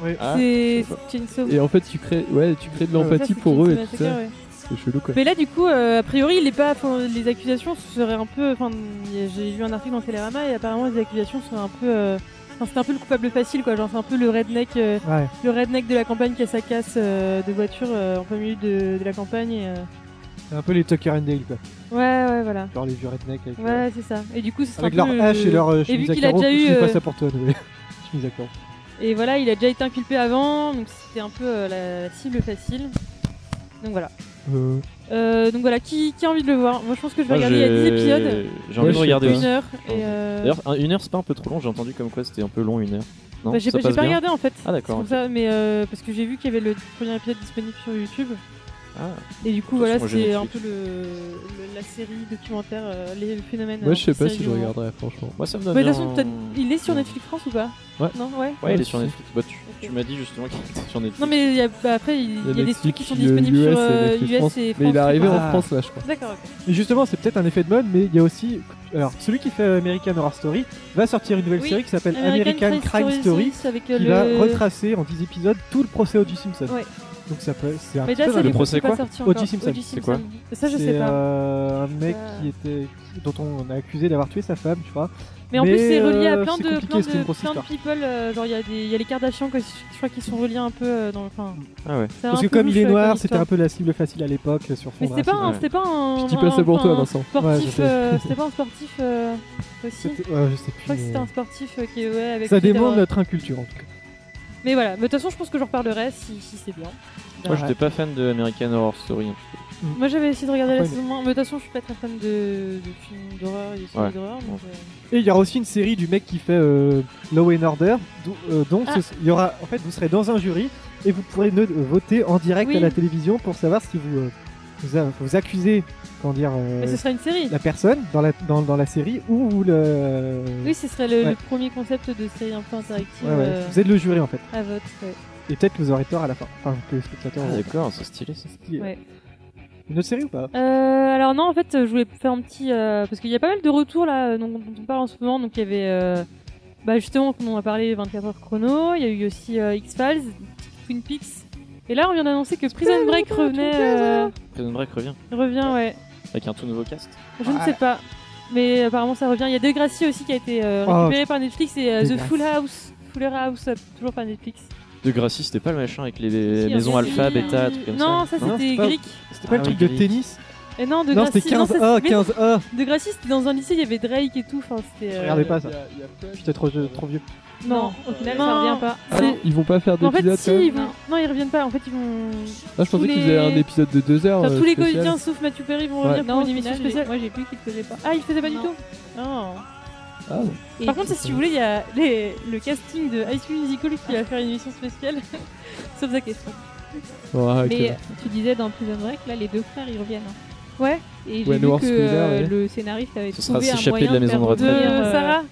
Mmh. Ah,
C'est Chainsaw.
Et en fait, tu crées, ouais, tu crées de
Ah ouais.
l'empathie
Ça, c'est
pour eux et
Chainsaw
tout ça.
Massacre, ouais.
C'est chelou quoi.
Mais là, du coup, euh, a priori, il est pas. enfin, Les accusations seraient un peu. Enfin, y a- j'ai lu un article dans Télérama et apparemment, les accusations seraient un peu. euh, Enfin, c'était un peu le coupable facile, quoi. Genre, c'est un peu le redneck, euh,
Ouais.
le redneck de la campagne qui a sa casse euh, de voiture euh, en plein milieu de, de la campagne. et, euh,
C'est un peu les Tucker and Dale, quoi.
Ouais, ouais, voilà.
Genre les vieux rednecks avec,
Ouais,
euh,
c'est ça. Et du coup, ce sera
avec
un
leur
peu le-
hache et leur euh,
Et
chemise
vu
à
qu'il a
carreaux.
déjà eu,
Je dis
euh,
pas ça pour toi, Noé. chemise à carreaux.
Et voilà, il a déjà été inculpé avant, donc c'était un peu euh, la, la cible facile. Donc voilà.
Euh,
Euh, donc voilà, qui, qui a envie de le voir Moi, je pense que je vais
Moi,
regarder. Il y a 10
j'ai-
épisodes.
J'ai envie de regarder.
Une
aussi.
heure.
J'ai envie.
Et euh,
D'ailleurs, un- une heure, c'est pas un peu trop long. J'ai entendu comme quoi c'était un peu long, une heure. Non,
Bah, j'ai
ça
pas, j'ai
passe
pas
bien
regardé en fait.
Ah, d'accord.
C'est pour
ok.
ça, mais euh, parce que j'ai vu qu'il y avait le premier épisode disponible sur YouTube.
Ah.
Et du coup,
Attention,
voilà,
moi, j'ai
c'est un peu
Netflix.
le, le- la série documentaire, euh, les, le phénomène.
Moi,
euh,
je sais pas
série
si je
au-
regarderais, franchement.
Moi, ça me
Bah,
donne.
de toute
bien-
façon, peut-être- il est sur Netflix France ou pas
Ouais.
Non, ouais.
Ouais, il est sur
si.
Netflix. Bah, tu, tu m'as dit justement qu'il était sur Netflix.
Non, mais il y a- bah, après, il il y a, des
Netflix,
trucs qui sont
le-
disponibles
l'US
sur
et
euh,
Netflix
US
France.
et France.
Mais il est arrivé en
Ah.
France là, je crois.
D'accord, ok.
Et justement, c'est peut-être un effet de mode, mais il y a aussi. Alors, celui qui fait American Horror Story va sortir une nouvelle
Oui,
série qui s'appelle
American
American,
Crime
Crime
Story,
Story,
avec, euh,
qui va
le-
retracer en 10 épisodes tout le procès O.J. Simpson.
Ouais.
Donc ça peut, c'est un
Mais
petit
là,
peu
Bah, ça,
dans
il est
le procès
pas
quoi
sorti encore.
O.J. Simpson.
O.J. C'est quoi Ça, je sais
C'est,
pas.
euh, un mec
Ça-
qui était, dont on a accusé d'avoir tué sa femme, je crois.
Mais en plus, c'est relié à
euh,
plein
c'est
de,
compliqué,
plein de,
c'était une grosse
plein de
histoire.
people. euh, genre, il y, a des- il y a les Kardashians, que je crois, qui sont reliés un peu euh, dans. Enfin,
Ah ouais.
ça a
Parce
un
que
peu
comme il
louche,
est
euh, comme
noir, c'était
histoire.
un peu la cible facile à l'époque euh, sur fond
Mais c'était pas, un,
racisme.
c'était pas un.
Je dis pas ça pour
un-
toi,
un
Vincent. Ouais, je
Sportif,
sais.
euh, c'était pas un sportif euh, aussi.
C'était- ouais, je sais plus,
crois que c'était
mais-
un sportif euh, qui est ouais, avec.
Ça
qui était
démontre
un-
notre inculture en tout cas.
Mais voilà, mais de toute façon, je pense que j'en reparlerai si, si c'est bien.
Moi, j'étais pas fan de American Horror Story.
Moi, j'avais essayé de regarder la
Après, Ah, mais-
saison 1, mais de toute façon, je suis pas très fan de, de films d'horreur et de séries
Ouais.
d'horreur. donc, euh,
Et il y aura aussi une série du mec qui fait euh, Law and Order, d'où- euh, dont
Ah.
ce- il y aura, en fait, vous serez dans un jury et vous pourrez ne- euh, voter en direct
Oui.
à la télévision pour savoir si vous euh, vous, a- vous accusez, comment dire, euh,
Mais ce sera une série.
la personne dans la dans, dans la série ou vous le.
Oui, ce serait le,
Ouais.
le premier concept de série un peu interactive.
Ouais, ouais.
euh,
Vous êtes le jury en fait.
À vote, ouais.
Et peut-être que vous aurez tort à la fin. Enfin, que les spectateurs.
Ah,
auront-
d'accord, c'est stylé ça.
Ouais.
Une autre série ou pas
Euh, alors non, en fait, euh, je voulais faire un petit euh, parce qu'il y a pas mal de retours là euh, dont, dont on parle en ce moment. Donc il y avait euh, bah, justement qu'on en a parlé 24 heures chrono. Il y a eu aussi euh, X Files, Twin Peaks. Et là, on vient d'annoncer que Prison Break revenait. euh,
Prison Break revient
revient, ouais.
avec un tout nouveau cast.
Je ne sais pas, mais apparemment ça revient. Il y a Degrassi aussi qui a été euh,
Oh.
récupéré par Netflix et euh, The
Degrassi.
Full House, Fuller House euh, toujours par Netflix.
De Gracie, c'était pas le machin avec les
Si,
maisons
si,
alpha,
si.
bêta, trucs comme ça.
Non, ça, c'était
pas-
Greek.
C'était pas
Ah
le
oui,
truc de
Greek.
tennis
Et non, de
Non, c'était oh,
Gracie- ça,
15A,
mais non.
15A.
De Gracie, c'était dans un lycée, il y avait Drake et tout. Enfin, c'était. euh,
Regardez pas ça. J'étais trop, trop vieux.
Non, au final, ça
Non.
revient pas.
Ah non, ils vont pas faire
En fait,
d'épisode
si,
quand même
ils vont... non, ils reviennent pas. En fait, ils vont.
Ah, je
Tous
pensais
les-
qu'ils faisaient un épisode de 2 heures.
Enfin,
euh,
tous les
spécial.
comédiens sauf Mathieu Perry vont
Ouais.
revenir
Non,
pour
au
une émission
final, j'ai-
spéciale.
moi, j'ai plus qu'il faisait pas.
Ah, il faisait pas du
Non.
tout Non.
Ah, ouais.
Par contre, si vous voulez, il y a les- le casting de High School Musical qui va faire une émission spéciale. Sauf la question.
Ah, ok.
Mais euh, tu disais dans Prison Break, là, les deux frères, ils reviennent. hein.
Ouais.
Et j'ai
Ouais,
vu
Noir
que
Squeezer,
euh,
ouais.
le scénariste avait
Ce sera
trouvé un
s'échapper
moyen
de la maison de
faire
retraite.
revenir,
Euh,
euh,
Sarah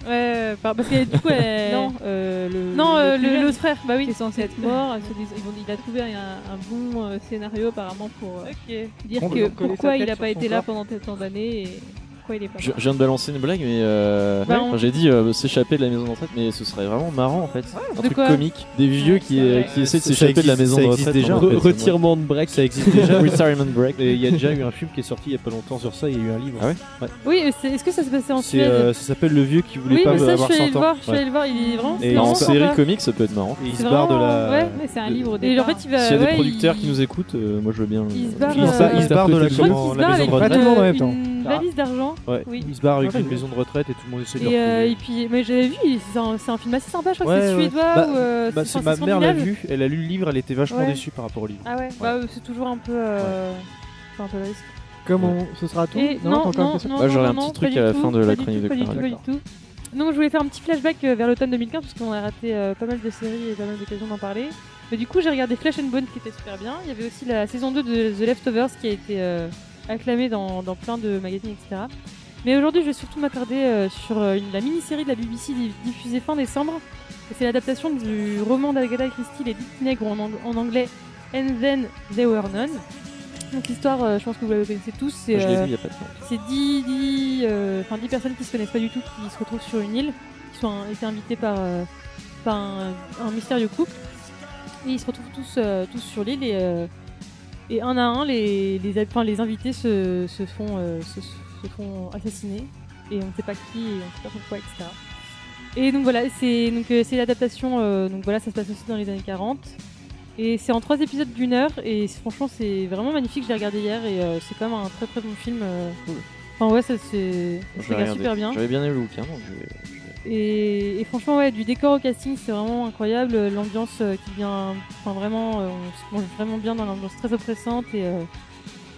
Ouais, par- parce que du coup, elle...
Non, euh, le,
Non, euh, le-
plus jeune
l'autre frère, bah oui.
Qui est censé être mort. se disent- ils vont- il a trouvé un, un bon euh, scénario apparemment pour euh, dire
On
que
peut coller sa
pourquoi
tête
il n'a
sur
pas
son
été là
corps.
pendant tant d'années. et- pourquoi il est pas
Je, je viens de balancer une blague, mais euh,
Bah,
enfin,
on-
j'ai dit euh, s'échapper de la maison de retraite, mais ce serait vraiment marrant en fait. un truc
quoi
comique, des vieux qui, euh, qui essaient de s'échapper de la maison de retraite. en fait.
Retirement de break, ça existe déjà.
Retirement break.
Et il y a déjà eu un film qui est sorti il y a pas longtemps sur ça. Il y a eu un livre.
Ah ouais.
Oui, euh, c'est- est-ce que ça s'est passé en
C'est,
Suède
euh, ça s'appelle Le Vieux qui voulait
Oui,
pas
mais ça, je
avoir
suis allé le
100 ans.
voir, je suis
Ouais.
allé le voir, il est vraiment.
Et
c'est
en
vraiment
série
sympa.
comique, ça peut être marrant.
Et il
C'est
se barre de
vraiment-
la.
Ouais, mais c'est un livre au départ. Et en fait, il va.
S'il y a
Euh, ouais,
des producteurs
il-
qui nous écoutent, euh, moi je veux bien.
Il se barre, euh,
Il se barre- il se barre de la
Je crois
comment,
qu'il se
la
barre
maison de
avec,
retraite. Pas tout le monde en même
euh,
temps.
Une
Ah.
valise d'argent.
Ouais.
Oui.
Il se barre avec
Ouais,
une
je-
maison de retraite et tout le monde essaie de
Et,
le
euh,
retrouver.
et puis, mais j'avais vu, il- c'est un, c'est un film assez sympa, je crois que
Ouais,
c'est
ouais.
suédois
Bah,
ou. euh,
bah,
c'est-
c'est
enfin,
ma
c'est
mère l'a
formidable.
vu, elle a lu le livre, elle était vachement
Ouais.
déçue par rapport au livre.
Ah ouais, bah, euh, c'est toujours un peu. euh, c'est un peu le risque.
Comme on- ce sera tout.
Et
t'as
non,
encore une
non,
question
non,
Moi, j'aurais
non,
un
non,
petit
pas
truc
du
à la
tout,
fin de la
pas du
chronique
tout,
de
pas du
Clara.
tout, pas du tout. Donc je voulais faire un petit flashback euh, vers l'automne 2015 parce qu'on a raté euh, pas mal de séries et pas mal d'occasions d'en parler. Mais du coup j'ai regardé Flash and Bone qui était super bien. Il y avait aussi la saison 2 de The Leftovers qui a été euh, acclamée dans, dans plein de magazines etc. Mais aujourd'hui je vais surtout m'attarder euh, sur euh, une- la mini-série de la BBC di- diffusée fin décembre. Et C'est l'adaptation du roman d'Agatha Christie Les Dix Nègres en, ang- en anglais And Then They Were None. Donc l'histoire, euh, je pense que vous la connaissez tous. c'est,
Moi, je l'ai
euh,
vu il y a pas longtemps.
c'est 10, 10, euh, enfin, 10 personnes qui se connaissent pas du tout, qui se retrouvent sur une île, qui sont un- été invitées par, euh, par un, un mystérieux couple. Et ils se retrouvent tous, euh, tous sur l'île et, euh, et un à un, les, les, enfin, les invités se, se font, euh, se, se font assassiner. Et on ne sait pas qui, et on ne sait pas pourquoi, etc. Et donc voilà, c'est donc euh, c'est l'adaptation. euh, donc voilà, ça se passe aussi dans les années 40. Et c'est en trois épisodes d'une heure. Et c'est- franchement, c'est vraiment magnifique. Je l'ai regardé hier et euh, c'est quand même un très très bon film. euh. Enfin ouais, ça c'est ça
Je
se
vais
regarde
regarder.
super bien.
J'avais bien aimé le bouquin, donc je vais- je vais-
Et, et franchement, ouais, du décor au casting, c'est vraiment incroyable. L'ambiance euh, qui vient, enfin vraiment, euh, on se plonge vraiment bien dans l'ambiance très oppressante et, euh,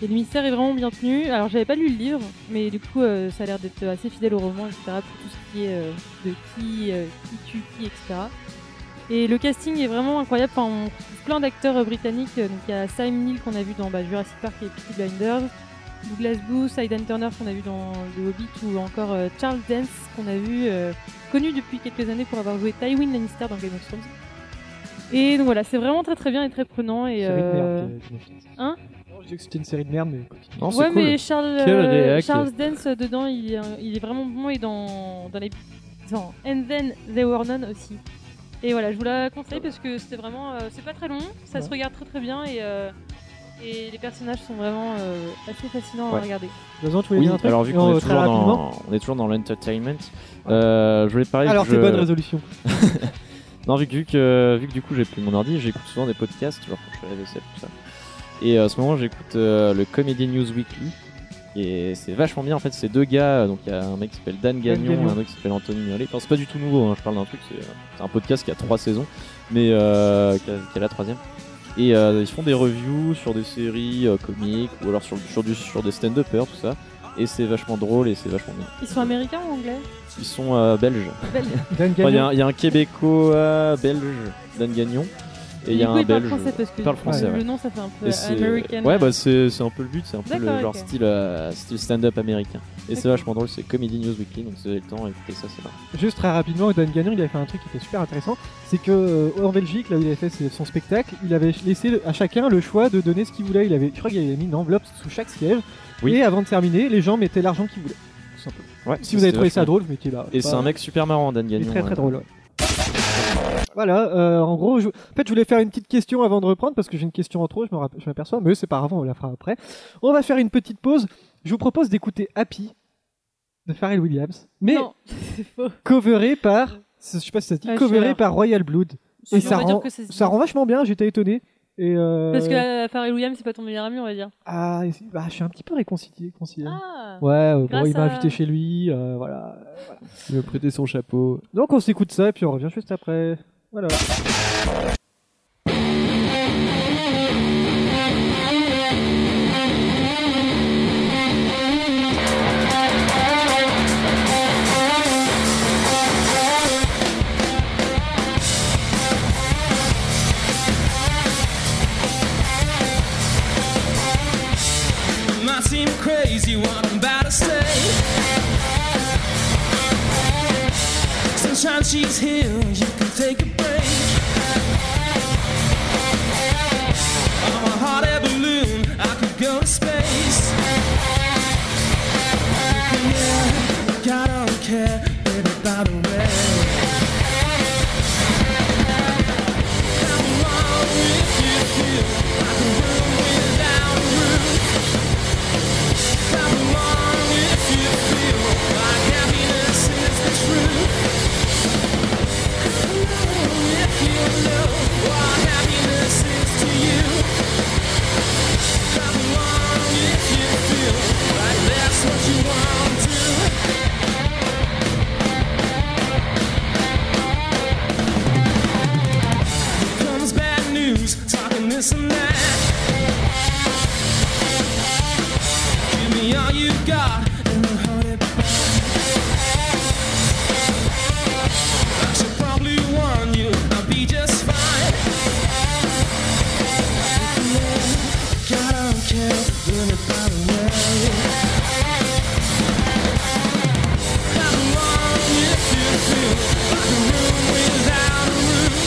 et le mystère est vraiment bien tenu. Alors, j'avais pas lu le livre, mais du coup, euh, ça a l'air d'être assez fidèle au roman, etc. Pour tout ce qui est euh, de qui, euh, qui tue qui, etc. Et le casting est vraiment incroyable. Enfin, on retrouve plein d'acteurs euh, britanniques. Donc, il y a Sam Neill qu'on a vu dans bah, Jurassic Park et Peaky Blinders. Douglas Booth, Aidan Turner qu'on a vu dans The Hobbit ou encore euh, Charles Dance qu'on a vu, euh, connu depuis quelques années pour avoir joué Tywin Lannister dans Game of Thrones. Et donc voilà, c'est vraiment très très bien et très prenant. Et,
Série de merde,
euh,
euh, Game of Thrones.
hein
Non, je dis que c'était une série de merde, mais continue.
ouais, mais Charles,
Quelle
euh,
réac.
Charles Dance euh, dedans, il, est un- il est vraiment bon et dans, dans les. dans And Then They Were None aussi. Et voilà, je vous la conseille parce que c'était vraiment. euh, c'est pas très long, ça se regarde très très bien et, euh, et les personnages sont vraiment euh, assez fascinants
Ouais.
à regarder.
Vincent, tu voulais
Oui,
dire un truc
alors vu
Et
qu'on
on-
est,
très
toujours
rapidement.
dans- on est toujours dans l'entertainment, euh, je voulais parler.
Alors,
que
tes
je-
bonnes résolutions.
non, vu que, vu que- vu que du coup j'ai pris mon ordi, j'écoute souvent des podcasts, genre quand je fais la vaisselle, tout ça. Et euh, à ce moment, j'écoute euh, le Comedy News Weekly. Et c'est vachement bien en fait, ces deux gars. euh, Donc il y a un mec qui s'appelle Dan Gagnon,
Gagnon.
et un autre qui s'appelle Anthony Murley. Enfin, c'est pas du tout nouveau, hein, je parle d'un truc, c'est euh, c'est un podcast qui a trois saisons, mais euh, qui, a, qui a la troisième. Et euh, ils font des reviews sur des séries euh, comiques ou alors sur, sur, du, sur des stand-uppers, tout ça. Et c'est vachement drôle et c'est vachement bien.
Ils sont américains ou anglais
Ils sont euh, belges.
Belges.
Enfin, Il y, a un- il y a un québécois belge, Dan Gagnon, et il y
Du
a
coup,
un
il parle
belge.
français parce que
il parle français,
le
ouais.
nom, ça fait un peu
Et c'est-
American.
Ouais, bah c'est c'est un peu le but, c'est un peu le
D'accord,
genre
ok.
style, euh, style stand-up américain. Et c'est
D'accord.
vachement drôle, c'est Comedy News Weekly, donc si vous avez le temps, écoutez ça, c'est marrant.
Juste très rapidement, Dan Gagnon, il avait fait un truc qui était super intéressant. C'est que euh, en Belgique, là où il avait fait ses- son spectacle, il avait laissé le- à chacun le choix de donner ce qu'il voulait. Il avait, je crois qu'il avait mis une enveloppe sous chaque siège. Et avant de terminer, les gens mettaient l'argent qu'ils voulaient. Tout simplement.
Ouais,
si vous avez
c'est
trouvé ça
vachement-
drôle, vous mettez là.
Et c'est
Pas-
un mec super marrant, Dan
Il est
Gagnon.
très très
ouais.
drôle. ouais. Voilà, euh, en gros, je... en fait, je voulais faire une petite question avant de reprendre parce que j'ai une question en trop, je me rapp- je m'aperçois, mais c'est pas grave, on la fera après. On va faire une petite pause. Je vous propose d'écouter Happy de Pharrell Williams, mais coveré par, je sais pas si ça se dit,
Ah, je suis
coveré
alors.
par Royal Blood.
Si,
Et
on
ça
va dire
rend,
que ça se dit.
ça rend vachement bien, j'étais étonné. Et euh,
Parce que euh, Pharrell Williams, c'est pas ton meilleur ami, on va dire.
ah, et c'est- bah, je suis un petit peu réconcilié. concilié.
Ah,
ouais, euh, bon,
grâce
il m'a
à-
invité chez lui, euh, voilà.
Il me prêter son chapeau.
Donc on s'écoute ça et puis on revient juste après. Voilà.
Might seem crazy what I'm about to say. Sunshine, she's here, you can take a break. I'm a hot air balloon, I could go to space. You can
this and that. Give me all you got and we'll hold it back. I should probably warn you, I'll be just fine. Yeah, I don't care, doing it by the way. How long if you feel like a room without a roof?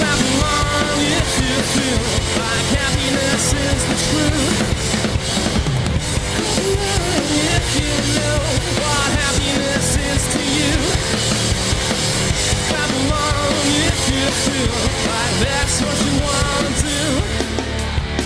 How long if you feel like happiness is the truth? How long if you know what happiness is to you? How long Oh, if you feel like that's what you wanna do?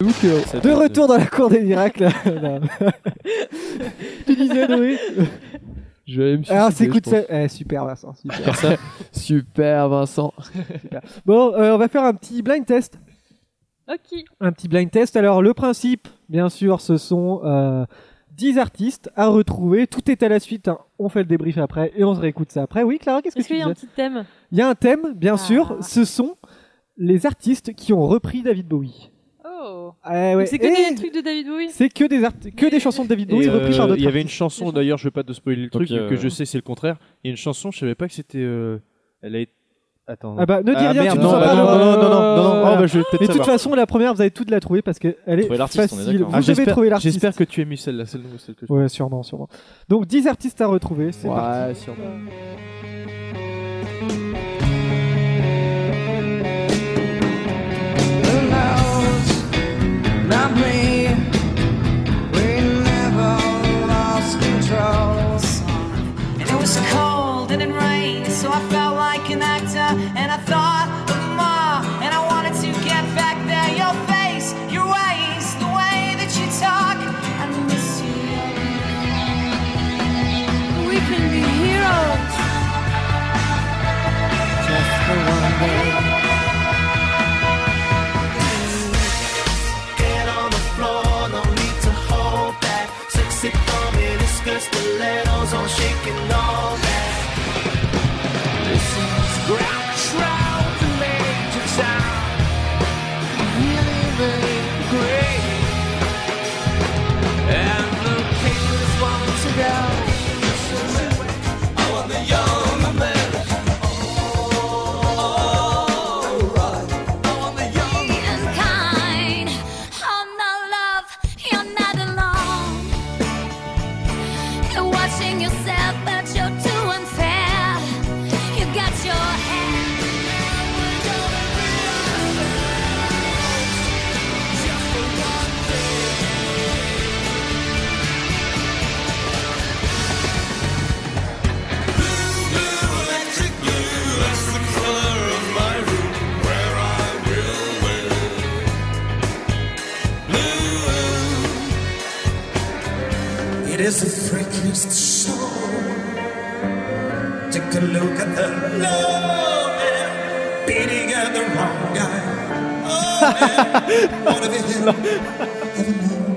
Donc, euh,
Ça
de
doit-
retour dans la cour des miracles. Non. tu disais, Noé
Je vais aller me
Alors,
suicider,
s'écoute
je pense.
ça. Eh, super, Vincent. Super.
Comme ça. Super, Vincent.
Bon, euh, on va faire un petit blind test.
Ok.
Un petit blind test. Alors, le principe, bien sûr, ce sont euh, 10 artistes à retrouver. Tout est à la suite. hein. On fait le débrief après et on se réécoute ça après. Oui, Clara, qu'est-ce que
Est-ce
tu
qu'il y a un Ah.
disais
petit thème
Il y a un thème, bien sûr. Ce sont les artistes qui ont repris David Bowie.
Oh.
Ah ouais.
C'est que
Eh,
des trucs de David Bowie
C'est que des art- que des chansons de David Bowie
Et, euh,
reprises par d'autres.
Il y avait une
artistes.
chanson, d'ailleurs, je vais pas te spoiler le
Donc,
truc, vu
euh,
que je sais c'est le contraire. Il y a une chanson, je savais pas que c'était. euh, Elle a été. Attends.
Ah bah ne dis rien,
merde,
tu ne
non,
sauras
bah
pas
non,
le-
non, non, non, non, non,
Voilà.
ah bah, je vais peut-être
Mais de toute
savoir.
façon, la première, vous avez toute la trouver parce qu'elle est
Trouver l'artiste, on est
facile.
d'accord. Ah,
Vous devez
j'espère-
trouver l'artiste.
J'espère que tu aimes celle-là, celle nouvelle, celle que je
Ouais, sûrement, sûrement. Donc 10 artistes à retrouver, c'est
Ouais,
parti.
sûrement.
Not me. We never lost control.
And it was cold and it rained, so I felt like an actor. And I thought of Ma, and I wanted to get back there. Your face, your ways, the way that you talk. I miss you. We can be heroes. Just for one day.
Get on the floor, no need to hold back. Sexy thumb in a skirt, stilettos on shaking all that. This is Groucho, the major sound. Living great. And the papers want to go. I want the young America.
unkind. I'm not love, you're not alone. You're watching yourself, but you're too unfair. You got your hand.
Electric blue, that's the color of my room where I will live. Blue. It is the freakiest show. Take a look at the love man, beating at the wrong guy. Oh man, what have you ever known?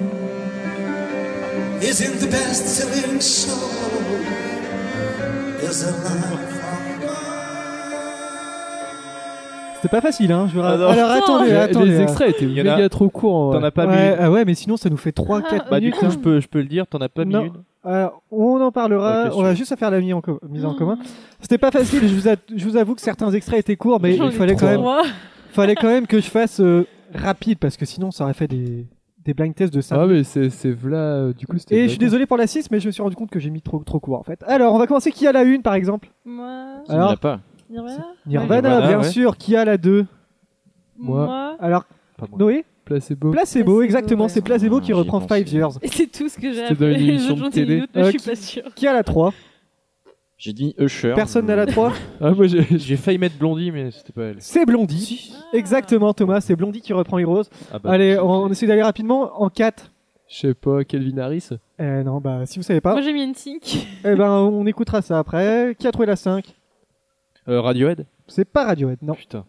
Isn't the best-selling show? Is a life.
C'était pas facile, hein. Je vous
Ah
rappelle.
non.
Alors
Putain.
attendez,
Les-
attendez.
les
euh,
extraits étaient Il y en a- méga trop courts,
t'en
ouais.
as pas mis
ouais,
une.
Ah ouais, mais sinon ça nous fait 3-4
Ah,
minutes.
Bah, du coup,
hein.
je peux, je peux le dire, t'en as pas mis
Non.
une.
Alors, on en parlera. on va juste à faire la mise en, co- mise en commun. C'était pas facile. Je vous, a- je vous avoue que certains extraits étaient courts, mais
J'en
il
ai
fallait quand
trois.
même, fallait quand même que je fasse euh, rapide parce que sinon ça aurait fait des, des blind tests de ça.
Ah mais c'est c'est v'là euh, du coup c'était
Et je suis désolé pour la 6, mais je me suis rendu compte que j'ai mis trop, trop court en fait. Alors, on va commencer qui a la 1 par exemple
Moi.
Tu Alors, ne l'as
pas.
Nirvana
Nirvana,
Nirvana,
bien
ouais.
sûr. Qui a la 2
Moi. Moi.
Alors, Noé
Placebo.
Placebo, exactement. C'est Placebo qui reprend Five Years.
Et c'est tout ce que j'ai
C'était dans
appris.
une
Les
émission
autres
de
gens, c'est
télé.
une autre, mais
Euh,
je
qui-
suis pas sûre.
Qui a la 3
J'ai dit Usher.
Euh,
Personne n'a la 3
Ah, moi j'ai j'ai failli mettre Blondie, mais c'était pas elle.
C'est Blondie. Exactement, Thomas. C'est Blondie qui reprend Heroes.
Ah bah,
Allez, on, on essaie d'aller rapidement. En 4.
Je sais pas Calvin Harris.
Euh, non, bah, si vous savez pas.
Moi j'ai mis une sync.
Eh ben, on écoutera ça après. Qui a trouvé la 5
Euh, Radiohead
C'est pas Radiohead, non.
Putain.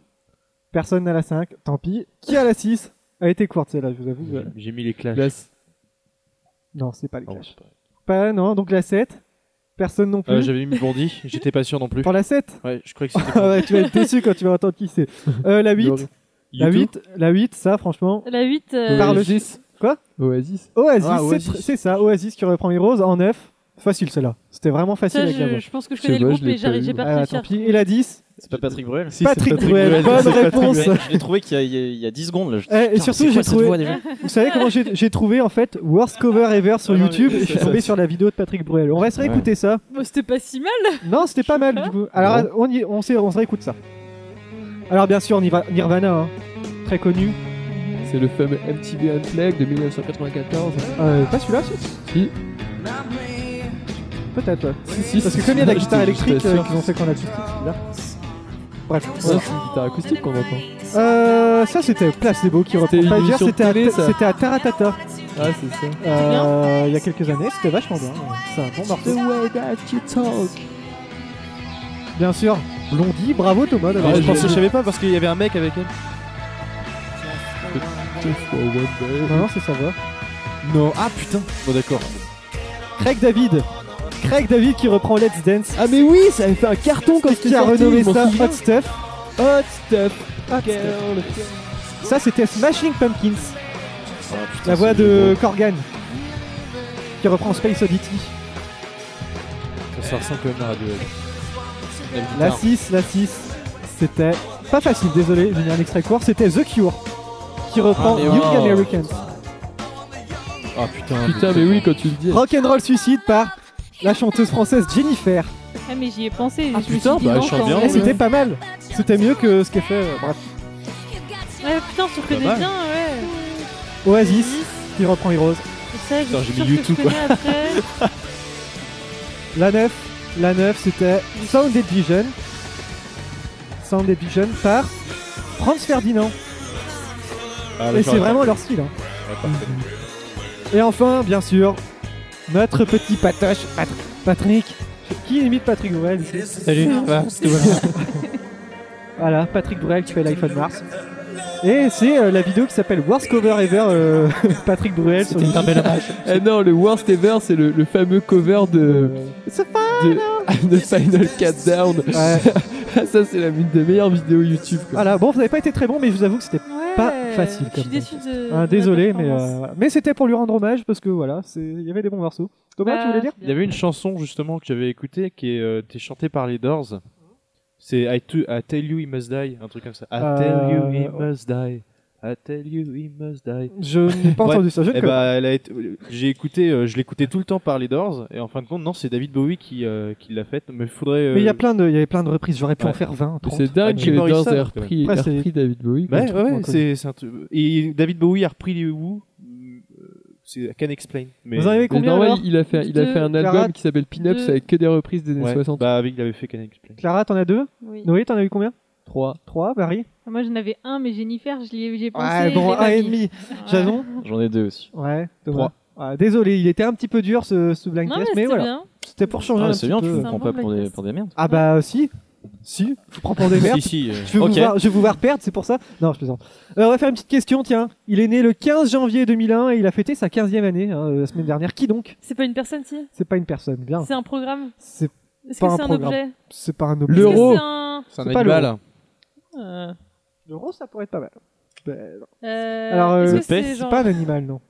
Personne n'a la 5, tant pis. Qui a la 6 Elle était courte celle-là, je vous avoue.
J'ai mis les clashs.
Non, c'est pas les
Clash.
Pas, non, donc la 7. Personne non plus.
Euh, J'avais mis Blondie, j'étais pas sûr non plus.
Pour la 7
Ouais, je croyais que c'était.
Ah ouais, tu vas être déçu quand tu vas entendre qui c'est. Euh, la 8. La
YouTube
8, la 8, ça, franchement.
La 8. euh,
Par le Quoi
Oasis.
Oasis,
Ah,
c'est
Oasis.
tr- c'est ça, Oasis qui reprend Heroes en 9. Facile celle-là. C'était vraiment facile
Ça,
avec la
je,
voix.
je pense que je connais le groupe, mais j'arri- j'ai pas
Ah,
réussi à
tant pis. Et la 10
C'est pas Patrick Bruel
Si, c'est Patrick Patrick Bruel, Bruel, bonne c'est Patrick réponse. Bruel.
Je l'ai trouvé qu'il y a- il y, a- il y a 10
Euh,
secondes là. Je-
Eh, et
Putain,
surtout,
c'est
j'ai
quoi cette
trouvé.
voix, déjà
Vous savez comment j'ai j'ai trouvé en fait Worst Cover Ever sur YouTube et Je suis
ça,
tombé
c'est-
sur la vidéo de Patrick Bruel. On va se réécouter ça.
Bah, c'était pas si mal.
Non, c'était pas mal du coup. Alors, on, y, on, s'est- on se réécoute ça. Alors, bien sûr, Nirva- Nirvana, hein. très connu.
C'est le fameux MTV Unplugged de 1994.
Euh, pas celui-là, si
Si.
Peut-être, ouais.
Si, si,
Parce que
si,
comme il y a de la
je
guitare
suis- je suis
électrique,
pas
euh,
sûr.
qu'ils ont fait qu'on a tout là. Bref,
c'est
voilà.
une guitare acoustique qu'on entend.
Euh, ça c'était Placebo qui reprend
une
Five Years,
émission de
c'était à,
télé, ça.
c'était à Taratata.
Ah c'est ça.
Euh, il y a quelques années, c'était vachement bien. C'est un bon morceau. Bien sûr, Blondie, bravo Thomas. d'avoir
je
pensé-
pensais, je savais pas parce qu'il y avait un mec avec elle.
Non, non, c'est sa voix.
Non, ah putain. Bon d'accord.
Craig David. Craig David qui reprend Let's Dance.
Ah mais oui, ça avait fait un carton quand
Qui
c'était
a
sorti,
renommé
je m'en
ça
souviens.
Hot Stuff.
Hot stuff.
Hot
girl.
Ça c'était Smashing Pumpkins.
putain,
Ah,
La voix
c'est
de
beau.
Corgan. Qui reprend Space Oddity.
Ça ressemble quand même à Radiohead.
La 6, la 6. C'était pas facile, désolé, j'ai mis un extrait court. C'était The Cure qui reprend
Ah, mais
Young
oh.
Americans.
Ah putain.
Putain mais oui quand tu le dis.
Rock'n'Roll Suicide par la chanteuse française Jennifer.
Ah, mais j'y ai pensé. je me suis
Putain,
dit
bah,
non, quand
Et
même.
c'était pas mal. C'était mieux que ce qu'elle fait. euh, bref.
Ouais, putain, tu reconnais
mal.
bien, ouais.
Oasis qui reprend Heroes.
Et ça, je
Putain,
suis
j'ai mis
sûre que je
U2, quoi.
connais après.
La 9, la 9 c'était Sound Vision. Sound Vision par Franz Ferdinand.
Ah,
Et
d'accord,
c'est vraiment
d'accord.
leur style. hein. Mhm.
Ouais, parfait.
Et enfin, bien sûr, notre petit patoche, Pat- Patrick. Qui imite Patrick Bruel ici
Salut, ça va Tout va bien
Voilà, Patrick Bruel qui fait l'iPhone Mars. Et c'est euh, la vidéo qui s'appelle Worst Cover Ever euh, Patrick Bruel sur YouTube.
Eh non, le worst ever, c'est le, le fameux cover de. de, de Final Countdown. Ça, c'est la une des meilleures vidéos YouTube. quoi.
Voilà, bon, vous n'avez pas été très bon, mais je vous avoue que c'était pas facile.
je suis
comme
déçu
ça.
de-
Ah,
de la
désolé, mais,
performance.
euh, voilà. mais c'était pour lui rendre hommage parce que voilà, c'est- il y avait des bons morceaux. Thomas,
Bah,
tu voulais dire
Il y avait une chanson justement que j'avais écoutée qui est euh, t'es chantée par les Doors. C'est I, to- I Tell You He Must Die, un truc comme ça. I Tell You He
Euh,
Must Die. I Tell You He Must Die.
Je n'ai pas
Ouais.
entendu ça, je ne
Eh
connais
bah,
pas.
elle a été- J'ai écouté, euh, je l'écoutais tout le temps par les Doors et en fin de compte non c'est David Bowie qui, euh, qui l'a faite. Mais faudrait. euh,
Mais il y a plein de, il y avait plein de reprises. J'aurais pu en
Ouais.
faire 20, 30.
C'est dingue que
Jim
les Doors
Morrison,
aient
quand même.
repris,
Après,
aient
c'est-
repris David Bowie.
Ouais,
contre
ouais,
moi, quoi.
c'est c'est un truc. Et David Bowie a repris les Who. euh, C'est Can Explain. Mais...
Vous en avez
Mais
combien,
non, ouais,
alors
il a fait, il a
Deux,
fait un
Clara,
album qui s'appelle Pin Ups
deux.
avec que des reprises des années
Ouais,
60.
Bah, avec, il avait fait Can Explain.
Clara, t'en as deux Noé, t'en as eu combien
3.
3, Barry
Moi j'en avais un, mais Jennifer, je l'ai j'ai pensé.
Ouais,
je
bon,
l'ai pas
un et
mis.
demi. Jason
J'en ai deux aussi.
Ouais, Thomas. Ouais, désolé, il était un petit peu dur ce, ce blind
Non,
test,
mais
mais,
c'était
voilà.
bien.
C'était pour changer
Ah,
un
c'est
petit
bien,
peu.
tu me prends pas pour des, pour des merdes.
Ah bah si, si, je vous prends pour des merdes.
Si, si, euh,
je, vais
ok.
vous voir, je vais vous voir perdre, c'est pour ça. Non, je plaisante. Alors, on va faire une petite question, tiens. Il est né le 15 janvier 2001 et il a fêté sa 15e année hein, la
Ah.
semaine dernière. Qui donc
C'est pas une personne, si
C'est pas une personne, bien.
C'est un programme
C'est
Est-ce
pas
que
un
c'est un
programme.
objet
C'est pas un
Est-ce
objet.
que c'est un-
C'est pas l'euro.
Euh,
Le rose, ça pourrait être pas mal. Ben, non.
Euh,
Alors,
est-ce
euh,
que c'est
c'est
genre-
pas un animal, non.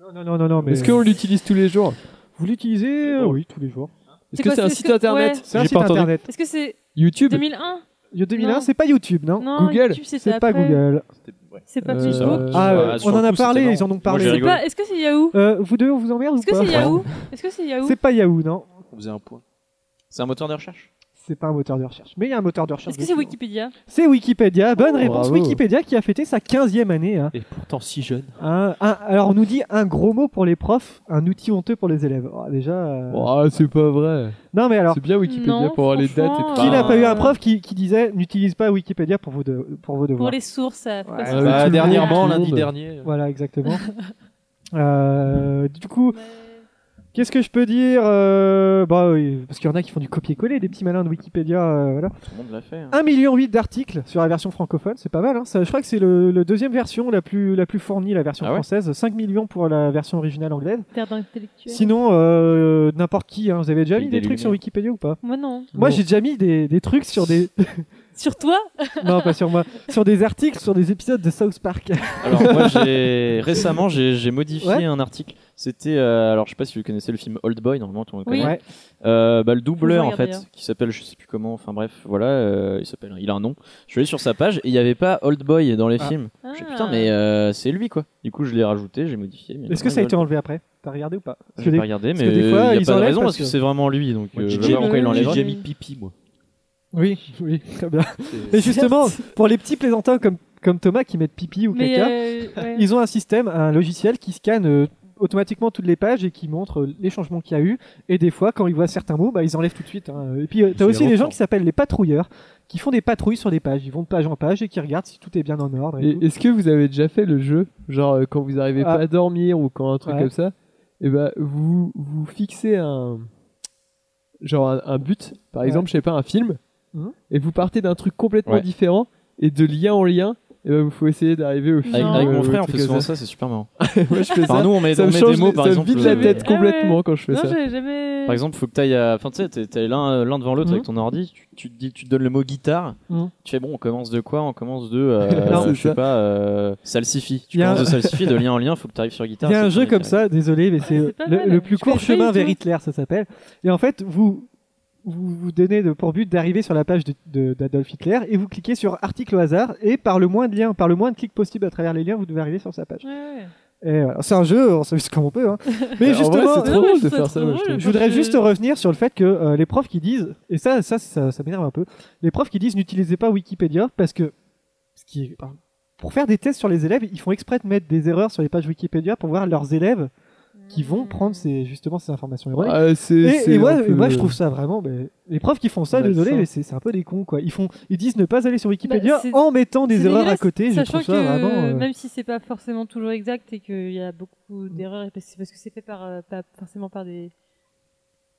Non, non, non, non, non mais.
Est-ce qu'on l'utilise tous les jours
Vous l'utilisez euh, Oui, tous les jours.
Est-ce que c'est un site internet
ouais. C'est un site internet.
Est-ce que c'est
YouTube
2001
2001,
Non.
c'est pas YouTube, non,
Non, Google YouTube, c'était
C'est pas
après.
Google.
C'est pas
Euh,
Facebook
Ah,
Ouais,
euh,
sur
on
le
en a
coup,
parlé,
c'était
ils en ont
marrant.
parlé.
Moi, j'ai C'est pas- rigolé. est-ce que c'est Yahoo
Euh, Vous deux, on vous emmerde
Est-ce que
ou pas
c'est Yahoo Est-ce que c'est Yahoo
C'est pas Yahoo, non.
On faisait un point. C'est un moteur de recherche
C'est pas un moteur de recherche. Mais il y a un moteur de recherche.
Est-ce que c'est
dessus.
Wikipédia
C'est Wikipédia, bonne
Oh,
réponse.
bravo.
Wikipédia qui a fêté sa 15e année. hein.
Et pourtant si jeune.
Un- un- alors on nous dit un gros mot pour les profs, un outil honteux pour les élèves. Oh, déjà. euh,
Oh, c'est pas vrai.
Non euh, mais alors.
C'est bien Wikipédia
Non,
pour avoir les dates et
franchement,
tout.
Qui
Bah,
n'a pas eu un prof qui, qui disait n'utilise pas Wikipédia pour vos, de- pour vos devoirs
Pour les sources, euh, ça. faut
Ouais,
pas
bah,
se-
tout le monde,
dernièrement,
tout le
lundi
monde.
dernier.
Voilà, exactement. Euh, du coup, qu'est-ce que je peux dire Euh, bah, oui, Parce qu'il y en a qui font du copier-coller, des petits malins de Wikipédia. euh, voilà.
Tout le monde l'a fait. hein.
1,8 million d'articles sur la version francophone, c'est pas mal. Hein. Ça, je crois que c'est le, le deuxième version la plus, la plus fournie, la version
Ah ouais
française. 5 millions pour la version originale anglaise.
Terre d'intellectuel.
Sinon, euh, n'importe qui, hein. vous avez déjà
Pays
mis des
des
trucs sur
Lumières.
Wikipédia ou pas
Moi non.
Moi,
Non.
j'ai déjà mis des, des trucs sur des.
Sur toi
non, pas sur moi. Sur des articles, sur des épisodes de South Park.
Alors moi j'ai récemment j'ai j'ai modifié
Ouais.
un article. C'était euh, alors je sais pas si vous connaissez le film Old Boy normalement tout le monde
Oui.
connaît.
Ouais.
Euh, bah, le doubleur
Faut
en
le
fait
regarder,
qui s'appelle je sais plus comment enfin bref voilà euh, il s'appelle il a un nom. Je suis allé sur sa page et il n'y avait pas Old Boy dans les
Ah.
films. Je fais, putain mais euh, c'est lui quoi. Du coup je l'ai rajouté j'ai modifié. mais
Est-ce que ça a été
maintenant,
enlevé après T'as regardé ou pas Parce
il-
que
Euh, J'ai
des-
pas regardé
parce que
mais
des fois,
il
ils
n'y a pas de
enlèvent
raison
parce
parce que
que-
c'est vraiment lui donc.
Moi,
euh,
j'ai
je vois pas pourquoi il l'enlève.
j'ai mis pipi moi.
Oui, oui, très bien. Et justement, pour les petits plaisantins comme, comme Thomas qui mettent pipi ou
Mais,
caca,
euh, ouais.
ils ont un système, un logiciel qui scanne euh, automatiquement toutes les pages et qui montre euh, les changements qu'il y a eu. Et des fois, quand ils voient certains mots, bah, ils enlèvent tout de suite. hein. Et puis, euh, t'as
C'est
aussi des gens
longtemps.
qui s'appellent les patrouilleurs, qui font des patrouilles sur des pages. Ils vont de page en page et qui regardent si tout est bien en ordre. et
Et
tout.
Est-ce que vous avez déjà fait le jeu Genre euh, quand vous arrivez
Ah.
pas à dormir ou quand un truc
Ouais.
comme ça, et ben vous vous fixez un genre un, un but, par
Ouais.
exemple, je sais pas un film
Mhm.
et vous partez d'un truc complètement
Ouais.
différent et de lien en lien, et ben vous faut essayer d'arriver au film.
Avec, avec
euh,
mon
ou
frère
un
on fait
truc
souvent
comme
ça, c'est super marrant.
Moi, je fais
Enfin,
ça.
nous on met,
Ça
on
me
met
change-
des mots par
ça me
exemple.
vide la
euh,
tête complètement quand je fais
non,
ça.
j'avais jamais.
Par exemple, faut que t'ailles à. Enfin, tu sais, t'es- t'es l'un l'un devant l'autre
Mhm.
avec ton ordi, tu, tu te dis, tu te donnes le mot guitare,
Mhm.
tu fais bon, on commence de quoi On commence de. euh,
Non. C'est
je sais
ça.
pas, euh, salsify. Tu
Y a
commences
un-
de salsify, de lien en lien, faut que t'arrives sur guitare.
Il y a
c'est
un
le
jeu
premier
comme
qui
ça, désolé, mais c'est
pas
le,
mal.
le plus
Je
court
connais pas du
chemin vers
tout.
Hitler, ça s'appelle. Et en fait, vous vous, vous donnez de- pour but d'arriver sur la page de- de- d'Adolf Hitler et vous cliquez sur article au hasard et par le moins de liens, par le moins de clics possible à travers les liens, vous devez arriver sur sa page. Et voilà. C'est un jeu, on s'amuse comme on peut. hein. Mais
Alors, en vrai,
justement,
c'est trop Non, mais drôle je de trouve faire ça ça, drôle, moi, je trouve.
je voudrais
je-
juste revenir sur le fait que euh, les profs qui disent, et ça, ça, ça, ça m'énerve un peu, les profs qui disent n'utilisez pas Wikipédia parce que ce qui est- pardon. pour faire des tests sur les élèves, ils font exprès de mettre des erreurs sur les pages Wikipédia pour voir leurs élèves qui
Hmm.
vont prendre ces, justement ces informations erronées.
Ah, c'est-
et,
c'est
et moi,
un peu-
et moi, je trouve ça vraiment. ben, les profs qui font ça,
Malsain.
désolé, mais c'est c'est un peu des cons quoi. Ils font, ils disent ne pas aller sur Wikipédia
Bah, c'est-
en mettant
c'est
des erreurs à
dégueulasse,
côté. Je
Sachant
trouve ça
que,
vraiment. euh,
Même si c'est pas forcément toujours exact et qu'il y a beaucoup d'erreurs, et parce- c'est parce que c'est fait par, euh, pas forcément par des,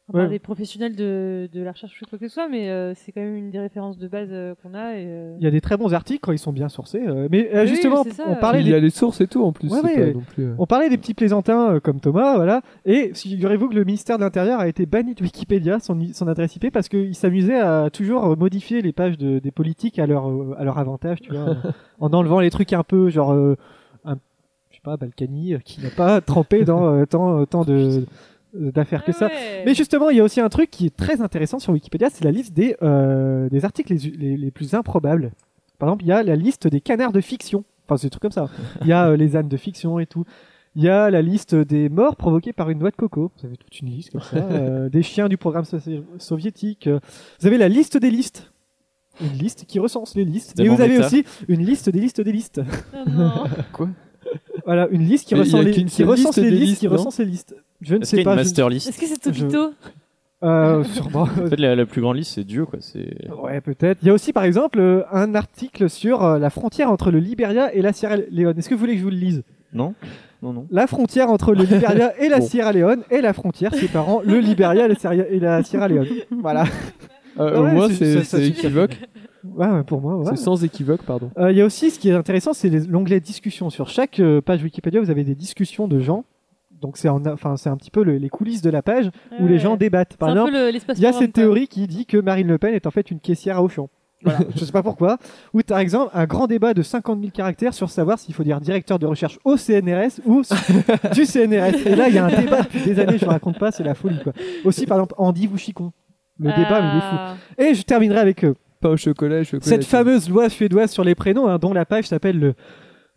par
Ouais.
des professionnels de, de la recherche ou quoi que ce soit, mais euh, c'est quand même une des références de base euh, qu'on a. Et, euh,
Il y a des très bons articles quand ils sont bien sourcés. euh, mais euh,
Oui,
justement,
c'est ça,
on
euh.
parlait
Il
des...
y a les sources et tout en plus.
Ouais,
c'est
ouais,
pas
ouais.
non plus, euh.
on parlait des petits plaisantins euh, comme Thomas, voilà. Et figurez-vous que le ministère de l'Intérieur a été banni de Wikipédia, son, i- son adresse IP, parce qu'il s'amusait à toujours modifier les pages de- des politiques à leur, euh, à leur avantage, tu vois, euh, en enlevant les trucs un peu genre. euh, un- je sais pas, Balkany, euh, qui n'a pas trempé dans euh, tant, euh, tant de d'affaires que
Ah
ça. Mais justement, il y a aussi un truc qui est très intéressant sur Wikipédia, c'est la liste des, euh, des articles les, les- les plus improbables. Par exemple, il y a la liste des canards de fiction. Enfin, c'est des trucs comme ça. Il y a euh, les ânes de fiction et tout. Il y a la liste des morts provoquées par une noix de coco. Vous avez toute une liste comme ça. euh, des chiens du programme soci- soviétique. euh. Vous avez la liste des listes. Une liste qui recense les listes.
C'est
Et vous
tellement
avez
méta.
aussi une liste des listes des listes.
Quoi
Voilà, une liste qui,
Mais il y a
recense les,
qu'une
qui
seule
recense
liste
les
des
listes,
listes,
qui
non
recense les listes. Je ne
Est-ce
sais
qu'il y a
pas.
une
je-
master list Est-ce
que c'est
Tobito euh, sûrement.
En fait, la, la plus grande liste, c'est Dieu quoi. C'est.
Ouais, peut-être. Il y a aussi, par exemple, euh, un article sur euh, la frontière entre le Liberia et la Sierra Leone. Est-ce que vous voulez que je vous le lise
Non Non, non.
La frontière entre le Liberia et la
Bon.
Sierra Leone est la frontière séparant le Liberia et la Sierra- et la Sierra Leone. Voilà.
Euh, au
Ouais,
moins,
c'est-
c'est
ça- ça
c'est
suffit.
équivoque.
Ouais, ouais, pour moi, ouais.
C'est sans équivoque, pardon.
Euh, Il y a aussi ce qui est intéressant, c'est les- l'onglet discussion. Sur chaque euh, page Wikipédia, vous avez des discussions de gens. Donc c'est en- enfin c'est un petit peu le- les coulisses de la page où
Ouais.
les gens débattent. Par
C'est un peu
exemple,
le- l'espace
il y a
forum,
cette
quoi.
théorie qui dit que Marine Le Pen est en fait une caissière à Auchan. Voilà. je sais pas pourquoi. Ou par exemple, un grand débat de 50 000 caractères sur savoir s'il faut dire directeur de recherche au CNRS ou s- du CNRS. Et là, il y a un débat depuis des années, je vous raconte pas, c'est la folie. Quoi. Aussi, par exemple, Andy Vouchicon. Le débat, mais il
Ah.
est fou. Et je terminerai avec euh,
Pas au chocolat, chocolat.
cette fameuse loi suédoise sur les prénoms, hein, dont la page s'appelle le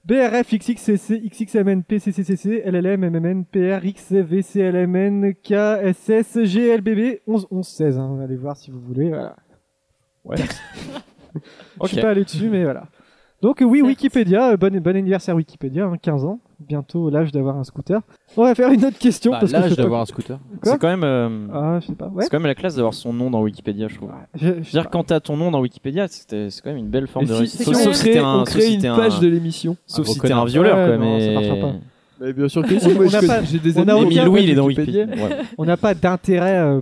BRF XXCC XXMN PCCCC LLM MMN PRX VCLMN KSS GLBB 11 11 16. hein. Allez voir si vous voulez. Voilà.
Ouais.
Je suis pas allé dessus, mais voilà. Donc euh, oui, Wikipédia, euh, bon, bon anniversaire Wikipédia, hein, 15 ans, bientôt l'âge d'avoir un scooter. On va faire une autre question.
Bah,
parce que je
l'âge
sais pas-
d'avoir un scooter.
Quoi
C'est quand même. euh,
Ah, je sais pas, ouais.
C'est quand même la classe d'avoir son nom dans Wikipédia, je trouve.
je- je
veux dire, quand t'as ton nom dans Wikipédia, c'était- c'est quand même une belle forme
Et
de
si-
réussite.
si on crée- on crée
si
une
t'es un-
page de l'émission.
Sauf
Un
si
gros
t'es un
connard.
violeur,
Ouais,
quand même.
non, ça
mais-
marchera pas. Mais Bah, bien sûr que si,
On-
moi
on
je
n'a
connais-
pas-
j'ai des
on
amis
a
qui
aucun-
connaissent
Louis, il est dans
Wikipédia.
Wikipédia.
On n'a pas d'intérêt euh,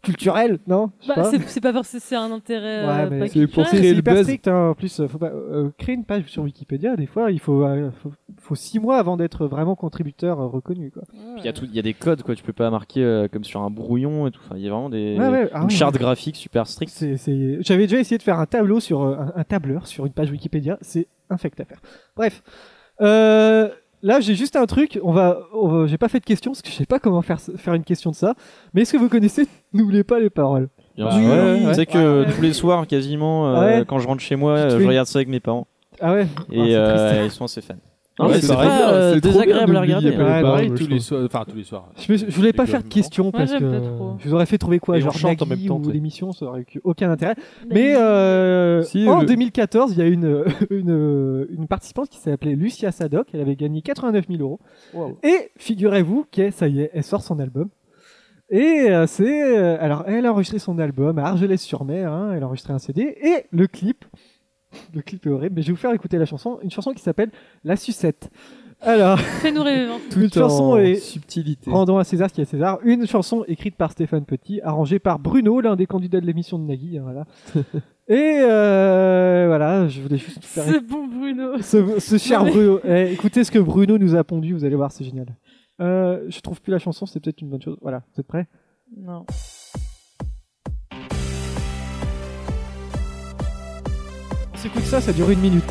culturel, non Je sais
Bah,
pas.
c'est c'est pas forcément c'est un intérêt. euh,
Ouais, mais
pas
c'est
culturel.
hyper strict, hein. En plus, euh, faut pas, euh, créer une page sur Wikipédia, des fois, il faut, euh, faut, faut six mois avant d'être vraiment contributeur euh, reconnu. Quoi.
Puis Il y, a tout- il y a des codes, quoi. Tu peux pas marquer euh, comme sur un brouillon et tout. Enfin, il y a vraiment des.
Ouais, ouais, ah
une
ouais.
charte graphique super stricte.
C'est- c'est- J'avais déjà essayé de faire un tableau sur euh, un, un tableur sur une page Wikipédia, c'est infect à faire. Bref, Euh, là j'ai juste un truc. On va, on va- j'ai pas fait de question parce que je sais pas comment faire faire une question de ça. Mais est-ce que vous connaissez N'oubliez pas les paroles.
Bien sûr.
ouais, Ah,
Tu
ouais. Ah
sais que tous les soirs, quasiment, euh,
Ouais.
quand je rentre chez moi, euh,
fais-
je regarde ça avec mes parents.
Ah ouais.
Et
Ah, c'est
euh,
triste.
ils sont assez fans.
Ouais,
mais
c'est
c'est
vrai.
pas euh,
C'est trop bien
désagréable à
d'oublier
regarder.
pas
hein.
les Ouais, paroles, pareil, je tous
tous les soirs. Enfin, tous les soirs.
Je, me- je voulais pas faire de question
Moi,
parce
j'aime
que
pas trop.
je vous aurais fait trouver quoi,
Et on
genre
chante en
Nagui
même temps,
ou
tu sais.
l'émission, ça aurait eu aucun intérêt. Mais euh,
Si,
en
le-
2014, il y a une, une, une participante qui s'appelait Lucia Sadoc, elle avait gagné 89 000 euros.
Wow.
Et figurez-vous que ça y est, elle sort son album. Et euh, c'est euh, alors elle a enregistré son album à Argelès-sur-Mer, hein, elle a enregistré un CD et le clip. Le clip est horrible, mais je vais vous faire écouter la chanson, une chanson qui s'appelle La sucette. Alors,
Fais-nous rêver, Vincent.
une
Tout
chanson
en
est
subtilité.
Rendons à César ce qui est à César. Une chanson écrite par Stéphane Petit, arrangée par Bruno, l'un des candidats de l'émission de Nagui. hein, voilà. Et euh, voilà, je voulais juste faire
Ce bon Bruno.
ce, ce cher
Non, mais-
Bruno. Eh, écoutez ce que Bruno nous a pondu, vous allez voir, c'est génial. Euh, je trouve plus la chanson, c'est peut-être une bonne chose. Voilà, vous êtes prêts
Non.
On s'écoute ça, ça dure une minute.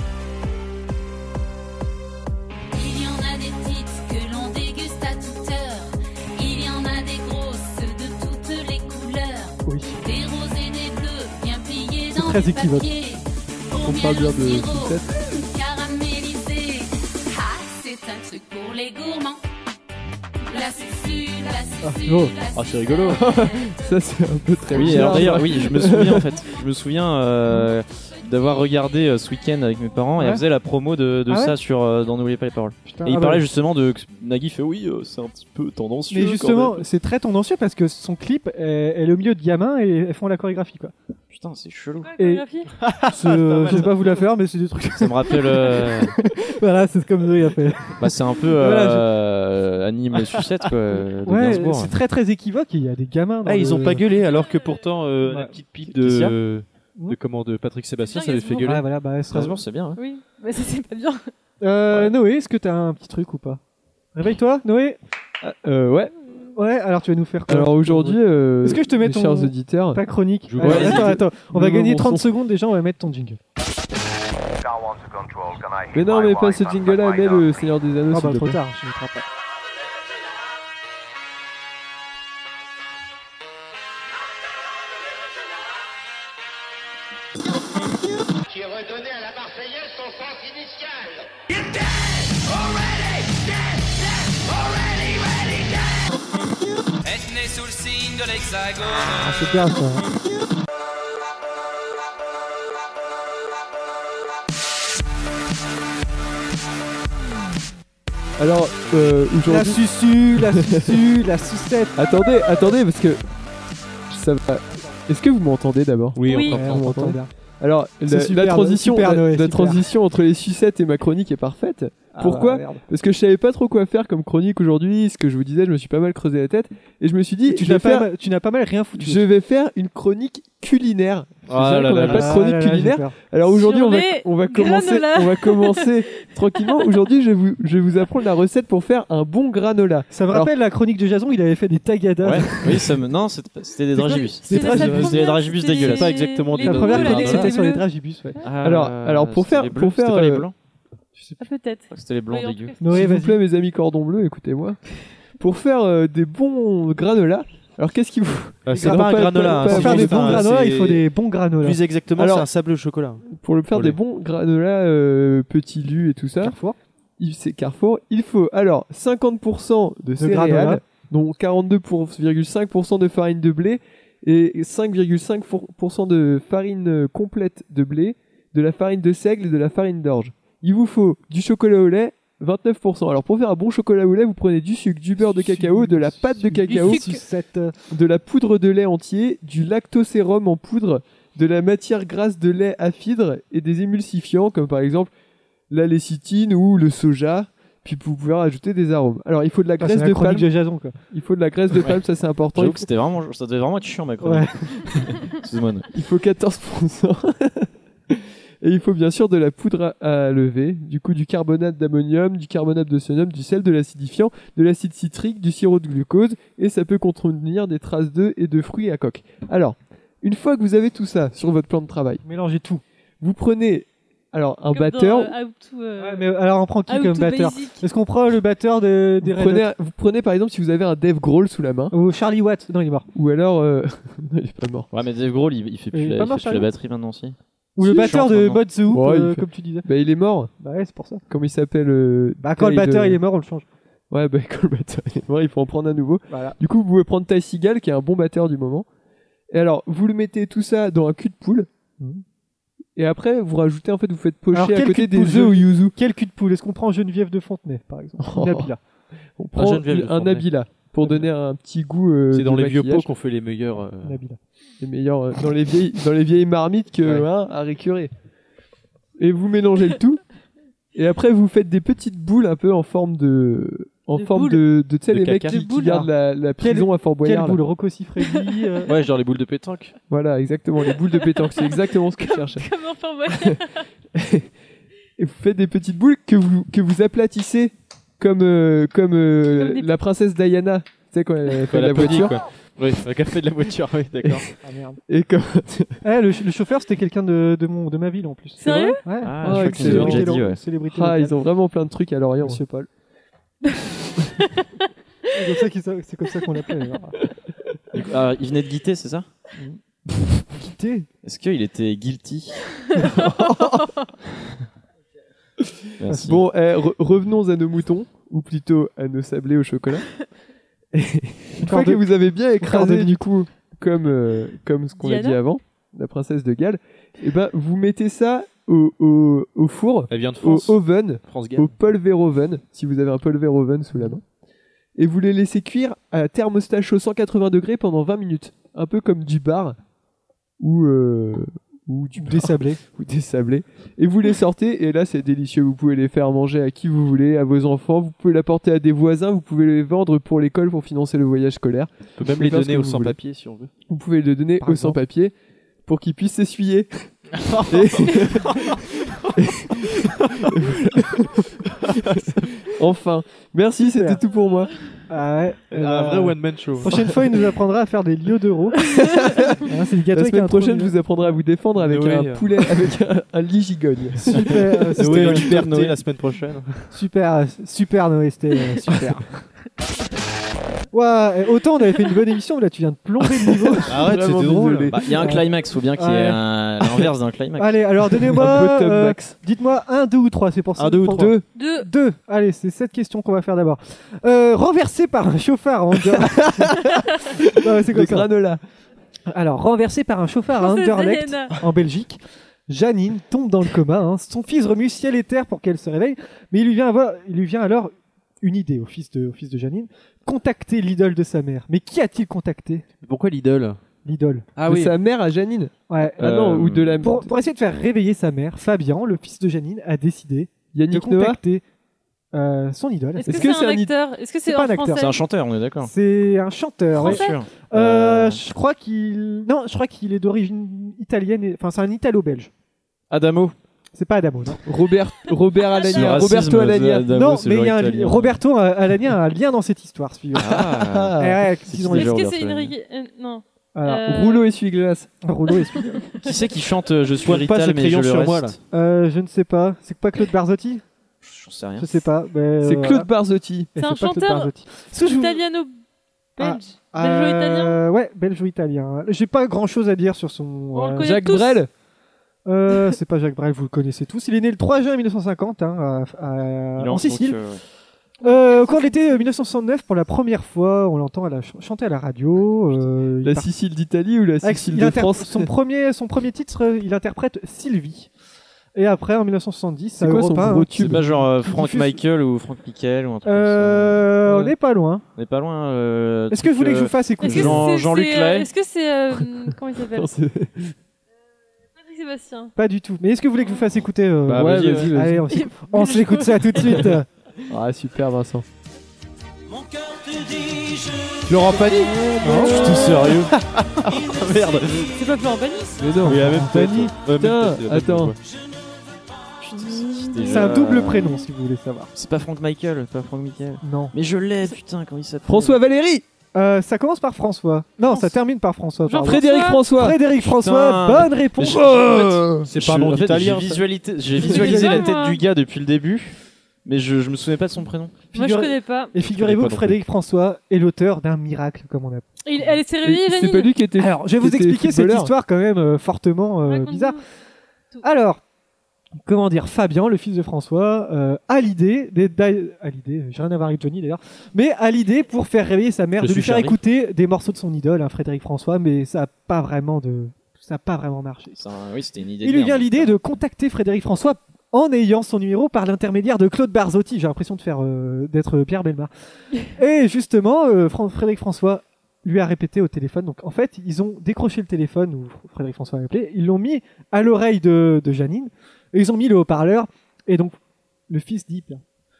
Il y en a des petites que l'on déguste à toute heure. Il y en a des grosses de toutes les couleurs.
Oui.
Des roses et des bleus bien pliés
C'est
dans
très
du
équivoque.
papier.
On parle bien de
Sirop
sucette.
caramélisé. Ah, c'est un truc pour les gourmands. La susu, la susu, la
Ah, c'est rigolo.
Ça, c'est un peu très
Oui,
bizarre.
alors
Ah,
d'ailleurs, oui, je me souviens en fait. Je me souviens euh, d'avoir regardé euh, ce week-end avec mes parents et
Ouais.
elle faisait la promo de,
Ah
de
ouais
ça sur euh, dans N'oubliez pas les paroles.
Putain,
et il
ah bah
parlait
oui.
justement de que Nagui fait oui, euh, c'est un petit peu tendancieux.
Mais
quand
justement,
même.
c'est très tendancieux parce que son clip est, est le milieu de gamins et elles font la chorégraphie quoi.
putain, c'est chelou.
Et
C'est pas mal,
ce, je sais
ça.
pas vous la faire, mais c'est des trucs.
Ça me rappelle. euh,
voilà, c'est comme Zoé a fait.
bah, c'est un peu
Voilà, je-
euh, anime et sucette quoi. De
Ouais,
Gainsbourg.
c'est très très équivoque. et Il y a des gamins. dans
Ah, ils
le-
ont pas gueulé, alors que pourtant, euh, la petite pipe de,
Qu'est-ce qu'il y a
de, comment, de Patrick Sébastien, Bah, ça les fait
Gainsbourg.
gueuler.
Ouais, voilà, bah, ça- Gainsbourg,
c'est bien.
Oui, mais ça, c'est pas bien.
Euh, Noé, est-ce que t'as un petit truc ou pas Réveille-toi, Noé.
Euh, ouais.
Ouais, alors tu vas nous faire quoi
Alors aujourd'hui, euh,
Est-ce que je te mets
mes
ton
chers auditeurs,
ta chronique
Je vous-
Alors,
Ouais,
Attends,
vas-y.
attends. On
Mets-moi
va gagner
mon
30
son.
secondes déjà. On va mettre ton jingle.
Mais non, mais pas ce jingle-là, mais le Seigneur des Anneaux.
Ah
s'il
bah
te
trop
plaît.
tard, je ne crois pas.
Qui redonnait à la Marseillaise son sens initial.
Est-ce né sous le signe de l'hexagone
Ah, c'est bien ça.
Alors, euh,
La
aujourd'hui.
susu, la susu, la sucette.
Attendez, attendez, parce que ça va. Est-ce que vous m'entendez d'abord
Oui, on
bah,
Oui. t'entend.
Vous
On
m'entendez
t'entend bien.
Alors,
C'est
la,
super,
la transition,
super,
la,
Noé,
la
super.
transition entre les sucettes et ma chronique est parfaite.
Ah
Pourquoi
bah, merde.
Parce que je savais pas trop quoi faire comme chronique aujourd'hui. Ce que je vous disais, je me suis pas mal creusé la tête et je me suis dit,
Tu
je vais
n'as pas,
faire-
mal- tu n'as pas mal rien foutu.
je vais faire une chronique culinaire. Ah
là
on n'a
là là
pas de chronique
là là,
culinaire.
j'ai peur.
Alors aujourd'hui,
Sur
on va,
les
on va commencer,
granolas.
on va commencer tranquillement. Aujourd'hui, je vais vous, je vais vous apprendre la recette pour faire un bon granola.
Ça me rappelle la chronique de Jason, il avait fait des tagadas.
Ouais, oui, ça me... non, c'est- c'était des dragibus.
C'est la première,
C'était des dragibus
c'était
dégueulasses.
pas exactement les des- La première des- chronique, des- c'était sur les dragibus, ouais.
Ah,
alors, alors pour
c'était
faire,
les bleus,
pour
c'était
faire,
pas les
euh,
blancs.
Ah, peut-être.
C'était les blancs
Oui, en
dégueux.
tout cas.
S'il vous plaît, mes amis cordon bleu, écoutez-moi. Pour faire euh, des bons granolas, alors qu'est-ce qu'il vous
Ah, c'est pas un granola, hein,
Pour
c'est
faire des
juste
bons
un-
granolas, il
c'est-
faut des bons granolas.
Plus exactement,
Alors-
c'est un sable au chocolat.
Pour le faire des bons granolas euh, petits lus et tout ça.
Carrefour.
Il, c'est Carrefour. Il faut alors 50% de, céréales,
granola.
dont 42,5% de farine de blé et 5,5% de farine euh, complète de blé, de la farine de seigle et de la farine d'orge. Il vous faut du chocolat au lait. 29%. Alors pour faire un bon chocolat au lait, vous prenez du sucre, du beurre de cacao, de la pâte de cacao, de la poudre de lait entier, du lactosérum en poudre, de la matière grasse de lait afidre et des émulsifiants comme par exemple la lécithine ou le soja. Puis vous pouvez ajouter des arômes. Alors il faut de la
Ah,
graisse
c'est la
de palme.
chronique de Jason, quoi.
Il faut de la graisse de
Ouais.
palme, ça c'est important.
J'avoue
Il
que
faut-
c'était vraiment, ça devait vraiment être chiant ma chronique. Excuse-moi. non.
il faut 14%. Et il faut bien sûr de la poudre à, à lever, du coup du carbonate d'ammonium, du carbonate de sodium, du sel, de l'acidifiant, de l'acide citrique, du sirop de glucose, et ça peut contenir des traces d'œufs et de fruits à coque. Alors, une fois que vous avez tout ça sur votre plan de travail,
mélangez tout.
Vous prenez alors un
Comme
batteur.
dans, euh, How to, euh,
Ouais, mais alors on prend qui
How
comme
to
batteur
Basic.
Est-ce qu'on prend le batteur de, des
vous,
Red
prenez,
Hot
vous prenez par exemple si vous avez un Dave Grohl sous la main.
Ou Charlie Watt, non il est mort.
Ou alors. euh, non, il est pas mort.
Ouais, mais Dave Grohl, il, il fait
Il
plus,
est
la,
pas mort,
il fait plus la
Charlie
batterie maintenant aussi.
Ou le
Si,
batteur
je
de
chante maintenant.
Bot the Hoop,
Ouais, il
euh,
fait-
comme tu disais.
Bah, il est mort.
Bah ouais, c'est pour ça.
Comment il s'appelle euh,
Bah quand le
Taylor-
batteur il est mort, on le change.
Ouais, bah, quand le batteur il est mort, il faut en prendre un nouveau.
Voilà.
Du coup, vous pouvez prendre Ty Seagal, qui est un bon batteur du moment. Et alors, vous le mettez tout ça dans un cul de poule. Et après, vous rajoutez, en fait, vous faites pocher
Alors,
à
quel
côté
cul de poule
des œufs au
je-
yuzu.
Quel cul de poule Est-ce qu'on prend Geneviève de Fontenay par exemple
Oh.
Une Nabila.
On prend
Geneviève de
une- un
Fontenay.
Nabila pour donner un petit goût. euh,
C'est dans
de
les vieux pots
maquillage.
qu'on fait les meilleurs. euh,
Nabila.
Les meilleurs, euh, dans les vieilles, dans les vieilles marmites que
Ouais.
hein, à récurer. Et vous mélangez le tout. Et après, vous faites des petites boules un peu en forme de, en
De
forme
boules.
de, de, tu sais,
De
les mecs
caca.
qui,
Des
qui
boules,
gardent la, la
Quelle-
prison à Fort Boyard.
Quelle
là.
boule Rocco Freddy. euh,
Ouais, genre les boules de pétanque.
Voilà, exactement, les boules de pétanque, c'est exactement ce que je cherchais.
Comment faire moi
Et vous faites des petites boules que vous, que vous aplatissez comme, euh, comme, euh,
Comme des-
la princesse Diana, tu sais, quand elle a fait
Quoi,
de la
la pony,
voiture.
quoi. Oui, un café de la voiture, oui, d'accord.
Ah merde.
Et comme.
Eh, le, ch- le chauffeur c'était quelqu'un de, de, mon, de ma ville en plus.
Sérieux
Ouais.
Ah,
Oh,
je crois que tu nous l'avais
excellent.
déjà dit, ouais.
Célébrité
Ah,
locale.
ils ont vraiment plein de trucs à Lorient. hein.
Monsieur Paul. C'est comme ça qu'il s'a- c'est comme ça qu'on l'appelle. alors.
Du coup, ah, il venait de guiter, c'est ça
Guiter
Est-ce qu'il était guilty Merci.
Bon, eh, re- revenons à nos moutons, ou plutôt à nos sablés au chocolat. Et Une fois que
Corde-
vous avez bien écrasé
corde-
du coup, comme, euh, comme ce qu'on a
Diana
dit avant, la princesse de Galles, et ben vous mettez ça au, au, au four,
Elle vient de
au
France.
oven,
France Galles.
au polveroven, si vous avez un polveroven sous la main, et vous les laissez cuire à thermostat chaud 180 degrés pendant 20 minutes, un peu comme du bar ou euh, ou du bar.
Désablé.
ou des sablés. Et vous les sortez, et là c'est délicieux, vous pouvez les faire manger à qui vous voulez, à vos enfants, vous pouvez l'apporter à des voisins, vous pouvez les vendre pour l'école pour financer le voyage scolaire.
On peut
Vous
même
pouvez
les
faire ce
donner
que
aux
vous
sans
voulez.
papiers si on veut.
Vous pouvez les donner
Par
aux
exemple.
sans-papiers pour qu'ils puissent s'essuyer. Et- Et- voilà. enfin, merci, c'était tout pour moi.
Ah ouais.
Un vrai one-man show.
Prochaine fois, il nous apprendra à faire des lieux d'euros. Hein, c'est le gâteau avec
La
un
semaine
trou
prochaine, je
dedans.
vous apprendrai à vous défendre avec
Noé,
un
euh.
poulet, avec un, un lit gigogne.
Super, euh,
C'était
Noé,
la
euh,
liberté
Noé.
la semaine prochaine.
Super, euh, super Noé, c'était euh, super. Ouah, et autant on avait fait une bonne émission, mais là tu viens de plomber le niveau.
Arrête,
Vraiment
c'était drôle.
désolé.
Bah, Il y a un climax, faut bien qu'il y ait
Ouais.
un- l'inverse d'un climax.
Allez, alors
Un
donnez-moi.
bottom
euh,
max.
Dites-moi un, deux ou trois, c'est pour ça.
Un, deux ou
pour-
trois.
Deux.
Deux.
Allez, c'est cette question qu'on va faire d'abord. Euh, renversé par un chauffard. On dirait. Non, mais c'est comme
De
ça.
granola.
Alors, renversé par un chauffard à
Princesse
Anderlecht,
Diana.
en Belgique, Janine tombe dans le coma. hein. Son fils remue ciel et terre pour qu'elle se réveille, mais il lui vient, avoir- il lui vient alors une idée au fils de, au fils de Janine contacter l'idole de sa mère. Mais qui a-t-il contacté
Pourquoi l'idole
L'idole.
Ah
De sa mère à Janine.
Ouais.
Euh,
Ah non, ou de la
Pour, pour essayer de faire réveiller sa mère, Fabian, le fils de Janine, a décidé
Yannick
de contacter euh, son idole.
Est-ce que c'est un
id-
acteur Est-ce que c'est
pas
en
un acteur
français C'est un
chanteur, on est d'accord.
C'est un chanteur.
Français
oui.
Bien sûr.
Euh, Je crois qu'il non, je crois qu'il est d'origine italienne. et- Enfin, c'est un italo-belge.
Adamo.
C'est pas Adamo, non.
Robert, Robert Alagna,
Ah, Le racisme euh,
Roberto Alagna.
de Adamo, Non, c'est mais genre il y a un- italien. Roberto Alagna a un lien dans cette histoire. celui-là.
Ah.
Eh ouais,
C'est
qu'ils ont-
Est-ce
Roberto
que c'est une
Benigni.
rigue- euh, Non.
Alors,
Euh,
Rouleau essuie-glace.
Rouleau essuie-glace.
Qui c'est qui chante euh, Je suis
Pointe pas
Rital,
ce
mais je
crayon
le
sur
reste
moi, là.
Euh, je ne sais pas. C'est pas Claude Barzotti
J'en sais rien.
Je sais pas. mais,
C'est
euh,
Claude Barzotti.
Et
C'est un
pas Claude
chanteur
Barzotti. Est-ce que je vous-
italiano-belge.
Ah,
Belgeo-italien.
euh, Ouais, belge-italien. J'ai pas grand-chose à dire sur son.
On le
euh,
connaît Jacques tous. Brel
Euh, C'est pas Jacques Brel, vous le connaissez tous. Il est né le 3 juin 1950 hein, à- à-
Il est
en
en
Sicile.
France,
Euh, au cours de l'été euh, 1969, pour la première fois, on l'entend à la ch- chanter à la radio. euh, il
La
part-
Sicile d'Italie ou la
Avec-
Sicile
il
de
inter-
France
Son premier, son premier titre, euh, il interprète Sylvie. Et après, en 1970, à
C'est quoi
Europe
son
1,
gros
euh,
tube C'est pas genre euh, Frank
diffuse-
Michael ou Frank Michael ou un truc
Euh,
comme ça.
on n'est pas loin.
On n'est pas loin. euh,
Est-ce que vous
truc,
voulez que je
euh,
vous fasse écouter
Est-ce que
Jean-
c'est-
Jean-Luc
c'est, euh,
Lay.
Est-ce que c'est. euh, Comment il s'appelle
Non, c'est-
Patrick Sébastien.
Pas du tout. Mais est-ce que vous voulez que je vous fasse écouter euh,
Bah, Ouais, vas-y, vas-y, vas-y.
Allez, on, s- on se l'écoute ça tout de suite.
Ah, super, Vincent.
Laurent Pagny
Non, je suis tout sérieux.
Merde
C'est pas Florent Pagny
Mais non,
Il a même pas
Pagny.
dit. Ouais, même
Putain,
pas dit, il a pas dit,
attends.
ouais.
C'est
Euh.
un double prénom si vous voulez savoir.
C'est pas Frank Michael, pas Frank Michael.
Non.
Mais je l'ai, putain, comment il s'appelle
Valéry euh, Ça commence par François. Non, ça termine par François. pardon.
Jean-Frédéric François.
Frédéric François,
Putain.
bonne réponse.
Je- en fait,
C'est
je-
pas un nom
en fait,
d'italien,
J'ai
ça.
visualisé, j'ai
C'est
visualisé la
italien,
tête
moi.
du gars depuis le début, mais je, je me souvenais pas de son prénom.
Moi je
Figurez-
connais pas.
Et figurez-vous
Je connais pas
que
non
Frédéric François est l'auteur d'un miracle, comme on a.
Il- Elle s'est réveillée, Janine
qui était.
Alors, je vais vous
qui était
expliquer cette
footballeur.
histoire quand même euh, fortement euh, bizarre. Alors, comment dire, Fabien, le fils de François, euh, a l'idée, des- d'a- a l'idée, j'ai rien à voir avec Johnny d'ailleurs, mais a l'idée pour faire réveiller sa mère
Je
de lui
suis
faire
Charlie.
écouter des morceaux de son idole, hein, Frédéric François, mais ça n'a pas vraiment de, ça a pas vraiment marché.
C'est un- Oui, c'était une idée.
Il
de
lui
merde.
vient l'idée de contacter Frédéric François en ayant son numéro par l'intermédiaire de Claude Barzotti. J'ai l'impression de faire euh, d'être Pierre Belmar. Et justement, euh, Fran- Frédéric François lui a répété au téléphone. Donc en fait, ils ont décroché le téléphone où Frédéric François a appelé. Ils l'ont mis à l'oreille de, de Janine. Et ils ont mis le haut-parleur. Et donc le fils dit. bien,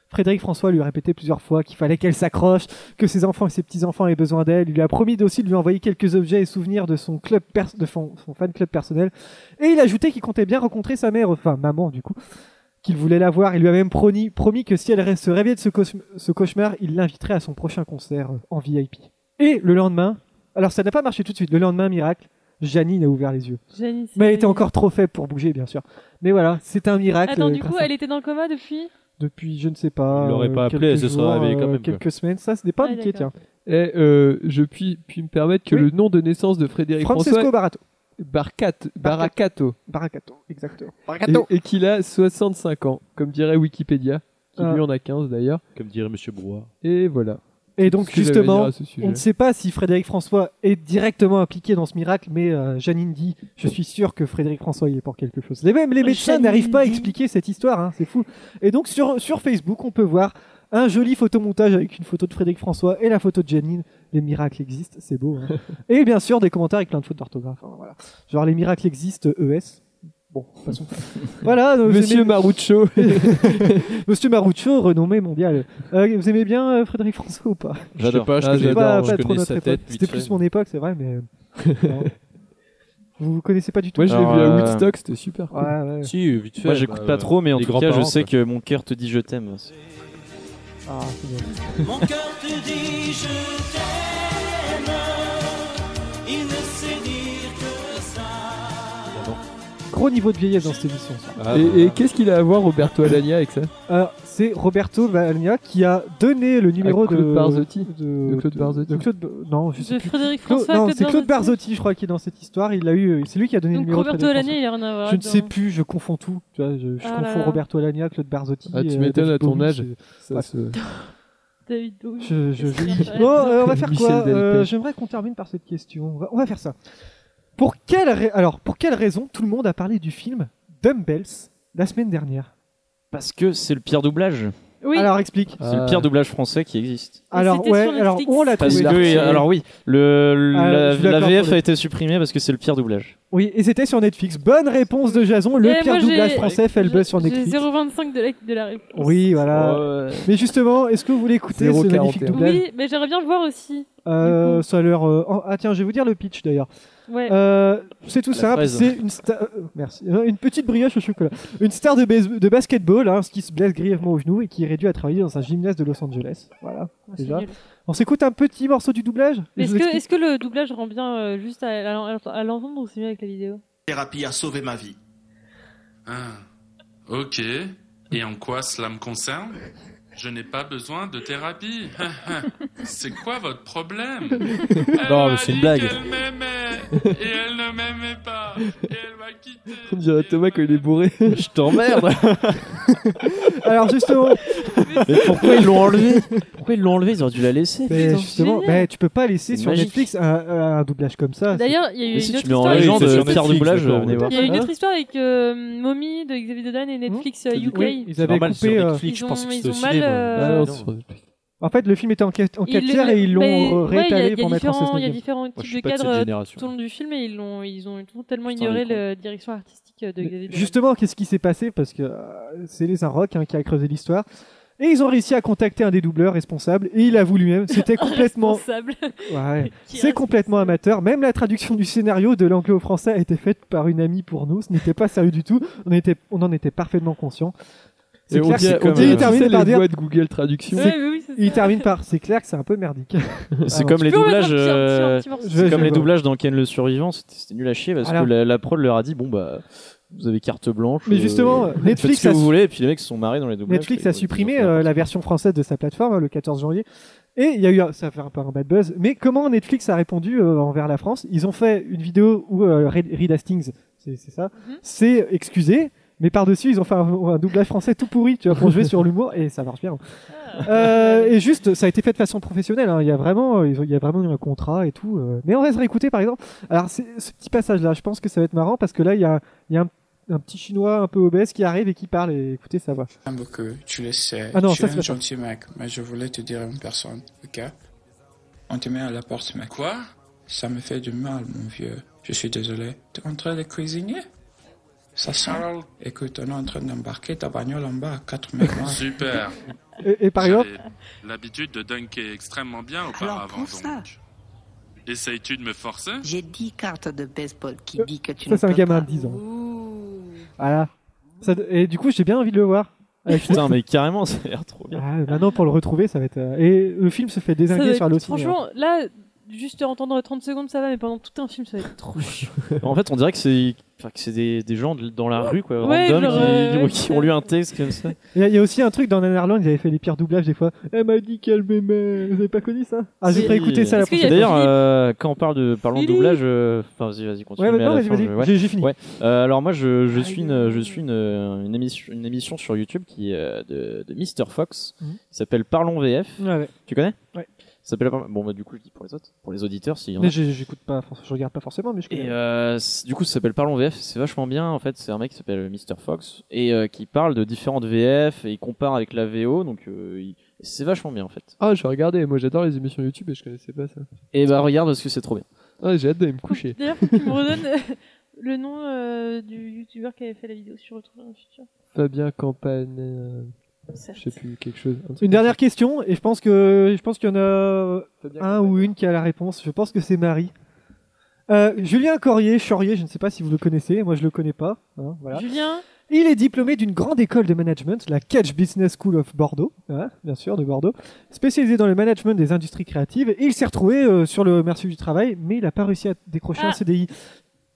Frédéric François lui a répété plusieurs fois qu'il fallait qu'elle s'accroche, que ses enfants et ses petits-enfants aient besoin d'elle. Il lui a promis aussi de lui envoyer quelques objets et souvenirs de son club pers- de son, son fan club personnel. Et il ajoutait qu'il comptait bien rencontrer sa mère, enfin maman du coup, qu'il voulait la voir. Il lui a même promis, promis que si elle ré- se réveillait de ce, cauchem- ce cauchemar, il l'inviterait à son prochain concert euh, en VIP. Et le lendemain, alors ça n'a pas marché tout de suite, le lendemain, miracle, Janine a ouvert les yeux.
Janine, c'est-
Mais elle était encore trop faible pour bouger, bien sûr. Mais voilà, c'est un miracle.
Attends,
euh,
du
grâce
coup,
à-
elle était dans le coma depuis
depuis je ne sais pas.
Il l'aurait
euh,
pas appelé,
quelques
elle se serait
jours,
réveillée quand
euh,
même, quoi.
Quelques semaines, ça, ce n'est pas
Ah,
indiqué, tiens.
d'accord.
Eh, euh, je puis, puis me permettre que le nom de naissance de Frédéric
Francesco
François.
Barato.
Barcat- Baracato.
Baracato, exactement.
Et, et qu'il a 65 ans, comme dirait Wikipédia, qui
Ah.
lui en a 15 d'ailleurs.
Comme dirait Monsieur Brouard.
Et voilà.
Et donc
Ce que j'avais à dire
justement,
à ce sujet.
on ne sait pas si Frédéric François est directement impliqué dans ce miracle, mais euh, Janine dit, je suis sûr que Frédéric François y est pour quelque chose. Les mêmes, les médecins
Ah, Janine
n'arrivent pas à
dit.
expliquer cette histoire, hein, c'est fou. Et donc sur, sur Facebook, on peut voir un joli photomontage avec une photo de Frédéric François et la photo de Janine. Les miracles existent, c'est beau. hein. et bien sûr, des commentaires avec plein de fautes d'orthographe. hein, voilà. Genre les miracles existent, ES. Bon, passons. voilà. donc,
Monsieur
c'est-
Maruccio.
Monsieur Maruccio, renommé mondial. Euh, vous aimez bien euh, Frédéric François ou pas
J'adore.
Je sais pas, je
Ah,
connais,
j'adore,
pas,
je
pas
connais
trop notre
sa
époque.
tête. vite
C'était
fait.
plus mon époque, c'est vrai, mais. Non. vous vous connaissez pas du tout. Ah,
Moi je l'ai vu
Alors,
à
euh,
Woodstock, c'était super cool.
Ouais, ouais.
Si, vite fait.
Moi, j'écoute
bah,
pas trop, mais en
les
tout cas, je
grands-parents,
sais
quoi.
que mon cœur te dit je t'aime.
Ah, c'est bien.
Mon cœur te dit je t'aime. Il ne sait dire que ça.
Gros niveau de vieillesse dans cette émission. ça.
Ah, bah,
et et qu'est-ce qu'il a à voir Roberto Alagna avec ça
Alors, c'est Roberto Valagna qui a donné le numéro
Ah, Claude
de,
Barzotti.
de.
De Claude Barzotti.
de Claude Ba- Non, je sais
De
plus.
Frédéric
Claude-
François
non,
Claude
c'est Claude
Barzotti.
Barzotti, je crois, qui est dans cette histoire. Il a eu, c'est lui qui a donné le
Donc
numéro. de
Roberto
Frédéric
Alagna, il a rien à voir.
Je ne sais
dedans.
plus, je confonds tout. Tu vois, je je
hein. Ah là
confonds
là.
Roberto Alagna, Claude Barzotti.
Ah, tu
euh,
m'étonnes
David
à ton
Bowie,
âge.
c'est-
Ça,
Ouais.
se-
David Bowie.
Je, je, je-
Qu'est-ce que ça
Bon,
va être
euh, on va faire
Michel
quoi
Delpech.
Euh, J'aimerais qu'on termine par cette question. On va, on va faire ça. Pour quelle, ra- Alors, pour quelle raison tout le monde a parlé du film Dumbbells la semaine dernière
Parce que c'est le pire doublage.
Oui.
Alors, explique.
C'est le
Ah.
pire doublage français qui existe.
Alors,
c'était
ouais,
sur
alors,
Netflix.
on l'a
Parce
trouvé.
que, alors oui, le,
Ah,
la-
je suis d'accord
la,
pour
VF
le-
a été supprimée parce que c'est le pire doublage.
Oui, et c'était sur Netflix. Bonne réponse de Jason. Le
Et
pire
Eh, moi, j'ai-
doublage français fait le buzz sur
J'ai
Netflix.
0,25 de la, de la réponse.
Oui, voilà.
Euh,
Mais justement, est-ce que vous voulez écouter ce
0,41.
magnifique doublage
Oui, mais j'aimerais bien le voir aussi.
Euh, ça a l'air. euh, oh, ah tiens, je vais vous dire le pitch d'ailleurs.
Ouais.
Euh, c'est tout
La
simple.
fraise.
C'est une star. euh, merci. Euh, Une petite brioche au chocolat. Une star de, base- de basketball hein, qui se blesse grièvement au genou et qui est réduit à travailler dans un gymnase de Los Angeles. Voilà.
c'est
déjà.
nul.
On s'écoute un petit morceau du doublage. Et je
Est-ce
vous
que,
explique-
est que le doublage rend bien euh, juste à, à l'en- à l'entendre ou c'est mieux avec la vidéo
thérapie a sauvé ma vie.
Ah, ok. Et en quoi cela me concerne Je n'ai pas besoin de thérapie. c'est quoi votre problème Elle
Non, mais
m'a
c'est une
dit
blague.
qu'elle m'aimait, et elle ne m'aimait pas. Et elle m'a quitté.
On dirait Thomas quand il est bourré.
Je t'emmerde.
Alors justement.
Mais pourquoi ils l'ont enlevé Pourquoi ils l'ont enlevé Ils auraient dû la laisser.
Mais
putain.
Ben, justement, mais tu peux pas laisser
C'est
sur
magique.
Netflix un, un- un doublage comme ça.
D'ailleurs, il y a eu
Mais
une
si
autre
tu mets en
histoire. euh,
légende
Oui, c'est sur
Pierre
Netflix,
doublage,
d'accord,
venez
ouais.
voir.
Il y a une
Hein
autre histoire avec euh, Mommy de Xavier Dolan et Netflix euh, UK.
Mmh. Oui, ils avaient
normal,
coupé.
sur
euh,
Netflix,
Ils
je
ont-
pensais que
ils
c'était
ont
au
mal,
cinéma.
euh,
Ah,
non.
sur Netflix.
En fait, le film était en 4 en
Ils
quatre tiers et ils l'ont
mais-
euh,
ouais, il y a-
réétalé
il y a
pour mettre en
différents-
16
Il y a différents types de
pas de cette
cadres euh,
génération.
tout au long du film et ils l'ont ils ont tout- tellement
Putain,
ignoré
les
la direction artistique euh, de Xavier Dolan.
Justement, qu'est-ce qui s'est passé Parce que euh, c'est les Inrocks hein, qui a creusé l'histoire. Et ils ont réussi à contacter un des doubleurs responsables et il avoue lui-même, c'était complètement.
Responsable.
Ouais. C'est complètement amateur. Même la traduction du scénario de l'anglais au français a été faite par une amie pour nous. Ce n'était pas sérieux du tout. On, était, on en était parfaitement conscients.
Et on dirait- on
euh,
dirait, tu sais, hein. les voix de Google Traduction.
C'est-
Ouais, mais oui, c'est
il termine par. C'est clair que c'est un peu merdique.
C'est
Alors,
comme
tu
les
peux remettre un
doublages.
petit- un petit- un
euh,
petit morceau. Je vais-
C'est
je
comme
vais
les
voir.
doublages dans Ken le survivant. C'était c'était nul à chier parce
Alors.
que la, la prod leur a dit bon bah vous avez carte blanche. euh,
Mais justement,
faites
Netflix
ce que
a
vous
su-
voulez. Et puis les mecs se sont marrés dans les doublages.
Netflix
Et
a
ils ont-
supprimé euh, la version française de sa plateforme hein, le 14 janvier. Et il y a eu, un- ça a fait un peu un bad buzz. Mais comment Netflix a répondu euh, envers la France Ils ont fait une vidéo où euh, Reed Reed Hastings, c'est c'est ça, c'est excusé. Mais par-dessus, ils ont fait un, un doublage français tout pourri, tu vois, pour jouer sur l'humour, et ça marche bien. Euh, et juste, ça a été fait de façon professionnelle. hein. Il y a vraiment, euh, ils ont- il y a vraiment eu un contrat et tout. euh. Mais on va se réécouter, par exemple. Alors, c'est- ce petit passage-là, je pense que ça va être marrant parce que là, il y a, il y a un, un petit chinois un peu obèse qui arrive et qui parle. Et écoutez sa voix.
Semble que tu le sais.
Ah non,
tu
ça,
es
c'est
un
pas
gentil mec, mais je voulais te dire à une personne, ok On te met à la porte, mec. Quoi Ça me fait du mal, mon vieux. Je suis désolé. T'es en train de cuisiner Ça sent. Écoute, on est en train d'embarquer ta bagnole en bas à 4 mecs.
Super.
Et, et par exemple,
J'avais L'habitude de dunker extrêmement bien auparavant, donc. euh, Essayes-tu de me forcer
J'ai 10 cartes de baseball
Euh,
qui dit que tu
ça,
ne
c'est un
peux
gamin
pas.
de 10 ans. Voilà. Ça- et du coup, j'ai bien envie de le voir.
Putain mais carrément ça a l'air trop bien.
Ah, maintenant, pour le retrouver, ça va être. euh, Et le film se fait
Ça doit
désinguer
être-
sur hein. l'autre.
Franchement, là, juste entendre 30 secondes, ça va, mais pendant tout un film, ça va être trop chiant.
En fait on dirait que c'est enfin, que c'est des, des gens de- dans la rue quoi
Ouais,
random
genre,
qui,
euh,
qui ont lu un texte comme ça.
Il y, a- il y a aussi un truc dans Nanarland, ils avaient fait les pires doublages des fois. Elle m'a dit qu'elle m'aimait. Vous avez pas connu ça Ah, je vais écouter ça la prochaine fois.
D'ailleurs, euh, quand on parle de parlons de
Philippe.
doublage, euh, enfin vas-y, vas-y, continue.
Ouais,
mais à
non,
la
vas-y,
fin,
vas-y,
je- ouais.
j'ai- j'ai fini.
Ouais. Euh, alors moi, je, je suis une, je suis une, euh, une émission, une émission sur YouTube qui est euh, de, de Mr Fox,
Mhm.
qui s'appelle Parlons VF.
Mhm.
Ouais, ouais.
Tu connais
Ouais.
Ça s'appelle Parlons- bon bah du coup je dis pour les autres, pour les auditeurs s'il y en a.
Mais je- j'écoute pas, je regarde pas forcément, mais je connais.
Et euh, c- du coup, ça s'appelle Parlons VF. C'est vachement bien. En fait, c'est un mec qui s'appelle Mr Fox et euh, qui parle de différentes VF et il compare avec la VO. Donc, euh, il- c'est vachement bien en fait.
Ah, je vais regarder. Moi, j'adore les émissions YouTube et je connaissais pas ça.
Et bah regarde parce que c'est trop bien.
Ah, j'ai hâte d'aller me coucher.
D'ailleurs, faut que tu me redonnes euh, le nom euh, du youtubeur qui avait fait la vidéo sur Retrouver un futur.
Fabien Campagne. euh,
Certes.
je sais plus, quelque chose. un truc.
Une dernière question, et je pense que je pense qu'il y en a un ou une qui a la réponse. Je pense que c'est Marie. Euh, Julien Corrier, Chaurier, je ne sais pas si vous le connaissez, moi je le connais pas. hein, voilà.
Julien
Il est diplômé d'une grande école de management, la Catch Business School of Bordeaux, hein, bien sûr, de Bordeaux, spécialisé dans le management des industries créatives. Et il s'est retrouvé euh, sur le marché du travail, mais il n'a pas réussi à décrocher
Ah.
un CDI.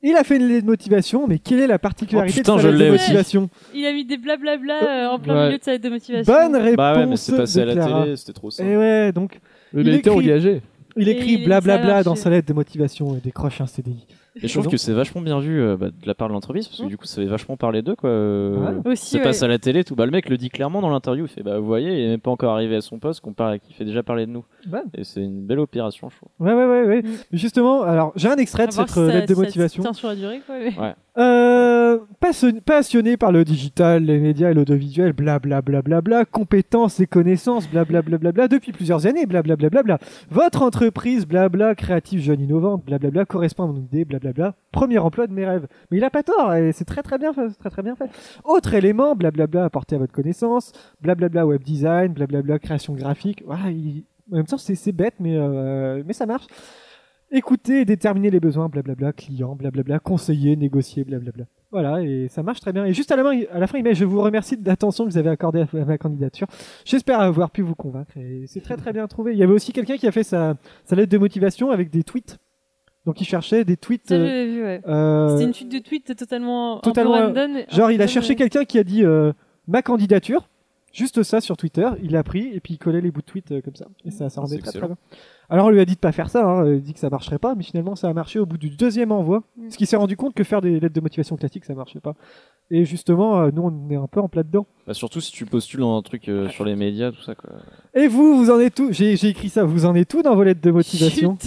Il a fait une lettre de motivation, mais quelle est la particularité
Oh, putain,
de
je
sa lettre
l'ai
de
aussi.
motivation
Il a mis des blablabla euh, en plein
Ouais.
milieu de sa lettre de motivation.
Bonne réponse.
Bah ouais, mais c'est passé à la
de Clara.
télé, c'était trop simple.
Et ouais, donc.
Mais il a été engagé.
Il
Et
écrit
il- ça a
blablabla
marché.
dans sa lettre de motivation et décroche un CDI.
Et je trouve que c'est vachement bien vu euh, bah, de la part de l'entreprise parce que du coup ça fait vachement parler d'eux quoi. Euh,
Mmh. Ouais.
Aussi,
ça passe
ouais.
à la télé tout. Bah le mec le dit clairement dans l'interview. Il fait bah vous voyez il est même pas encore arrivé à son poste qu'on parle, qu'il fait déjà parler de nous.
Ouais.
Et c'est une belle opération je trouve.
Mm.
Ouais, ouais, ouais, ouais. Justement, alors j'ai un extrait de
À voir
cette
si
euh,
ça-
lettre de
si ça
motivation.
tient sur la durée, quoi, mais-
Ouais.
Euh, passion- passionné par le digital, les médias et l'audiovisuel, blablabla, bla bla bla, compétences et connaissances, blablabla, bla bla, depuis plusieurs années, blablabla, bla bla, votre entreprise, blabla, créative, jeune, innovante, blablabla, correspond à mon idée, blablabla, premier emploi de mes rêves. Mais il a pas tort, et c'est très très bien fait, c'est très très bien fait. Autre élément, blablabla, apporté à votre connaissance, blablabla, web design, blablabla, création graphique, Voilà, il- en même temps c'est c'est bête, mais, euh, mais ça marche. Écoutez et déterminer les besoins, blablabla, client, blablabla, conseiller, négocier, blablabla. Voilà, et ça marche très bien. Et juste à la, main, il- à la fin, il met Je vous remercie de l'attention que vous avez accordée à, à ma candidature. J'espère avoir pu vous convaincre. Et c'est très très bien trouvé. Il y avait aussi quelqu'un qui a fait sa, sa lettre de motivation avec des tweets. Donc il cherchait des tweets.
Ça, je
euh,
l'avais vu, ouais.
euh,
C'était une suite de tweets totalement, un peu
totalement.
random,
euh,
mais un
genre, il a
peu-
cherché quelqu'un qui a dit euh, ma candidature, juste ça sur Twitter. Il l'a pris et puis il collait les bouts de tweet euh, comme ça. Et ça, ça rendait
Ah, C'est
très, très
excellent.
bien. Alors, on lui a dit de pas faire ça, hein, il dit que ça marcherait pas, mais finalement, ça a marché au bout du deuxième envoi. Parce qu'il s'est rendu compte que faire des lettres de motivation classiques, ça marchait pas. Et justement, euh, nous, on est un peu en plat dedans.
Bah, surtout si tu postules dans un truc euh, sur les médias, tout ça quoi.
Et vous, vous en êtes tout J'ai j'ai écrit ça, vous en êtes tout dans vos lettres de motivation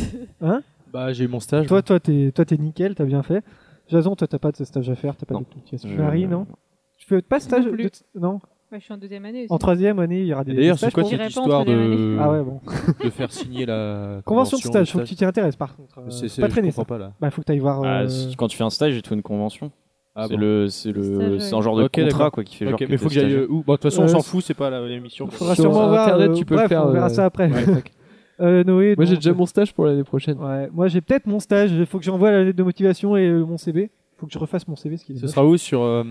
Hein
Bah, j'ai eu mon stage.
Toi, toi, t'es, toi, t'es nickel, t'as bien fait. Jason, toi, t'as pas de stage à faire, t'as pas de motivation.
Je-
Marie, non Tu fais pas stage
Non plus.
de- Non
Ouais, je suis en deuxième année aussi.
En troisième année, il y aura des.
D'ailleurs,
des stages
c'est quoi
pour-
cette histoire de...
Ah ouais, bon.
de faire signer la
Convention de stage, faut que tu t'y intéresses par contre. Euh, faut
C'est- c'est-
pas
je
traîner
comprends
ça.
pas, là.
Bah, faut que t'ailles voir.
Ah,
euh,
c'est- quand tu fais un stage, il te faut une convention. c'est
Ah bon.
le, c'est le,
Stage,
c'est
ouais.
un genre de
Ok,
contrat
d'accord.
quoi qui fait
Ok,
genre.
mais faut que j'aille, euh, où Bah, de toute façon, on s'en fout, c'est pas la- l'émission.
Faudra sûrement voir. euh, bref, On verra ça après. Euh, Noé.
Moi, j'ai
donc-
déjà mon stage pour l'année prochaine.
Ouais, moi j'ai peut-être mon stage, il faut que j'envoie la lettre de motivation et euh, mon CV. Faut que je refasse mon CV ce qu'il est.
Ce
moche.
sera où sur euh,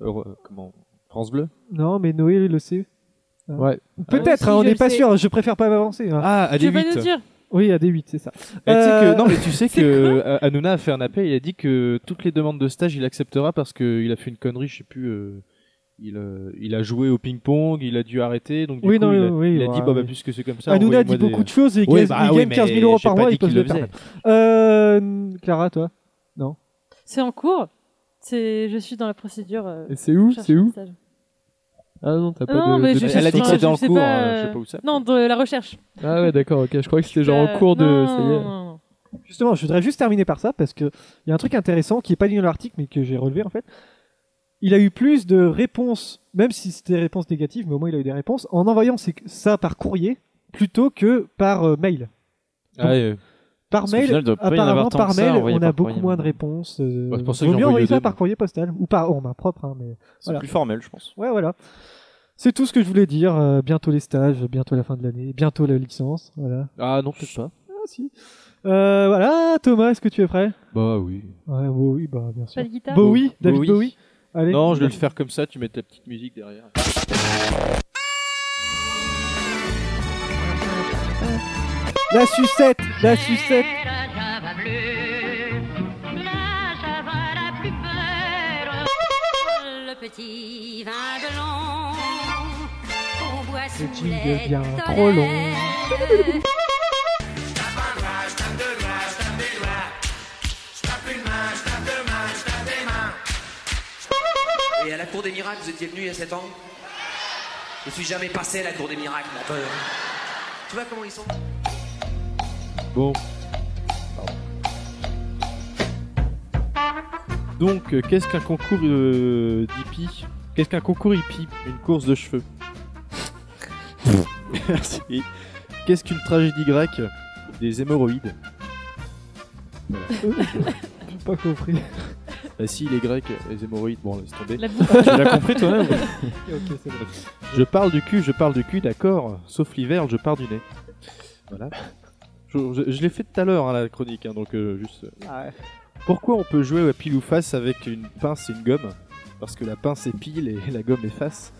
Euro- comment France Bleu
Non, mais Noé le sait. Hein.
Ouais.
Peut-être,
Ah oui,
hein, on
si, je
n'est
le
pas
sais.
sûr, je préfère pas avancer.
Ah, à Tu des vas nous 8. dire.
Oui, à D8, c'est ça.
Eh, tu sais
Euh,
que- non, mais tu sais que euh, Hanouna a fait un appel, il a dit que toutes les demandes de stage, il acceptera parce qu'il a fait une connerie, je sais plus. euh, il, euh, il a joué au ping-pong, il a dû arrêter, donc du
Oui,
coup,
non,
il a,
oui,
il a
ouais,
dit bah, bah,
oui.
puisque c'est comme ça.
Hanouna dit
envoyez-moi des-
beaucoup de choses et il
Oui,
gagne-
bah,
il
oui,
gagne
mais
15 000 euros
j'ai pas
par mois,
dit
il peut
qu'il
se le
le
permettre.
faisait.
Euh, Clara, toi Non.
C'est en cours. C'est, je suis dans la procédure. euh,
Et c'est où
je cherche
C'est
un
où
stage.
Ah non, t'as pas
Non,
de.
mais
de-
je cherche un- je sais pas, euh, Non, de la recherche.
Ah ouais, d'accord, ok. Je crois que c'était genre en
Euh,
cours de.
non,
ça y est.
non, non.
Justement, je voudrais juste terminer par ça parce que il y a un truc intéressant qui est pas dit dans l'article mais que j'ai relevé en fait. Il a eu plus de réponses, même si c'était des réponses négatives, mais au moins il a eu des réponses en envoyant ces- ça par courrier plutôt que par euh, mail. Donc,
Ah, euh,
par
parce qu'au
mail,
final, il doit pas y en avoir
apparemment
tant
par
que ça,
mail,
envoyé
on a
par
beaucoup
courrier.
moins de réponses. euh,
Bah, c'est pour ça que
vaut
j'ai
mieux
envoyé
envoyer
au
ça
début.
par courrier postal ou par en main propre, hein, mais
euh,
C'est
voilà.
plus formel, je pense.
Ouais, voilà. C'est tout ce que je voulais dire. Euh, bientôt les stages, bientôt la fin de l'année, bientôt la licence, voilà.
Ah non, peut-être pas.
Ah si. Euh, voilà,
Ah,
Thomas, est-ce que tu es prêt
Bah oui.
Ouais, Bowie, bah bien sûr.
Pas de guitare
Bowie, David Bowie.
Ah. Bowie.
Allez.
non, je vais le faire comme ça, tu mets ta petite musique derrière.
La sucette, la sucette.
Le petit vin de long qu'on boit
Le
sous
jingle
les
devient trop long.
tonnelles.
Et à la Cour des Miracles, vous étiez venu il y a 7 ans Je suis jamais passé à la Cour des Miracles, menteur. Tu vois comment ils sont
Bon. Donc, euh, qu'est-ce qu'un concours euh, d'hippie Qu'est-ce qu'un concours hippie Une course de cheveux. Merci. Qu'est-ce qu'une tragédie grecque Des hémorroïdes.
J'ai pas compris.
Bah si, les Grecs, les hémorroïdes, bon, laisse tomber.
La bouffe.
tu l'as compris toi-même
Ok, ok, c'est bon.
Je parle du cul, je parle du cul, d'accord. Sauf l'hiver, je pars du nez. Voilà. Je, je- je l'ai fait tout à l'heure, hein, la chronique, hein, donc euh, juste... euh,
Ah
Pourquoi on peut jouer à pile ou face avec une pince et une gomme Parce que la pince est pile et la gomme est face.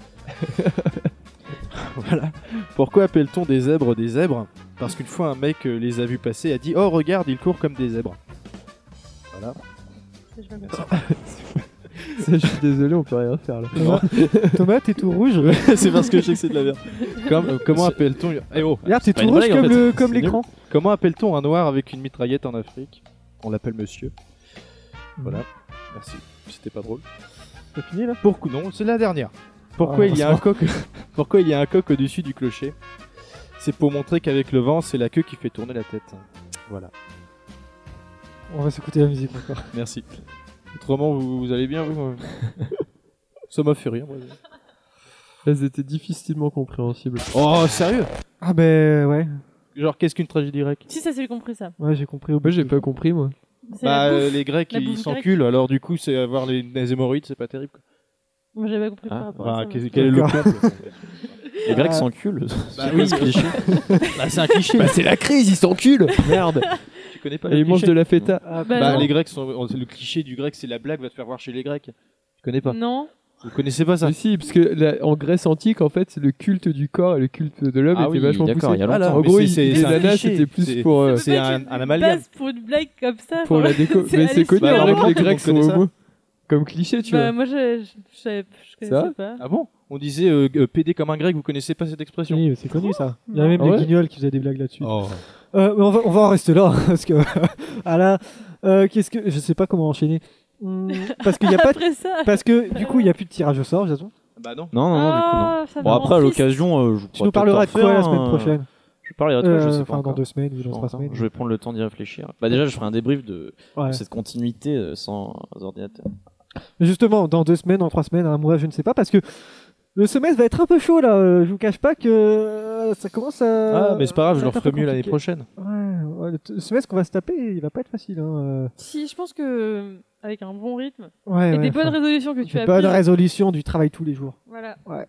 voilà. Pourquoi appelle-t-on des zèbres des zèbres Parce qu'une fois un mec euh, les a vus passer, a dit Oh regarde, ils courent comme des zèbres. Voilà.
Ça, je suis désolé, on peut rien faire là.
Non.
Thomas, t'es tout rouge.
c'est parce que je sais que c'est de la merde. Comme- euh, comment appelle-t-on Eh oh,
Regarde,
c'est
c'est
pas
tout
une
rouge
blague, en
comme
fait.
le- comme
C'est
l'écran.
nul. Comment appelle-t-on un noir avec une mitraillette en Afrique On l'appelle monsieur. Voilà. Merci. C'était pas drôle.
T'as fini là
Pourquoi non C'est la dernière. Pourquoi
Ah,
il y a un
bonsoir.
coq Pourquoi il y a un coq au-dessus du clocher C'est pour montrer qu'avec le vent, c'est la queue qui fait tourner la tête. Voilà.
On va s'écouter la musique encore.
Merci. Autrement, vous, vous allez bien vous moi Ça m'a fait rire. moi.
Elles étaient difficilement compréhensibles.
Oh, sérieux
Ah ben ouais.
Genre, qu'est-ce qu'une tragédie grecque
Si, ça, j'ai compris ça.
Ouais, j'ai compris. Bah, j'ai pas compris moi.
C'est
Bah,
la bouffe.
euh, les Grecs,
La
ils
bouffe grecque.
s'enculent, alors du coup, c'est avoir les, les hémorroïdes, c'est pas terrible. quoi.
Moi, j'avais pas compris par
Ah,
rapport
bah,
à ça.
quel,
mais-
quel est le
D'accord.
peuple
Les
Euh,
Grecs s'enculent, c'est quoi ce cliché
Bah, c'est un cliché.
Bah, c'est la
crise, ils s'enculent. Merde. Tu connais pas
Et
le
ils mangent
cliché
de la feta.
Ah,
Bah,
Bah, non.
les Grecs sont on- le cliché du grec, c'est la blague va te faire voir chez les Grecs. Tu connais pas
Non.
Vous connaissez pas ça
Mais Ah, si, parce que la- en Grèce antique, en fait, le culte du corps et le culte de l'homme
Ah
était
oui,
vachement poussé.
d'accord, il y a longtemps.
en
Mais
gros,
c'est-
il-
c'est-
les
c'est un
nanas,
cliché.
c'était plus
C'est-
pour euh,
c'est un, un amalgame.
Base pour une blague comme ça.
pour la
enfin,
déco.
c'est
Mais c'est connu
Bah,
hallucinant.
en vrai que les
Tout le
Grecs sont
monde connaît ça.
homo. Comme cliché, tu
Bah,
vois.
moi, je, je, je, savais- je connaissais pas.
Ah bon On disait euh, euh, PD comme un grec, vous connaissez pas cette expression
Oui, c'est connu ça. Il y a même
Ah
les
ouais
guignols qui faisaient des blagues là-dessus.
Oh.
Euh, mais on, va, on va en rester là parce que ah là, euh, qu'est-ce que je sais pas comment enchaîner. Hmm, Parce qu'il y a pas de-
Après ça.
parce que du coup il y a plus de tirage au sort, Jason.
Bah non.
Non, non, non, du coup, non.
Ah, ça me
Bon,
rend
après, à
triste.
l'occasion, euh, je
Tu
pourrais
nous
peut-être
parleras de
refaire
quoi la
un-
semaine prochaine
Je parlerai de quoi, je
Euh,
sais pas.
enfin, dans
encore.
deux semaines ou
Je
dans
sais
trois
pas
hein.
encore.
semaines.
Je vais prendre le temps d'y réfléchir. Bah, déjà, je ferai un débrief de de
Ouais.
cette continuité euh, sans ordinateur.
Mais Justement, dans deux semaines, dans trois semaines, un mois, je ne sais pas, parce que le semestre va être un peu chaud là. euh, Je vous cache pas que euh, ça commence à.
Ah, mais c'est pas grave, je
ça va
le
être un
referai
peu
mieux l'année
compliqué.
prochaine.
Ouais, ouais, le t- le semestre qu'on va se taper, il va pas être facile. Hein. euh.
Si, je pense que euh, avec un bon rythme
Ouais,
et
ouais,
des bonnes
enfin,
résolutions que tu
des
as
bonnes
prises.
résolutions du travail tous les jours.
Voilà.
Ouais.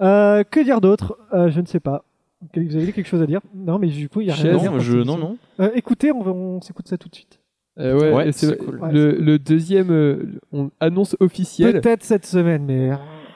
Euh, que dire d'autre Euh, Je ne sais pas. Quel- Vous avez quelque chose à dire Non, mais du coup, il y a rien. à
Non,
dire pour
je-
cette
non,
émission.
non.
Euh, écoutez, on, va- on s'écoute ça tout de suite.
Euh, ouais,
Ouais,
et c'est vrai,
c'est cool.
Le, le deuxième euh, on- annonce officielle.
Peut-être cette semaine, mais.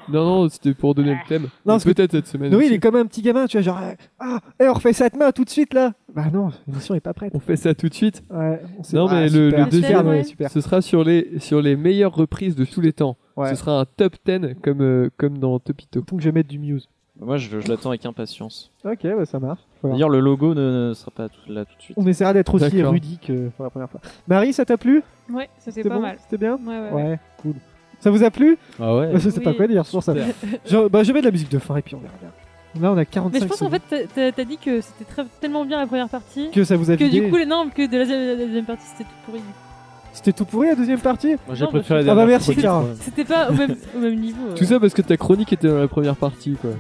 Non, non, c'était pour donner le thème.
Non,
Mais
parce que-
peut-être cette semaine.
Noé, il
aussi.
est comme un petit gamin, tu vois, genre, euh, ah, eh, on refait ça demain tout de suite là Bah non, l'émission est pas prête.
On fait ça tout de suite.
Ouais, on sait-
Non,
Ah,
mais le,
super,
le deuxième,
super, Noé, super.
ce sera sur les, sur les meilleures reprises de tous les temps.
Ouais.
Ce sera un top 10 comme, euh, comme dans Topito.
Donc je vais mettre du Muse.
Moi, je, je l'attends avec impatience.
Ok, bah, ça marche. Voilà.
D'ailleurs, le logo ne, ne sera pas tout- là tout de suite.
On essaiera d'être aussi
D'accord.
érudit que pour la première fois. Marie, ça t'a plu
Ouais, c'était
C'était
pas
bon
mal.
C'était bien
Ouais, ouais.
Ouais, cool. Ça vous a plu
Ah ouais.
Bah, Je sais pas
Oui.
quoi dire, sur ça.
Super.
Je, bah, je mets de la musique de fin et puis on verra bien. Là, on a 45
Mais je pense en
secondes.
fait, t'as- t'as- t'as dit que c'était très- tellement bien la première partie
que ça vous a
que
vidé.
du coup, les- non, que de la deuxième, la deuxième partie c'était tout pourri.
C'était tout pourri la deuxième partie
Moi,
j'ai
j'ai
Non, préféré
préféré
la bah, dernière merci, chronique, Clara. moi.
C'était pas au même, au même niveau. euh,
Tout ça parce que ta chronique était dans la première partie, quoi.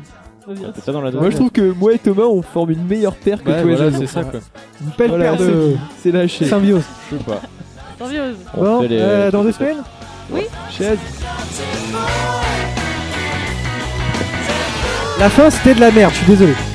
on va dire.
C'est pas dans la
Moi, je
deuxième.
trouve que moi et Thomas, on forme une meilleure paire que
Ouais,
toi et
voilà,
Jason.
c'est ça quoi.
Une belle
Voilà,
paire de
C'est lâché.
symbiose.
Je sais pas.
Tant mieux.
On
Bon,
fait les-
euh, dans deux semaines
Chaise.
La fin, c'était de la merde, je suis désolé.